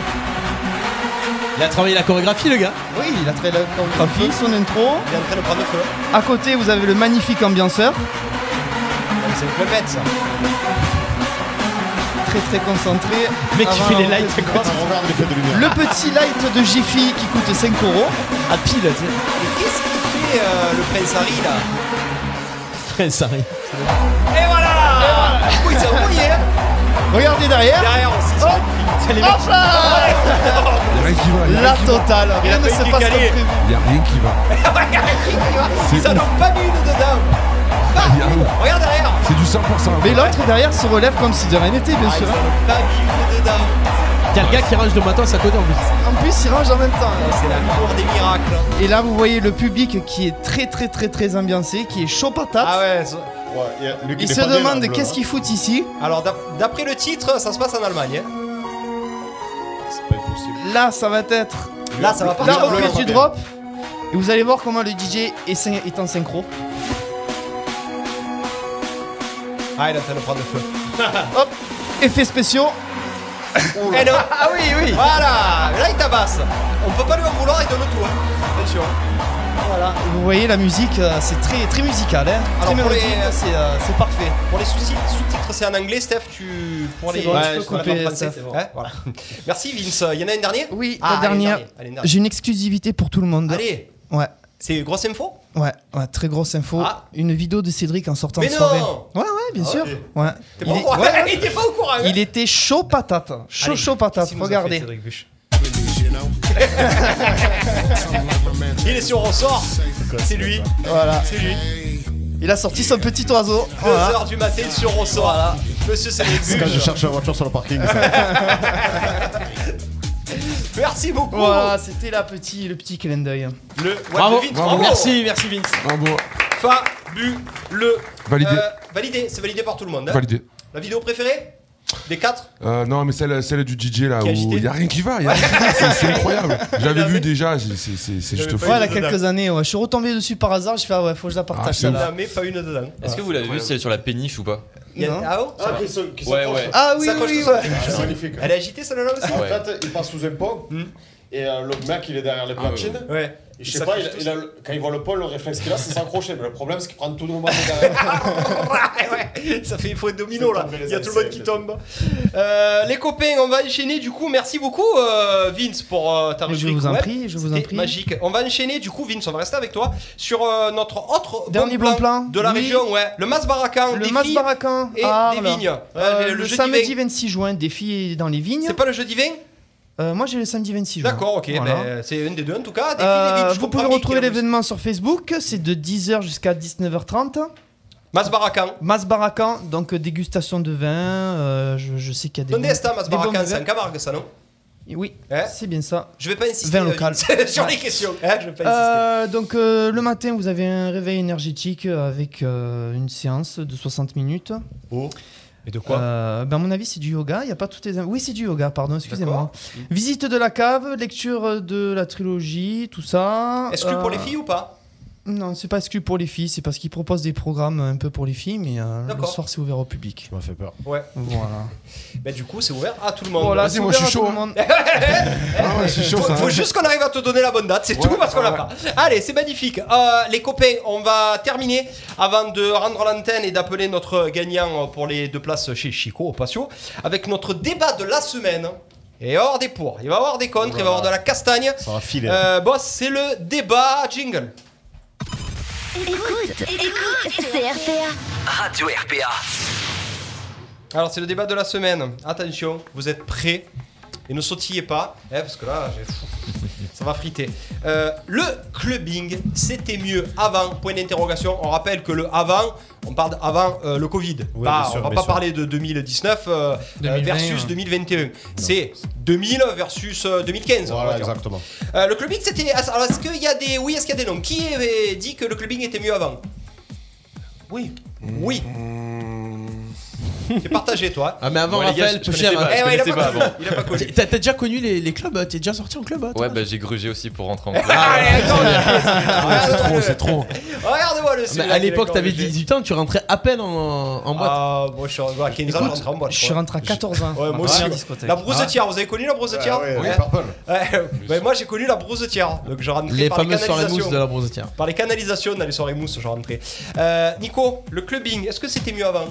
Speaker 8: Il a travaillé la chorégraphie, le gars.
Speaker 4: Oui, il a très la chorégraphie, son intro.
Speaker 3: Il est en train de prendre feu.
Speaker 4: À côté, vous avez le magnifique ambianceur,
Speaker 3: Ah, C'est le bête ça.
Speaker 4: très très concentré.
Speaker 8: Le mec qui
Speaker 4: Avant
Speaker 8: fait les
Speaker 4: la
Speaker 8: lights
Speaker 4: rentrée.
Speaker 8: à côté.
Speaker 5: Regarde l'effet de lumière.
Speaker 4: Le petit light de Jiffy qui coûte 5 euros.
Speaker 8: à pile, tu sais.
Speaker 3: Mais qu'est-ce qu'il fait euh, le prince Harry là
Speaker 8: Prince Harry.
Speaker 3: Et voilà Du coup il s'est embrouillé. hein.
Speaker 4: Regardez derrière.
Speaker 3: Derrière, on s'est
Speaker 4: Hop là
Speaker 7: Y a rien qui va. y a
Speaker 4: La
Speaker 7: rien qui va.
Speaker 4: totale,
Speaker 3: Il a
Speaker 4: rien ne
Speaker 3: failli
Speaker 4: se passe comme
Speaker 3: décaler.
Speaker 4: prévu.
Speaker 7: Y a rien qui va.
Speaker 3: Ils en ont pas mis une dedans. Pas
Speaker 7: y a
Speaker 3: une. Regarde derrière.
Speaker 7: C'est du 100%.
Speaker 4: Mais l'autre derrière se relève comme si de rien n'était, bien
Speaker 3: Ah, ils
Speaker 4: sûr. hein.
Speaker 3: en ont pas mis une dedans.
Speaker 8: T'as le gars qui range le matin à sa côté en plus.
Speaker 4: En plus, il range en même temps. hein.
Speaker 3: C'est la cour des miracles.
Speaker 4: Et là, vous voyez le public qui est très, très, très, très ambiancé, qui est chaud patate.
Speaker 3: Ah ouais.
Speaker 5: Ouais, y a- Luc,
Speaker 4: Il
Speaker 5: est
Speaker 4: se
Speaker 5: pas bien, là,
Speaker 4: demande
Speaker 5: en bleu,
Speaker 4: qu'est-ce
Speaker 5: hein.
Speaker 4: qu'il fout ici.
Speaker 3: Alors d'ap- d'après le titre, ça se passe en Allemagne. hein.
Speaker 5: C'est pas possible.
Speaker 4: Là, ça va être
Speaker 3: Là, ça va pas.
Speaker 4: la
Speaker 3: faire bleu,
Speaker 4: reprise
Speaker 3: là.
Speaker 4: du drop. Et vous allez voir comment le DJ est, syn- est en synchro.
Speaker 3: Ah, il est en train de prendre le feu.
Speaker 4: Hop, effets spéciaux.
Speaker 3: Eh non. Ah oui, oui. Voilà. Là, il tabasse. On peut pas lui en vouloir. Il donne tout. Hein. Attention. Ah,
Speaker 4: Voilà. Et Vous voyez, la musique, euh, c'est très, très musical. Hein.
Speaker 3: Alors,
Speaker 4: Très
Speaker 3: pour les-
Speaker 4: mélodique, c'est euh, c'est parfait.
Speaker 3: Pour les soucis, sous-titres, c'est en anglais, Steph. Tu pour
Speaker 4: C'est
Speaker 3: les.
Speaker 4: bon, tu
Speaker 3: Ouais,
Speaker 4: peux
Speaker 3: je parle
Speaker 4: couper,
Speaker 3: en français.
Speaker 4: Steph, c'est bon.
Speaker 3: Hein, voilà. Merci Vince. Il y en a une dernière.
Speaker 4: Oui,
Speaker 3: Ah,
Speaker 4: la
Speaker 3: allez, une
Speaker 4: dernière.
Speaker 3: dernière, allez, une dernière.
Speaker 4: J'ai une exclusivité pour tout le monde.
Speaker 3: Allez.
Speaker 4: Ouais. Oh.
Speaker 3: C'est grosse info.
Speaker 4: Ouais, ouais, très grosse info.
Speaker 3: Ah.
Speaker 4: Une vidéo de Cédric en sortant
Speaker 3: Mais
Speaker 4: de
Speaker 3: non Ah
Speaker 4: soirée. Ouais, ouais, bien sûr.
Speaker 5: ouais.
Speaker 4: Ouais.
Speaker 3: T'es
Speaker 4: Il
Speaker 3: pas
Speaker 4: est-
Speaker 3: au courant.
Speaker 4: ouais, ouais.
Speaker 3: Il était pas au courant. hein.
Speaker 4: Il était chaud patate. Chaud,
Speaker 3: Allez,
Speaker 4: chaud patate.
Speaker 3: qu'est-ce qu'il nous a fait,
Speaker 4: Regardez.
Speaker 3: Cédric Buche Il est sur ressort. C'est lui.
Speaker 4: Voilà.
Speaker 3: C'est lui.
Speaker 4: Il a sorti son petit oiseau.
Speaker 3: 2
Speaker 4: Voilà.
Speaker 3: heures du matin sur ressort. Là. Monsieur Cédric
Speaker 5: C'est quand je Ah,
Speaker 3: Buche.
Speaker 5: cherche la voiture sur le parking.
Speaker 3: Merci beaucoup.
Speaker 4: Voilà, c'était la petite, le petit clin d'œil.
Speaker 3: Le What
Speaker 8: Bravo.
Speaker 3: the Vince, bravo.
Speaker 8: Merci, merci Vince.
Speaker 7: Bravo.
Speaker 3: Fabuleux.
Speaker 7: Validé.
Speaker 3: Euh, validé. C'est validé par tout le monde. hein.
Speaker 7: Validé.
Speaker 3: La vidéo préférée des 4
Speaker 7: Euh, non, mais celle, celle du DJ là
Speaker 3: Qui est
Speaker 7: où
Speaker 3: agité.
Speaker 7: il y a rien qui va, y a rien- c'est c'est incroyable. J'avais vu déjà, c'est- c'est c'est- c'est juste
Speaker 3: J'avais
Speaker 4: Ouais, il
Speaker 7: fou.
Speaker 4: y a
Speaker 3: Validé.
Speaker 4: quelques années, ouais. je suis retombé dessus par hasard. Je fais, ah ouais, faut que je la partage
Speaker 7: Ah, c'est
Speaker 4: celle-là. Hein
Speaker 3: Non, mais pas une dedans.
Speaker 6: Est-ce que vous l'avez vu, celle sur la péniche ou pas
Speaker 3: Il y a-
Speaker 4: Non.
Speaker 3: Ah oh
Speaker 5: Ah, qui se- qui
Speaker 6: Ouais,
Speaker 5: s'accroche.
Speaker 6: ouais.
Speaker 4: Ah oui,
Speaker 3: Ça coche
Speaker 4: oui,
Speaker 3: tout
Speaker 4: oui.
Speaker 3: seul.
Speaker 5: C'est magnifique.
Speaker 3: Elle est agitée celle-là aussi
Speaker 5: En
Speaker 6: Ouais.
Speaker 5: fait, il passe sous un pont et euh, le mec il est derrière les platines.
Speaker 3: Ouais.
Speaker 5: Et je sais pas, il a- il a le- quand il voit le pont, le réflexe qu'il a, c'est s'accrocher. Mais le problème, c'est qu'il prend tout le monde derrière.
Speaker 3: ouais, ça fait il faut être domino là.
Speaker 5: tomber les
Speaker 3: Il y a tout le monde qui
Speaker 5: assiettes.
Speaker 3: tombe. Euh, les copains, on va enchaîner du coup. Merci beaucoup euh, Vince pour euh, ta
Speaker 4: Je
Speaker 3: rubrique.
Speaker 4: vous en
Speaker 3: web.
Speaker 4: prie, je vous en
Speaker 3: C'était
Speaker 4: prie.
Speaker 3: magique. On va enchaîner du coup Vince, on va rester avec toi sur euh, notre autre
Speaker 4: Dernier
Speaker 3: bon
Speaker 4: bon plan.
Speaker 3: de la
Speaker 4: Oui.
Speaker 3: région, ouais. Le Mas Barakan,
Speaker 4: Le
Speaker 3: des
Speaker 4: Mas
Speaker 3: filles
Speaker 4: Barakan
Speaker 3: et
Speaker 4: Arles.
Speaker 3: des vignes.
Speaker 4: Euh,
Speaker 3: Ouais,
Speaker 4: le
Speaker 3: jeudi
Speaker 4: samedi
Speaker 3: 20.
Speaker 4: 26 juin, défi dans les vignes.
Speaker 3: C'est pas le jeudi 20
Speaker 4: Euh, moi, j'ai le samedi 26 juin.
Speaker 3: D'accord, ok.
Speaker 4: Voilà.
Speaker 3: ben, c'est une des deux en tout cas. Des filles,
Speaker 4: Euh,
Speaker 3: des vignes, je
Speaker 4: vous
Speaker 3: comprends
Speaker 4: pouvez
Speaker 3: bien
Speaker 4: retrouver
Speaker 3: qu'il y a le-
Speaker 4: l'événement sur Facebook, c'est de 10h jusqu'à 19h30.
Speaker 3: Mas Barakan.
Speaker 4: Mas Barakan, donc euh, dégustation de vin, euh, je, je sais qu'il y a des...
Speaker 3: Donnez
Speaker 4: bons-
Speaker 3: esta Mas
Speaker 4: des bons
Speaker 3: Barakan, c'est en
Speaker 4: vins.
Speaker 3: Camargue ça non
Speaker 4: Oui,
Speaker 3: Hein
Speaker 4: c'est bien ça.
Speaker 3: Je vais pas insister
Speaker 4: Vin
Speaker 3: euh,
Speaker 4: local.
Speaker 3: Vince, sur les questions. hein, je vais pas insister.
Speaker 4: Euh, donc euh, le matin, vous avez un réveil énergétique avec euh, une séance de 60 minutes.
Speaker 3: Oh. Et de
Speaker 4: Euh, ben, à mon avis, c'est du yoga. Il y a pas toutes les. Oui, c'est du yoga. Pardon, excusez-moi. Mm. Visite de la cave, lecture de la trilogie, tout ça.
Speaker 3: Est-ce que pour les
Speaker 4: Euh,
Speaker 3: filles ou pas
Speaker 4: Non, c'est pas exclu pour les filles, c'est parce qu'ils proposent des programmes un peu pour les filles, mais euh, le
Speaker 3: D'accord.
Speaker 4: soir c'est ouvert au public.
Speaker 5: Tu m'as fait peur.
Speaker 3: Ouais.
Speaker 4: Voilà.
Speaker 3: Bah du coup c'est ouvert à tout le monde.
Speaker 4: voilà,
Speaker 7: vas-y,
Speaker 4: c'est
Speaker 7: moi, je suis
Speaker 4: ouvert à tout le
Speaker 7: chaud, hein.
Speaker 4: monde.
Speaker 7: Ah ouais, c'est chaud
Speaker 3: Faut,
Speaker 7: ça.
Speaker 3: faut juste qu'on arrive à te donner la bonne date, c'est tout parce qu'on l'a pas. Allez, c'est magnifique. Euh, les copains, on va terminer avant de rendre l'antenne et d'appeler notre gagnant pour les deux places chez Chico au patio avec notre débat de la semaine. Et hors des pour, il va y avoir des contre, il va y avoir de la castagne.
Speaker 5: Ça va filer.
Speaker 3: Euh, boss, c'est le débat jingle.
Speaker 1: Écoute, écoute, c'est RPA.
Speaker 2: Radio RPA.
Speaker 3: Alors c'est le débat de la semaine. Attention, vous êtes prêts Et ne sautillez pas, hein, parce que là, j'ai- ça va friter. Euh, le clubbing, c'était mieux avant Point d'interrogation. On rappelle que le avant, on parle avant euh, le Covid.
Speaker 5: Oui,
Speaker 3: Pas-
Speaker 5: bien sûr,
Speaker 3: on va
Speaker 5: bien
Speaker 3: pas
Speaker 5: sûr.
Speaker 3: parler de 2019 euh, euh,
Speaker 4: 2020,
Speaker 3: versus
Speaker 4: hein.
Speaker 3: 2021. C'est 2000 versus euh, 2015. on va
Speaker 5: Voilà,
Speaker 3: dire.
Speaker 5: exactement.
Speaker 3: Euh, le clubbing, c'était. Alors, est-ce qu'il y a des. Oui, est-ce qu'il y a des noms Qui avait dit que le clubbing était mieux avant Oui. Oui.
Speaker 8: Mmh.
Speaker 3: C'est partagé, toi.
Speaker 8: Ah, mais avant,
Speaker 6: Bon, les gars,
Speaker 8: Raphaël,
Speaker 6: je-
Speaker 8: peu
Speaker 6: je
Speaker 8: cher.
Speaker 6: connaissais
Speaker 8: hein.
Speaker 6: pas.
Speaker 3: Eh ouais, il a
Speaker 6: connaissais
Speaker 3: pas
Speaker 6: pas
Speaker 3: connu. Il a pas connu.
Speaker 8: T'as t'as déjà connu les, les clubs euh, T'es déjà sorti en club euh, toi
Speaker 6: Ouais, bah j'ai grugé aussi pour rentrer en
Speaker 3: Ah Allez, attends,
Speaker 7: C'est
Speaker 3: regarde-le.
Speaker 7: trop, c'est trop.
Speaker 3: Regarde-moi le
Speaker 8: Ah, Mais
Speaker 3: celui-là
Speaker 8: à
Speaker 3: qu'il a
Speaker 8: l'époque, t'avais
Speaker 3: corrigé.
Speaker 8: 18 ans, tu rentrais à peine en, en boîte.
Speaker 3: Ah, moi je suis rentré à 15 ans, je suis rentré en boîte.
Speaker 4: Je suis
Speaker 3: quoi.
Speaker 4: rentré à 14 ans.
Speaker 3: Ouais, moi
Speaker 4: Ah,
Speaker 3: aussi.
Speaker 4: ouais.
Speaker 3: ouais. La brousetière, vous avez connu la
Speaker 5: Ah,
Speaker 3: brousetière
Speaker 5: Ouais,
Speaker 3: Ouais.
Speaker 5: ouais, Purple.
Speaker 3: Ouais, ouais, Moi j'ai connu la brousetière. Donc je rentrais
Speaker 8: les
Speaker 3: par les
Speaker 8: fameuses soirées
Speaker 3: canalisations.
Speaker 8: mousses de la bronzetière.
Speaker 3: Par les canalisations dans les soirées mousses, je rentrais. Euh, Nico, le clubbing, est-ce que c'était mieux avant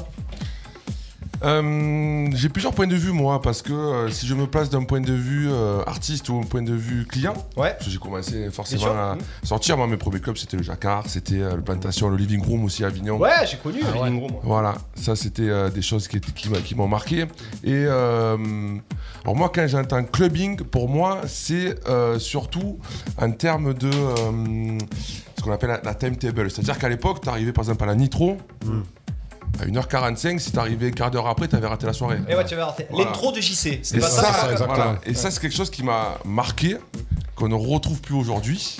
Speaker 7: Euh, J'ai plusieurs points de vue, moi, parce que euh, si je me place d'un point de vue euh, artiste ou un point de vue client,
Speaker 3: Ouais.
Speaker 7: parce que j'ai commencé
Speaker 3: Bien
Speaker 7: forcément
Speaker 3: sûr, Mmh.
Speaker 7: à sortir. Moi, mes premiers clubs, c'était le Jacquard, c'était euh, le Plantation, le Living Room aussi à Avignon.
Speaker 3: Ah Ouais, j'ai connu le Living Room, moi.
Speaker 7: Voilà, ça c'était euh, des choses qui, étaient- qui m'a- qui m'ont marqué. Et euh, alors moi quand j'entends clubbing, pour moi c'est euh, surtout en termes de euh, ce qu'on appelle la, la timetable. C'est-à-dire qu'à l'époque, t'arrivais par exemple à la Nitro,
Speaker 3: Mmh.
Speaker 7: à 1h45, si t'arrivais quart d'heure après, t'avais raté la soirée.
Speaker 3: Et Eh ouais, tu vas rater.
Speaker 7: Voilà.
Speaker 3: L'intro de JC. C'est
Speaker 7: Et
Speaker 3: pas ça,
Speaker 7: ça,
Speaker 5: ça,
Speaker 7: voilà.
Speaker 5: exactement.
Speaker 7: Et ça, c'est quelque chose qui m'a marqué, qu'on ne retrouve plus aujourd'hui.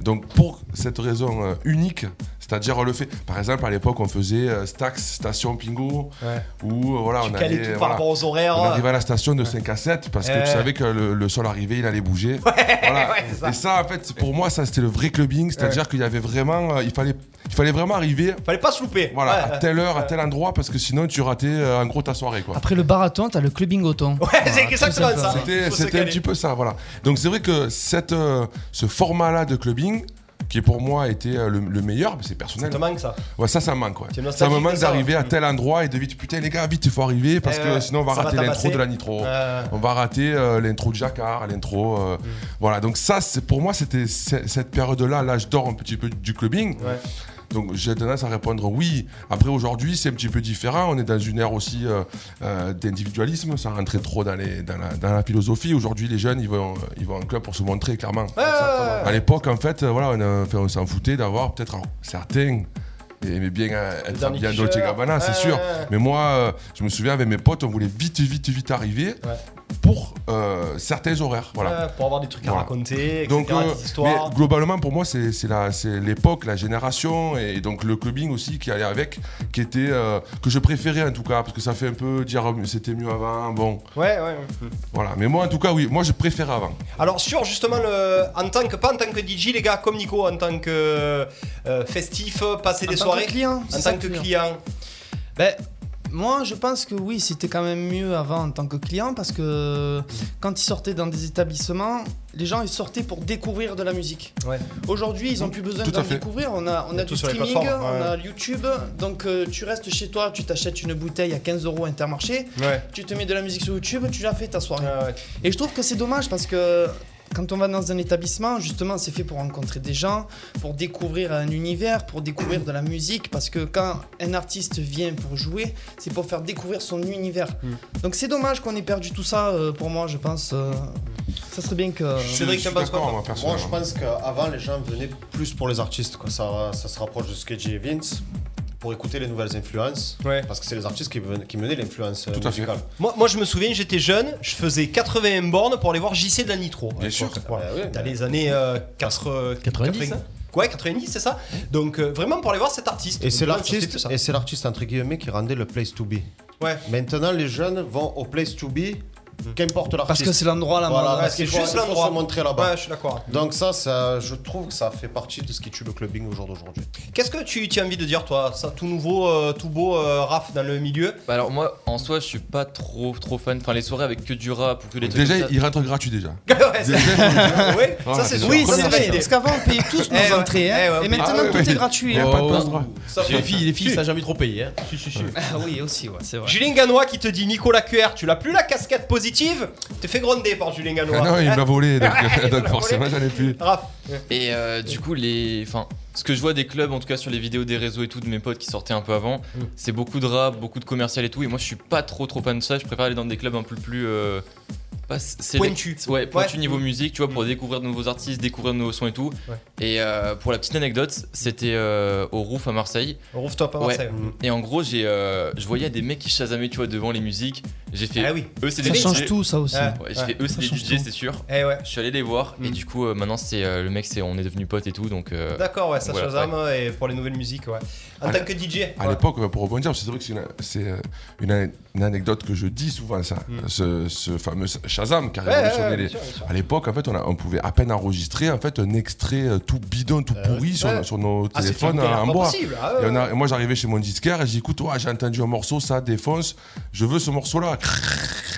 Speaker 7: Donc, pour cette raison euh, unique, c'est-à-dire le fait, par exemple, à l'époque, on faisait euh, Stax, Station Pingo, où euh, voilà,
Speaker 3: tu
Speaker 7: on
Speaker 3: calais
Speaker 7: allait,
Speaker 3: tout par
Speaker 7: voilà,
Speaker 3: rapport aux horaires.
Speaker 7: on arrivait à la station de 5 à 7 parce que
Speaker 3: Ouais.
Speaker 7: tu savais que le, le sol arrivait, il allait bouger. Voilà.
Speaker 3: ouais, c'est ça.
Speaker 7: Et ça, en fait, pour moi, ça c'était le vrai clubbing, c'est-à-dire qu'il y avait vraiment, euh, il fallait, il fallait vraiment arriver,
Speaker 3: Fallait pas se louper.
Speaker 7: voilà,
Speaker 3: Ouais,
Speaker 7: à telle heure, à tel endroit, parce que sinon tu ratais euh, en gros ta soirée, quoi.
Speaker 4: Ah. Après le baraton, t'as le clubbing au thon.
Speaker 3: Ouais, c'est exactement
Speaker 4: tout
Speaker 3: ça.
Speaker 4: simplement.
Speaker 7: C'était,
Speaker 3: Ah, Faut se
Speaker 7: c'était un
Speaker 3: caler.
Speaker 7: petit peu ça, voilà. Donc c'est vrai que cette, euh, ce format-là de clubbing, qui pour moi était euh, le, le meilleur, mais c'est
Speaker 3: Ça
Speaker 7: personnel.
Speaker 3: te manque ça.
Speaker 7: Ouais, ça, ça me manque. ouais.
Speaker 3: C'est nostalgique,
Speaker 7: Ça me manque
Speaker 3: ça,
Speaker 7: d'arriver à tel endroit et de vite, putain les gars, vite, il faut arriver parce
Speaker 3: Eh
Speaker 7: que
Speaker 3: ouais,
Speaker 7: sinon on va
Speaker 3: ça va
Speaker 7: rater l'intro
Speaker 3: tabasser.
Speaker 7: de la Nitro.
Speaker 3: Euh,
Speaker 7: On va rater euh, l'intro de Jacquard, l'intro.
Speaker 3: Mm.
Speaker 7: euh, Voilà, donc ça, c'est, pour moi, c'était c- cette période-là, l'âge d'or un petit peu du clubbing.
Speaker 3: Ouais.
Speaker 7: Donc j'ai tendance à répondre oui. Après, aujourd'hui, c'est un petit peu différent. On est dans une ère aussi euh, euh, d'individualisme, sans rentrer trop dans, les, dans, la, dans la philosophie. Aujourd'hui, les jeunes, ils vont, euh, ils vont en club pour se montrer, clairement.
Speaker 3: ouais,
Speaker 7: À l'époque, en fait, euh, voilà, on, euh, enfin, on s'en foutait d'avoir peut-être alors, certains et aimaient bien euh, être
Speaker 3: dernier
Speaker 7: bien
Speaker 3: t-shirt.
Speaker 7: Dolce Gabbana, c'est
Speaker 3: Ouais,
Speaker 7: sûr.
Speaker 3: ouais, ouais.
Speaker 7: Mais moi, euh, je me souviens avec mes potes, on voulait vite, vite, vite arriver
Speaker 3: Ouais.
Speaker 7: pour euh, certains horaires. Voilà.
Speaker 3: ouais, Pour avoir des trucs à
Speaker 7: Voilà.
Speaker 3: raconter, etc.
Speaker 7: Donc, euh,
Speaker 3: des histoires.
Speaker 7: mais globalement, pour moi, c'est c'est la- c'est l'époque, la génération et donc le clubbing aussi qui allait avec, qui était euh, que je préférais en tout cas parce que ça fait un peu dire euh, c'était mieux avant. Bon,
Speaker 3: Ouais, ouais. ouais.
Speaker 7: voilà. Mais moi, en tout cas, oui, moi je préfère avant.
Speaker 3: Alors sur justement le- en tant que pas en tant que DJ les gars comme Nico en tant que euh, festif passer des
Speaker 4: En tant
Speaker 3: soirées
Speaker 4: que client,
Speaker 3: en
Speaker 4: c'est ça
Speaker 3: tant que
Speaker 4: client.
Speaker 3: client
Speaker 4: Ben, moi, je pense que oui, c'était quand même mieux avant en tant que client parce que quand ils sortaient dans des établissements, les gens ils sortaient pour découvrir de la musique.
Speaker 3: Ouais.
Speaker 4: Aujourd'hui, ils ont plus besoin
Speaker 7: Tout à
Speaker 4: d'en
Speaker 7: fait.
Speaker 4: découvrir. On a, on a
Speaker 3: tout
Speaker 4: du
Speaker 3: sur les
Speaker 4: streaming,
Speaker 3: plateformes, ouais.
Speaker 4: on a YouTube. Donc, euh, tu restes chez toi, tu t'achètes une bouteille à 15 euros Intermarché,
Speaker 3: ouais
Speaker 4: tu te mets de la musique sur YouTube, tu l'as fait ta soirée.
Speaker 3: Ouais, ouais.
Speaker 4: Et je trouve que c'est dommage parce que quand on va dans un établissement, justement, c'est fait pour rencontrer des gens, pour découvrir un univers, pour découvrir de la musique. Parce que quand un artiste vient pour jouer, c'est pour faire découvrir son univers. Donc c'est dommage qu'on ait perdu tout ça euh, pour moi, je pense. euh, ça serait bien que.
Speaker 3: Cédric,
Speaker 7: Je suis
Speaker 3: t'en penses quoi, toi
Speaker 7: d'accord, moi,
Speaker 5: Moi,
Speaker 7: personnellement.
Speaker 5: je pense qu'avant, les gens venaient plus pour les artistes. Quoi. Ça, ça se rapproche de ce que dit Vince pour écouter les nouvelles influences.
Speaker 3: Ouais.
Speaker 5: Parce que c'est les artistes qui, ven- qui menaient l'influence euh,
Speaker 7: Tout à fait.
Speaker 5: musicale.
Speaker 3: moi, moi je me souviens j'étais jeune je faisais 81 bornes pour aller voir JC de la Nitro
Speaker 7: Bien sûr.
Speaker 3: Voilà.
Speaker 5: Euh, oui,
Speaker 3: dans
Speaker 5: mais-
Speaker 3: les années euh, quatre- euh,
Speaker 8: 90,
Speaker 3: 80. ouais 90 c'est ça donc euh, vraiment pour aller voir cet artiste
Speaker 5: hein. Et c'est
Speaker 3: Donc, ça, c'était
Speaker 5: l'artiste,
Speaker 3: ça.
Speaker 5: et c'est l'artiste entre guillemets qui rendait le place to be.
Speaker 3: ouais
Speaker 5: Maintenant, les jeunes vont au place to be, qu'importe l'artiste.
Speaker 4: Parce que c'est l'endroit là
Speaker 5: Voilà,
Speaker 4: bas
Speaker 5: parce
Speaker 3: c'est
Speaker 5: qu'il faut,
Speaker 3: juste
Speaker 5: il faut
Speaker 3: l'endroit.
Speaker 5: se montrer
Speaker 3: ouais
Speaker 5: là-bas.
Speaker 3: je suis d'accord
Speaker 5: Donc ça, ça, je trouve que ça fait partie de ce qui tue le clubbing au jour d'aujourd'hui.
Speaker 3: qu'est-ce que tu, tu as envie de dire toi ça tout nouveau euh, tout beau euh, Raph dans le milieu
Speaker 6: Bah alors moi en soi je suis pas trop trop fan. Enfin les soirées avec que du rap ou que des trucs
Speaker 7: Déjà,
Speaker 6: comme ça.
Speaker 7: il rentre gratuit déjà.
Speaker 3: ouais, c'est- ouais, ça
Speaker 7: Voilà,
Speaker 3: c'est
Speaker 7: déjà.
Speaker 4: Oui,
Speaker 3: ça,
Speaker 4: c'est vrai,
Speaker 3: validé.
Speaker 4: parce qu'avant on payait tous
Speaker 3: Eh ouais.
Speaker 4: nos entrées, hein,
Speaker 3: Eh ouais.
Speaker 4: et maintenant
Speaker 7: Ah ouais,
Speaker 4: tout
Speaker 7: ouais.
Speaker 4: est gratuit.
Speaker 7: Il n'y a
Speaker 4: hein.
Speaker 7: pas de passe droit.
Speaker 8: Les filles, les filles, ça a jamais trop payé. hein.
Speaker 4: Ah oui, aussi, ouais, c'est vrai.
Speaker 3: Julien Ganois qui te dit Nicolas QR, tu l'as plus la casquette positive T'es fait gronder par Julien Ganois. Eh,
Speaker 7: Ah non, il me l'a volé, donc,
Speaker 3: Il me l'a
Speaker 7: donc forcément, j'en ai plus.
Speaker 3: Raph.
Speaker 6: Et euh, du coup, les, enfin, ce que je vois des clubs, en tout cas sur les vidéos des réseaux et tout, de mes potes qui sortaient un peu avant,
Speaker 3: Mm.
Speaker 6: c'est beaucoup de rap, beaucoup de commercial et tout. Et moi, je suis pas trop trop fan de ça. Je préfère aller dans des clubs un peu plus. euh, pas c'est
Speaker 3: Pointu.
Speaker 6: ouais pointu
Speaker 3: Ouais.
Speaker 6: niveau musique tu vois pour découvrir de nouveaux artistes découvrir de nouveaux sons et tout
Speaker 3: Ouais.
Speaker 6: et euh, pour la petite anecdote c'était euh, au Roof à Marseille
Speaker 3: Rooftop à
Speaker 6: Ouais.
Speaker 3: Marseille. Mm.
Speaker 6: Et en gros, j'ai, euh, je voyais des mecs qui chasamaient, tu vois, devant les musiques. J'ai fait.
Speaker 3: Ah oui.
Speaker 6: Eux, c'est des
Speaker 4: Ça
Speaker 6: DJ.
Speaker 4: change tout, ça aussi.
Speaker 3: Ah, Ouais.
Speaker 6: Ouais, j'ai fait eux, c'est
Speaker 4: Ça
Speaker 6: des
Speaker 4: change
Speaker 6: DJ,
Speaker 4: tout.
Speaker 6: c'est sûr.
Speaker 3: Eh ouais.
Speaker 6: Je suis allé les voir et
Speaker 3: Mm.
Speaker 6: du coup, euh, maintenant, c'est euh, le mec, c'est on est devenu potes et tout, donc. euh,
Speaker 3: D'accord, ouais, ça
Speaker 6: Voilà,
Speaker 3: Shazam hein, et pour les nouvelles musiques, ouais. En
Speaker 7: À
Speaker 3: tant que DJ.
Speaker 7: À
Speaker 3: ouais.
Speaker 7: l'époque, pour rebondir, parce que c'est vrai que c'est une- c'est euh, une, an- une anecdote que je dis souvent, ça. Ce, ce fameux Shazam qui a
Speaker 3: Ouais, ouais,
Speaker 7: révolutionné
Speaker 3: ouais,
Speaker 7: les-
Speaker 3: bien sûr, bien sûr.
Speaker 7: À l'époque, en fait, on, a- on pouvait à peine enregistrer en fait, un extrait euh, tout bidon, tout pourri sur,
Speaker 3: Ouais.
Speaker 7: sur nos
Speaker 3: Ah, c'est
Speaker 7: téléphones
Speaker 3: tout
Speaker 7: euh, en bois.
Speaker 3: possible, ah ouais,
Speaker 7: Et on a- et moi, j'arrivais chez mon disquaire et j'ai dit, écoute, ouais, j'ai entendu un morceau, ça défonce, je veux ce morceau-là.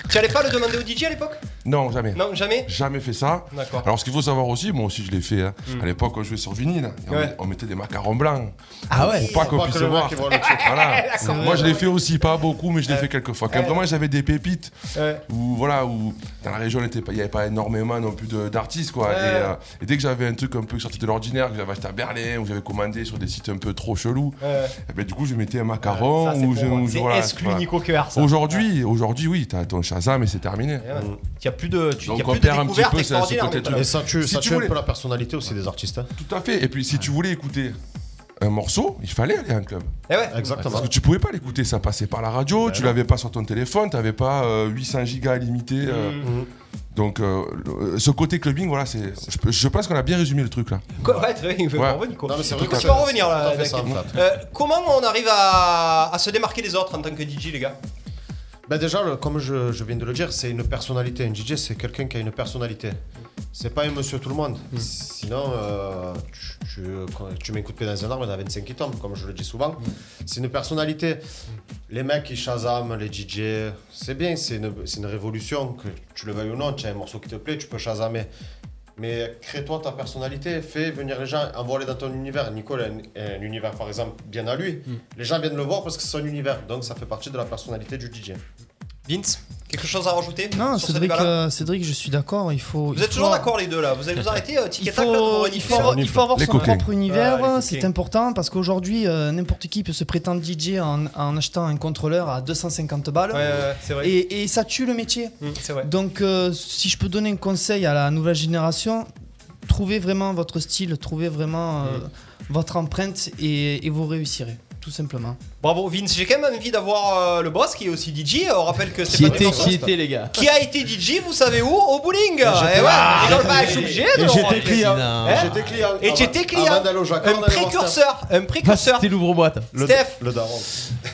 Speaker 3: Tu allais pas le demander au DJ à l'époque
Speaker 7: Non, jamais.
Speaker 3: Non, jamais
Speaker 7: Jamais fait ça.
Speaker 3: D'accord. Hmm.
Speaker 7: Alors, ce qu'il faut savoir aussi, moi aussi je l'ai fait. hein. À l'époque, on jouait sur vinyle. et on,
Speaker 3: Ouais.
Speaker 7: met- on mettait des macarons blancs.
Speaker 8: Ah ouais
Speaker 7: Pour pas qu'on
Speaker 5: Pas
Speaker 7: puisse
Speaker 5: que le mec
Speaker 7: voir.
Speaker 5: qui voit le truc.
Speaker 7: Voilà. Moi, je l'ai fait aussi, pas beaucoup, mais je l'ai fait quelques fois. Quand
Speaker 3: Ouais.
Speaker 7: vraiment, j'avais des pépites
Speaker 3: Ouais.
Speaker 7: où, voilà, où dans la région, on était pas- il n'y avait pas énormément non plus de- d'artistes, quoi.
Speaker 3: Ouais.
Speaker 7: Et, euh, et dès que j'avais un truc un peu sorti de l'ordinaire, que j'avais acheté à Berlin, ou j'avais commandé sur des sites un peu trop chelous,
Speaker 3: Ouais.
Speaker 7: eh ben, du coup, je mettais un
Speaker 3: Ça,
Speaker 7: macaron
Speaker 3: c'est
Speaker 7: ou
Speaker 3: pour
Speaker 7: je.
Speaker 3: moi.
Speaker 7: ou je-
Speaker 3: C'est
Speaker 7: voilà,
Speaker 3: exclu
Speaker 7: voilà.
Speaker 3: Nico Coeur, ça.
Speaker 7: Aujourd'hui, aujourd'hui, oui, t'as ton Shazam et c'est terminé.
Speaker 3: Ouais, ouais. Y a plus de, tu,
Speaker 7: Donc,
Speaker 3: y a
Speaker 7: on
Speaker 3: plus de
Speaker 7: perd un petit
Speaker 3: découvertes
Speaker 7: peu ce- ce
Speaker 3: extraordinaires.
Speaker 7: côté
Speaker 3: mais
Speaker 7: truc.
Speaker 5: Et ça tue,
Speaker 7: Si
Speaker 5: ça
Speaker 7: tu
Speaker 5: tue un
Speaker 7: voulais-
Speaker 5: peu la personnalité aussi des artistes. hein.
Speaker 7: Tout à fait. Et puis, si tu voulais écouter un morceau, il fallait aller à un club.
Speaker 3: Eh ouais. Ben
Speaker 5: Exactement.
Speaker 7: Parce que tu pouvais pas l'écouter, ça passait par la radio, tu l'avais pas sur ton téléphone, t'avais pas euh, 800 gigas limités.
Speaker 3: Mm. Hum,
Speaker 5: Mhm.
Speaker 7: Donc, euh, le- ce côté clubbing, voilà, c'est. Je, peux- je pense qu'on a bien résumé le truc là.
Speaker 3: hum. Quoi, ouais, très bien,
Speaker 7: Ouais.
Speaker 3: bravo, Nico.
Speaker 5: Non, mais c'est vrai
Speaker 3: Écoute,
Speaker 5: que
Speaker 3: tu vas
Speaker 5: c'est-
Speaker 3: revenir
Speaker 5: c'est tout
Speaker 3: là.
Speaker 5: à fait ça, en
Speaker 3: Jacques.
Speaker 5: fait.
Speaker 3: Euh, comment on arrive à, à se démarquer des autres en tant que DJ, les gars
Speaker 5: Bah déjà, le- comme je, je viens de le dire, c'est une personnalité. Un DJ, c'est quelqu'un qui a une personnalité. C'est pas un monsieur tout le monde. Sinon, euh, tu, tu, quand tu mets un coup de pied dans un arbre, il y en a 25 qui tombent, comme je le dis souvent. C'est une personnalité. Les mecs qui Shazam, les DJ, c'est bien, c'est une, c'est une révolution. Que tu le veuilles ou non, tu as un morceau qui te plaît, tu peux Shazamer. Mais crée-toi ta personnalité, fais venir les gens, envoie-les dans ton univers. Nico, il a un, un univers, par exemple, bien à lui. Les gens viennent le voir parce que c'est son univers. Donc, ça fait partie de la personnalité du DJ.
Speaker 3: Vince, quelque chose à rajouter
Speaker 4: Non,
Speaker 3: sur ce
Speaker 4: Cédric,
Speaker 3: débat-là
Speaker 4: euh, Cédric, je suis d'accord. Il faut.
Speaker 3: Vous
Speaker 4: il
Speaker 3: êtes toujours
Speaker 4: faut-
Speaker 3: d'accord, les deux là Vous allez vous arrêter, euh,
Speaker 4: Il
Speaker 3: ticket tac, là, pour
Speaker 4: faut,
Speaker 3: un
Speaker 4: il
Speaker 3: effet,
Speaker 4: faut avoir,
Speaker 3: euh,
Speaker 4: il faut avoir
Speaker 7: Les
Speaker 4: son
Speaker 7: coquins.
Speaker 4: propre
Speaker 3: Ah,
Speaker 4: univers,
Speaker 3: les coquins.
Speaker 4: c'est important parce qu'aujourd'hui euh, n'importe qui peut se prétendre DJ en, en achetant un contrôleur à 250 balles
Speaker 3: Ouais, ouais, ouais, c'est vrai.
Speaker 4: et, et ça tue le métier.
Speaker 3: Mm, C'est vrai.
Speaker 4: Donc, euh, si je peux donner un conseil à la nouvelle génération, trouvez vraiment votre style, trouvez vraiment euh, votre empreinte et, et vous réussirez, tout simplement.
Speaker 3: Bravo Vince, j'ai quand même envie d'avoir euh, le boss qui est aussi DJ. On rappelle que c'est
Speaker 8: Qui
Speaker 3: pas
Speaker 8: était,
Speaker 3: des-
Speaker 8: qui était, les gars
Speaker 3: qui a été DJ, vous savez où Au bowling. Eh ouais, et dans le bas, je suis obligé de le rappeler.
Speaker 8: client.
Speaker 3: Hein
Speaker 5: J'étais client. Ah bah,
Speaker 3: Et
Speaker 5: avant-
Speaker 3: j'étais client.
Speaker 5: avant d'aller au Jacquard,
Speaker 3: Un
Speaker 5: on allait voir
Speaker 3: précurseur, un précurseur.
Speaker 8: C'était l'ouvre-boîte.
Speaker 5: Le-
Speaker 3: Steph.
Speaker 5: Le daron.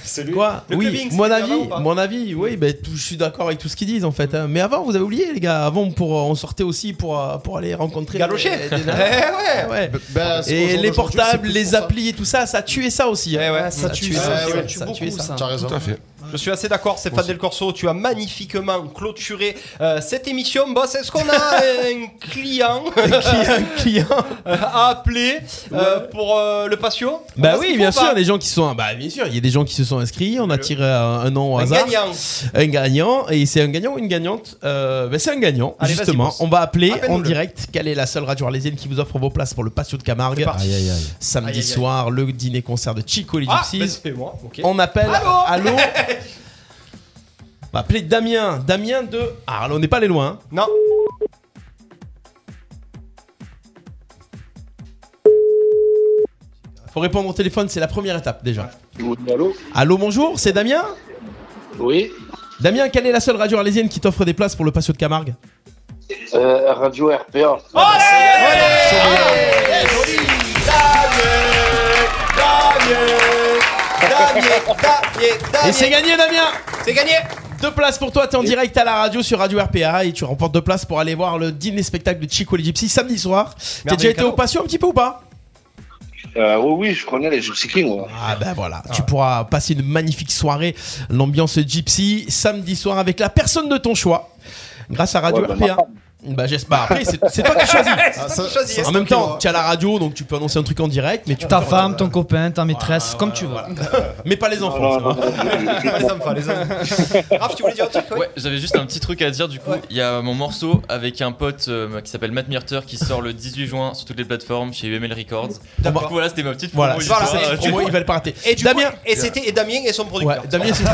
Speaker 5: C'est lui.
Speaker 8: Quoi
Speaker 3: Le
Speaker 8: Oui,
Speaker 3: clubbing, c'est
Speaker 8: mon
Speaker 3: bien avant ou
Speaker 8: avis,
Speaker 3: pas
Speaker 8: mon avis, oui, ben, tout- je suis d'accord avec tout ce qu'ils disent en fait. hein. Mais avant, vous avez oublié les gars, avant pour, euh, on sortait aussi pour, euh, pour aller rencontrer...
Speaker 3: Galocher.
Speaker 8: euh, des
Speaker 3: Eh
Speaker 8: nanas.
Speaker 3: ouais.
Speaker 8: Ouais.
Speaker 5: Ben, ben, c'est
Speaker 8: Et
Speaker 5: aujourd'hui,
Speaker 8: les portables,
Speaker 5: c'est plus
Speaker 8: les
Speaker 5: pour ça.
Speaker 8: applis et tout ça, ça tuait ça aussi. hein.
Speaker 3: Eh ouais.
Speaker 4: Ah, ça tue,
Speaker 8: tué
Speaker 4: ça,
Speaker 5: ça,
Speaker 4: ça
Speaker 5: ouais,
Speaker 4: tue
Speaker 8: ça tue
Speaker 4: beaucoup,
Speaker 8: ça.
Speaker 4: ça.
Speaker 5: T'as raison.
Speaker 7: Tout à fait.
Speaker 3: Je suis assez d'accord, Stéphane Del Corso, tu as magnifiquement clôturé euh, cette émission. Boss, est-ce qu'on a un client
Speaker 8: client, client.
Speaker 3: à appeler euh, pour euh, le patio
Speaker 8: Bah
Speaker 3: Est-ce
Speaker 8: oui,
Speaker 3: qu'il
Speaker 8: bien
Speaker 3: faut
Speaker 8: sûr,
Speaker 3: pas
Speaker 8: les gens qui sont. Bah bien sûr, il y a des gens qui se sont inscrits, on a tiré un, un nom au
Speaker 3: Un
Speaker 8: hasard.
Speaker 3: gagnant.
Speaker 8: Un gagnant, et c'est un gagnant ou une gagnante Euh, bah, C'est un gagnant,
Speaker 3: Allez, vas-y,
Speaker 8: justement.
Speaker 3: boss.
Speaker 8: On va appeler en
Speaker 3: Appelle-nous-le.
Speaker 8: direct. Quelle est la seule radio arlésienne qui vous offre vos places pour le patio de Camargue
Speaker 3: Parti.
Speaker 8: Samedi
Speaker 3: Aïe, aïe, aïe.
Speaker 8: soir, le dîner-concert de Chico et les
Speaker 3: Ah,
Speaker 8: Gypsies.
Speaker 3: bah, c'est moi. ok.
Speaker 8: On appelle.
Speaker 3: Allô
Speaker 8: Allô On va appeler Damien. Damien de. Ah, on n'est pas allé loin. hein.
Speaker 3: Non.
Speaker 8: Faut répondre au téléphone, c'est la première étape déjà.
Speaker 11: Allô
Speaker 8: Allô, bonjour, c'est Damien
Speaker 11: Oui
Speaker 8: Damien, quelle est la seule radio arlésienne qui t'offre des places pour le patio de Camargue
Speaker 11: euh, Radio RPA.
Speaker 3: Damien, Damien, Damien.
Speaker 8: Et c'est gagné, Damien
Speaker 3: C'est gagné.
Speaker 8: Deux places pour toi, t'es en direct à la radio sur Radio RPA et tu remportes deux places pour aller voir le dîner spectacle de Chico et les Gypsies samedi soir. T'as déjà été
Speaker 3: cadeau.
Speaker 8: au patio un petit peu ou pas
Speaker 11: Euh, oui, oui, je connais les Gypsy Kings, moi.
Speaker 8: Ah ben voilà, tu pourras passer une magnifique soirée, l'ambiance gypsy, samedi soir avec la personne de ton choix, grâce à Radio
Speaker 11: Ouais, bah,
Speaker 8: RPA.
Speaker 11: ma femme.
Speaker 8: Bah j'espère. Après, c'est c'est toi qui choisis.
Speaker 3: C'est
Speaker 5: Ah,
Speaker 3: toi qui Ça- choisis. ça,
Speaker 8: En
Speaker 3: c'est
Speaker 8: même
Speaker 3: toi qui
Speaker 8: temps,
Speaker 3: vois.
Speaker 8: tu as la radio, donc tu peux annoncer un truc en direct, mais tu
Speaker 4: Ta
Speaker 8: peux-
Speaker 4: femme, ton copain, ta maîtresse, comme tu veux.
Speaker 8: mais pas
Speaker 11: Ah,
Speaker 8: les enfants. ça va.
Speaker 3: les hommes, pas les hommes. Raph, tu voulais dire un truc
Speaker 6: Ouais, j'avais juste un petit truc à dire du coup. Il y a mon morceau avec un pote euh, qui s'appelle Matt Myrter qui sort le 18 juin sur toutes les plateformes chez UML Records. Du
Speaker 8: D'accord.
Speaker 6: coup, voilà, c'était ma petite
Speaker 8: Voilà,
Speaker 6: promo. euh,
Speaker 8: c'est ça, c'est promo, ils veulent pas rater.
Speaker 3: Et du
Speaker 8: Damien.
Speaker 3: coup, et c'était et Damien et son producteur.
Speaker 8: Ouais, Damien, c'est-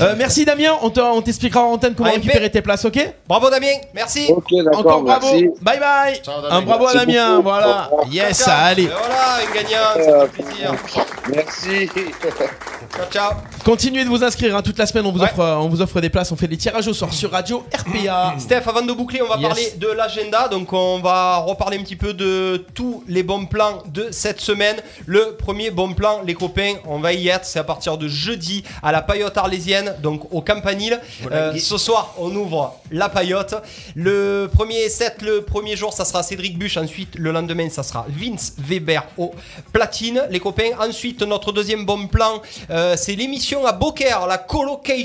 Speaker 8: Euh, merci Damien, on te- on t'expliquera en antenne comment
Speaker 3: AMP.
Speaker 8: récupérer tes places, ok
Speaker 3: Bravo Damien, merci.
Speaker 8: Encore bravo, bye bye. Un bravo à Damien, voilà. Yes,
Speaker 3: Ciao.
Speaker 8: allez.
Speaker 3: Et Voilà, une gagnante, ça fait plaisir.
Speaker 11: Merci.
Speaker 3: Ciao, ciao.
Speaker 8: Continuez de vous inscrire, hein, toute la semaine on vous, offre, euh, on vous offre des places, on fait des tirages au sort sur Radio RPA.
Speaker 3: Steph, avant de boucler, on va
Speaker 8: Yes.
Speaker 3: parler de l'agenda. Donc, on va reparler un petit peu de tous les bons plans de cette semaine. Le premier bon plan, les copains, on va y être. C'est à partir de jeudi à la Paillote Arlésienne, donc au Campanile. Euh, ce soir, on ouvre la Paillote. Le premier set, le premier jour, ça sera Cédric Buche. Ensuite, le lendemain, ça sera Vince Weber au platine. Les copains, ensuite, notre deuxième bon plan, euh, c'est l'émission à Beaucaire, la colocation.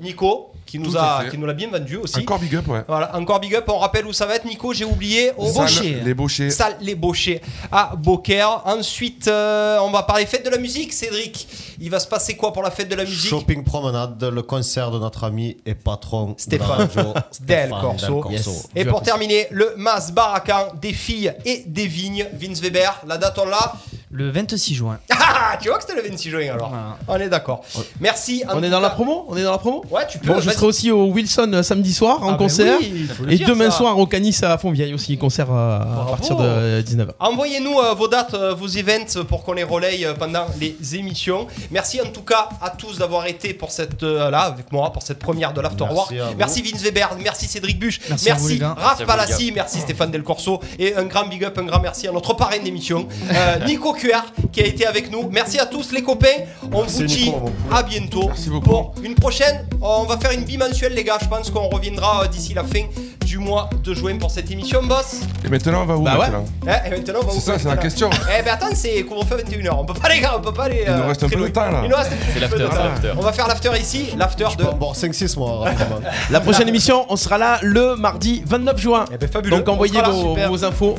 Speaker 3: Nico, qui nous
Speaker 7: Tout à
Speaker 3: a,
Speaker 7: fait.
Speaker 3: qui nous l'a bien vendu aussi.
Speaker 7: Encore big up, ouais.
Speaker 3: Voilà, encore big up, on rappelle où ça va être, Nico, j'ai oublié. Au
Speaker 7: Salle Les Bochers.
Speaker 3: Salle Les Bochers à Beaucaire. Ensuite, euh, on va parler fête de la musique, Cédric. Il va se passer quoi pour la fête de la musique
Speaker 5: Shopping Promenade, le concert de notre ami et patron
Speaker 3: Stéphane.
Speaker 5: de la radio,
Speaker 3: Del
Speaker 5: Stéphane
Speaker 3: Corso.
Speaker 8: Yes.
Speaker 3: Et pour terminer, le Mas Barakan des filles et des vignes, Vince Weber. La date, on l'a
Speaker 4: Le 26 juin.
Speaker 3: Ah, tu vois que c'était le 26 juin alors.
Speaker 4: Voilà.
Speaker 3: On est d'accord. Merci. en
Speaker 8: On est
Speaker 3: tout
Speaker 8: dans la
Speaker 3: cas.
Speaker 8: promo On est dans la promo
Speaker 3: Ah, Ouais, tu peux.
Speaker 8: Bon, je
Speaker 3: vas-y.
Speaker 8: serai aussi au Wilson euh, samedi soir en
Speaker 4: Ah ben
Speaker 8: concert.
Speaker 4: oui, il faut le
Speaker 8: Et
Speaker 3: dire,
Speaker 8: demain
Speaker 3: ça.
Speaker 8: soir au Canis à Fontvieille aussi, concert euh, à partir de 19h.
Speaker 3: Envoyez-nous euh, vos dates, euh, vos events euh, pour qu'on les relaye euh, pendant les émissions. Merci en tout cas à tous d'avoir été pour cette euh, là avec moi pour cette première de l'After
Speaker 5: Merci
Speaker 3: War.
Speaker 5: à vous.
Speaker 3: Merci Vince Weber, merci Cédric Buche,
Speaker 4: Merci à vous, les gars.
Speaker 3: Raph
Speaker 6: Merci à vous, les
Speaker 3: Palassi, merci Stéphane Del Corso et un grand big up, un grand merci à notre parrain d'émission euh, Nico QR qui a été avec nous. Merci à tous les copains. On
Speaker 5: Merci,
Speaker 3: vous dit
Speaker 5: Nico, mon poulet.
Speaker 3: à bientôt
Speaker 7: Merci beaucoup.
Speaker 3: pour une prochaine. On va faire une bimensuelle les gars. Je pense qu'on reviendra euh, d'ici la fin du mois de juin pour cette émission, boss.
Speaker 7: Et maintenant, on va où
Speaker 8: Bah ouais. Bah
Speaker 7: maintenant
Speaker 3: Hein, et maintenant, on va
Speaker 7: C'est
Speaker 3: vous
Speaker 7: ça, c'est
Speaker 3: mettre
Speaker 7: la
Speaker 3: là.
Speaker 7: question.
Speaker 3: Eh ben attends, c'est couvre-feu 21h. On peut pas les gars, on peut pas les.
Speaker 7: Il nous reste un peu de temps, là.
Speaker 3: Il nous reste un petit peu
Speaker 6: l'after,
Speaker 3: de
Speaker 6: c'est
Speaker 3: temps.
Speaker 6: l'after.
Speaker 3: On va faire l'after ici, l'after de.
Speaker 5: Je peux en boire 5-6 moi, rapidement.
Speaker 8: La prochaine émission, on sera là le mardi 29 juin.
Speaker 3: Eh ben, fabuleux.
Speaker 8: Donc
Speaker 3: On
Speaker 8: envoyez
Speaker 3: sera là,
Speaker 8: vos,
Speaker 3: super.
Speaker 8: vos infos.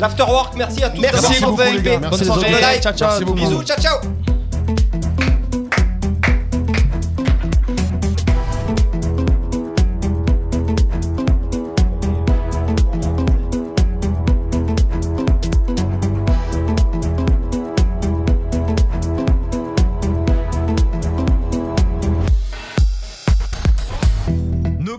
Speaker 3: L'after work, merci à tous.
Speaker 8: Merci
Speaker 3: d'avoir
Speaker 8: beaucoup,
Speaker 3: participé.
Speaker 8: les gars.
Speaker 3: Bonne
Speaker 4: Merci
Speaker 3: soirée.
Speaker 4: beaucoup.
Speaker 3: Bye.
Speaker 4: Ciao, ciao
Speaker 7: Merci
Speaker 4: tout le
Speaker 7: beaucoup.
Speaker 4: monde.
Speaker 3: Bisous, ciao, ciao.
Speaker 2: Nos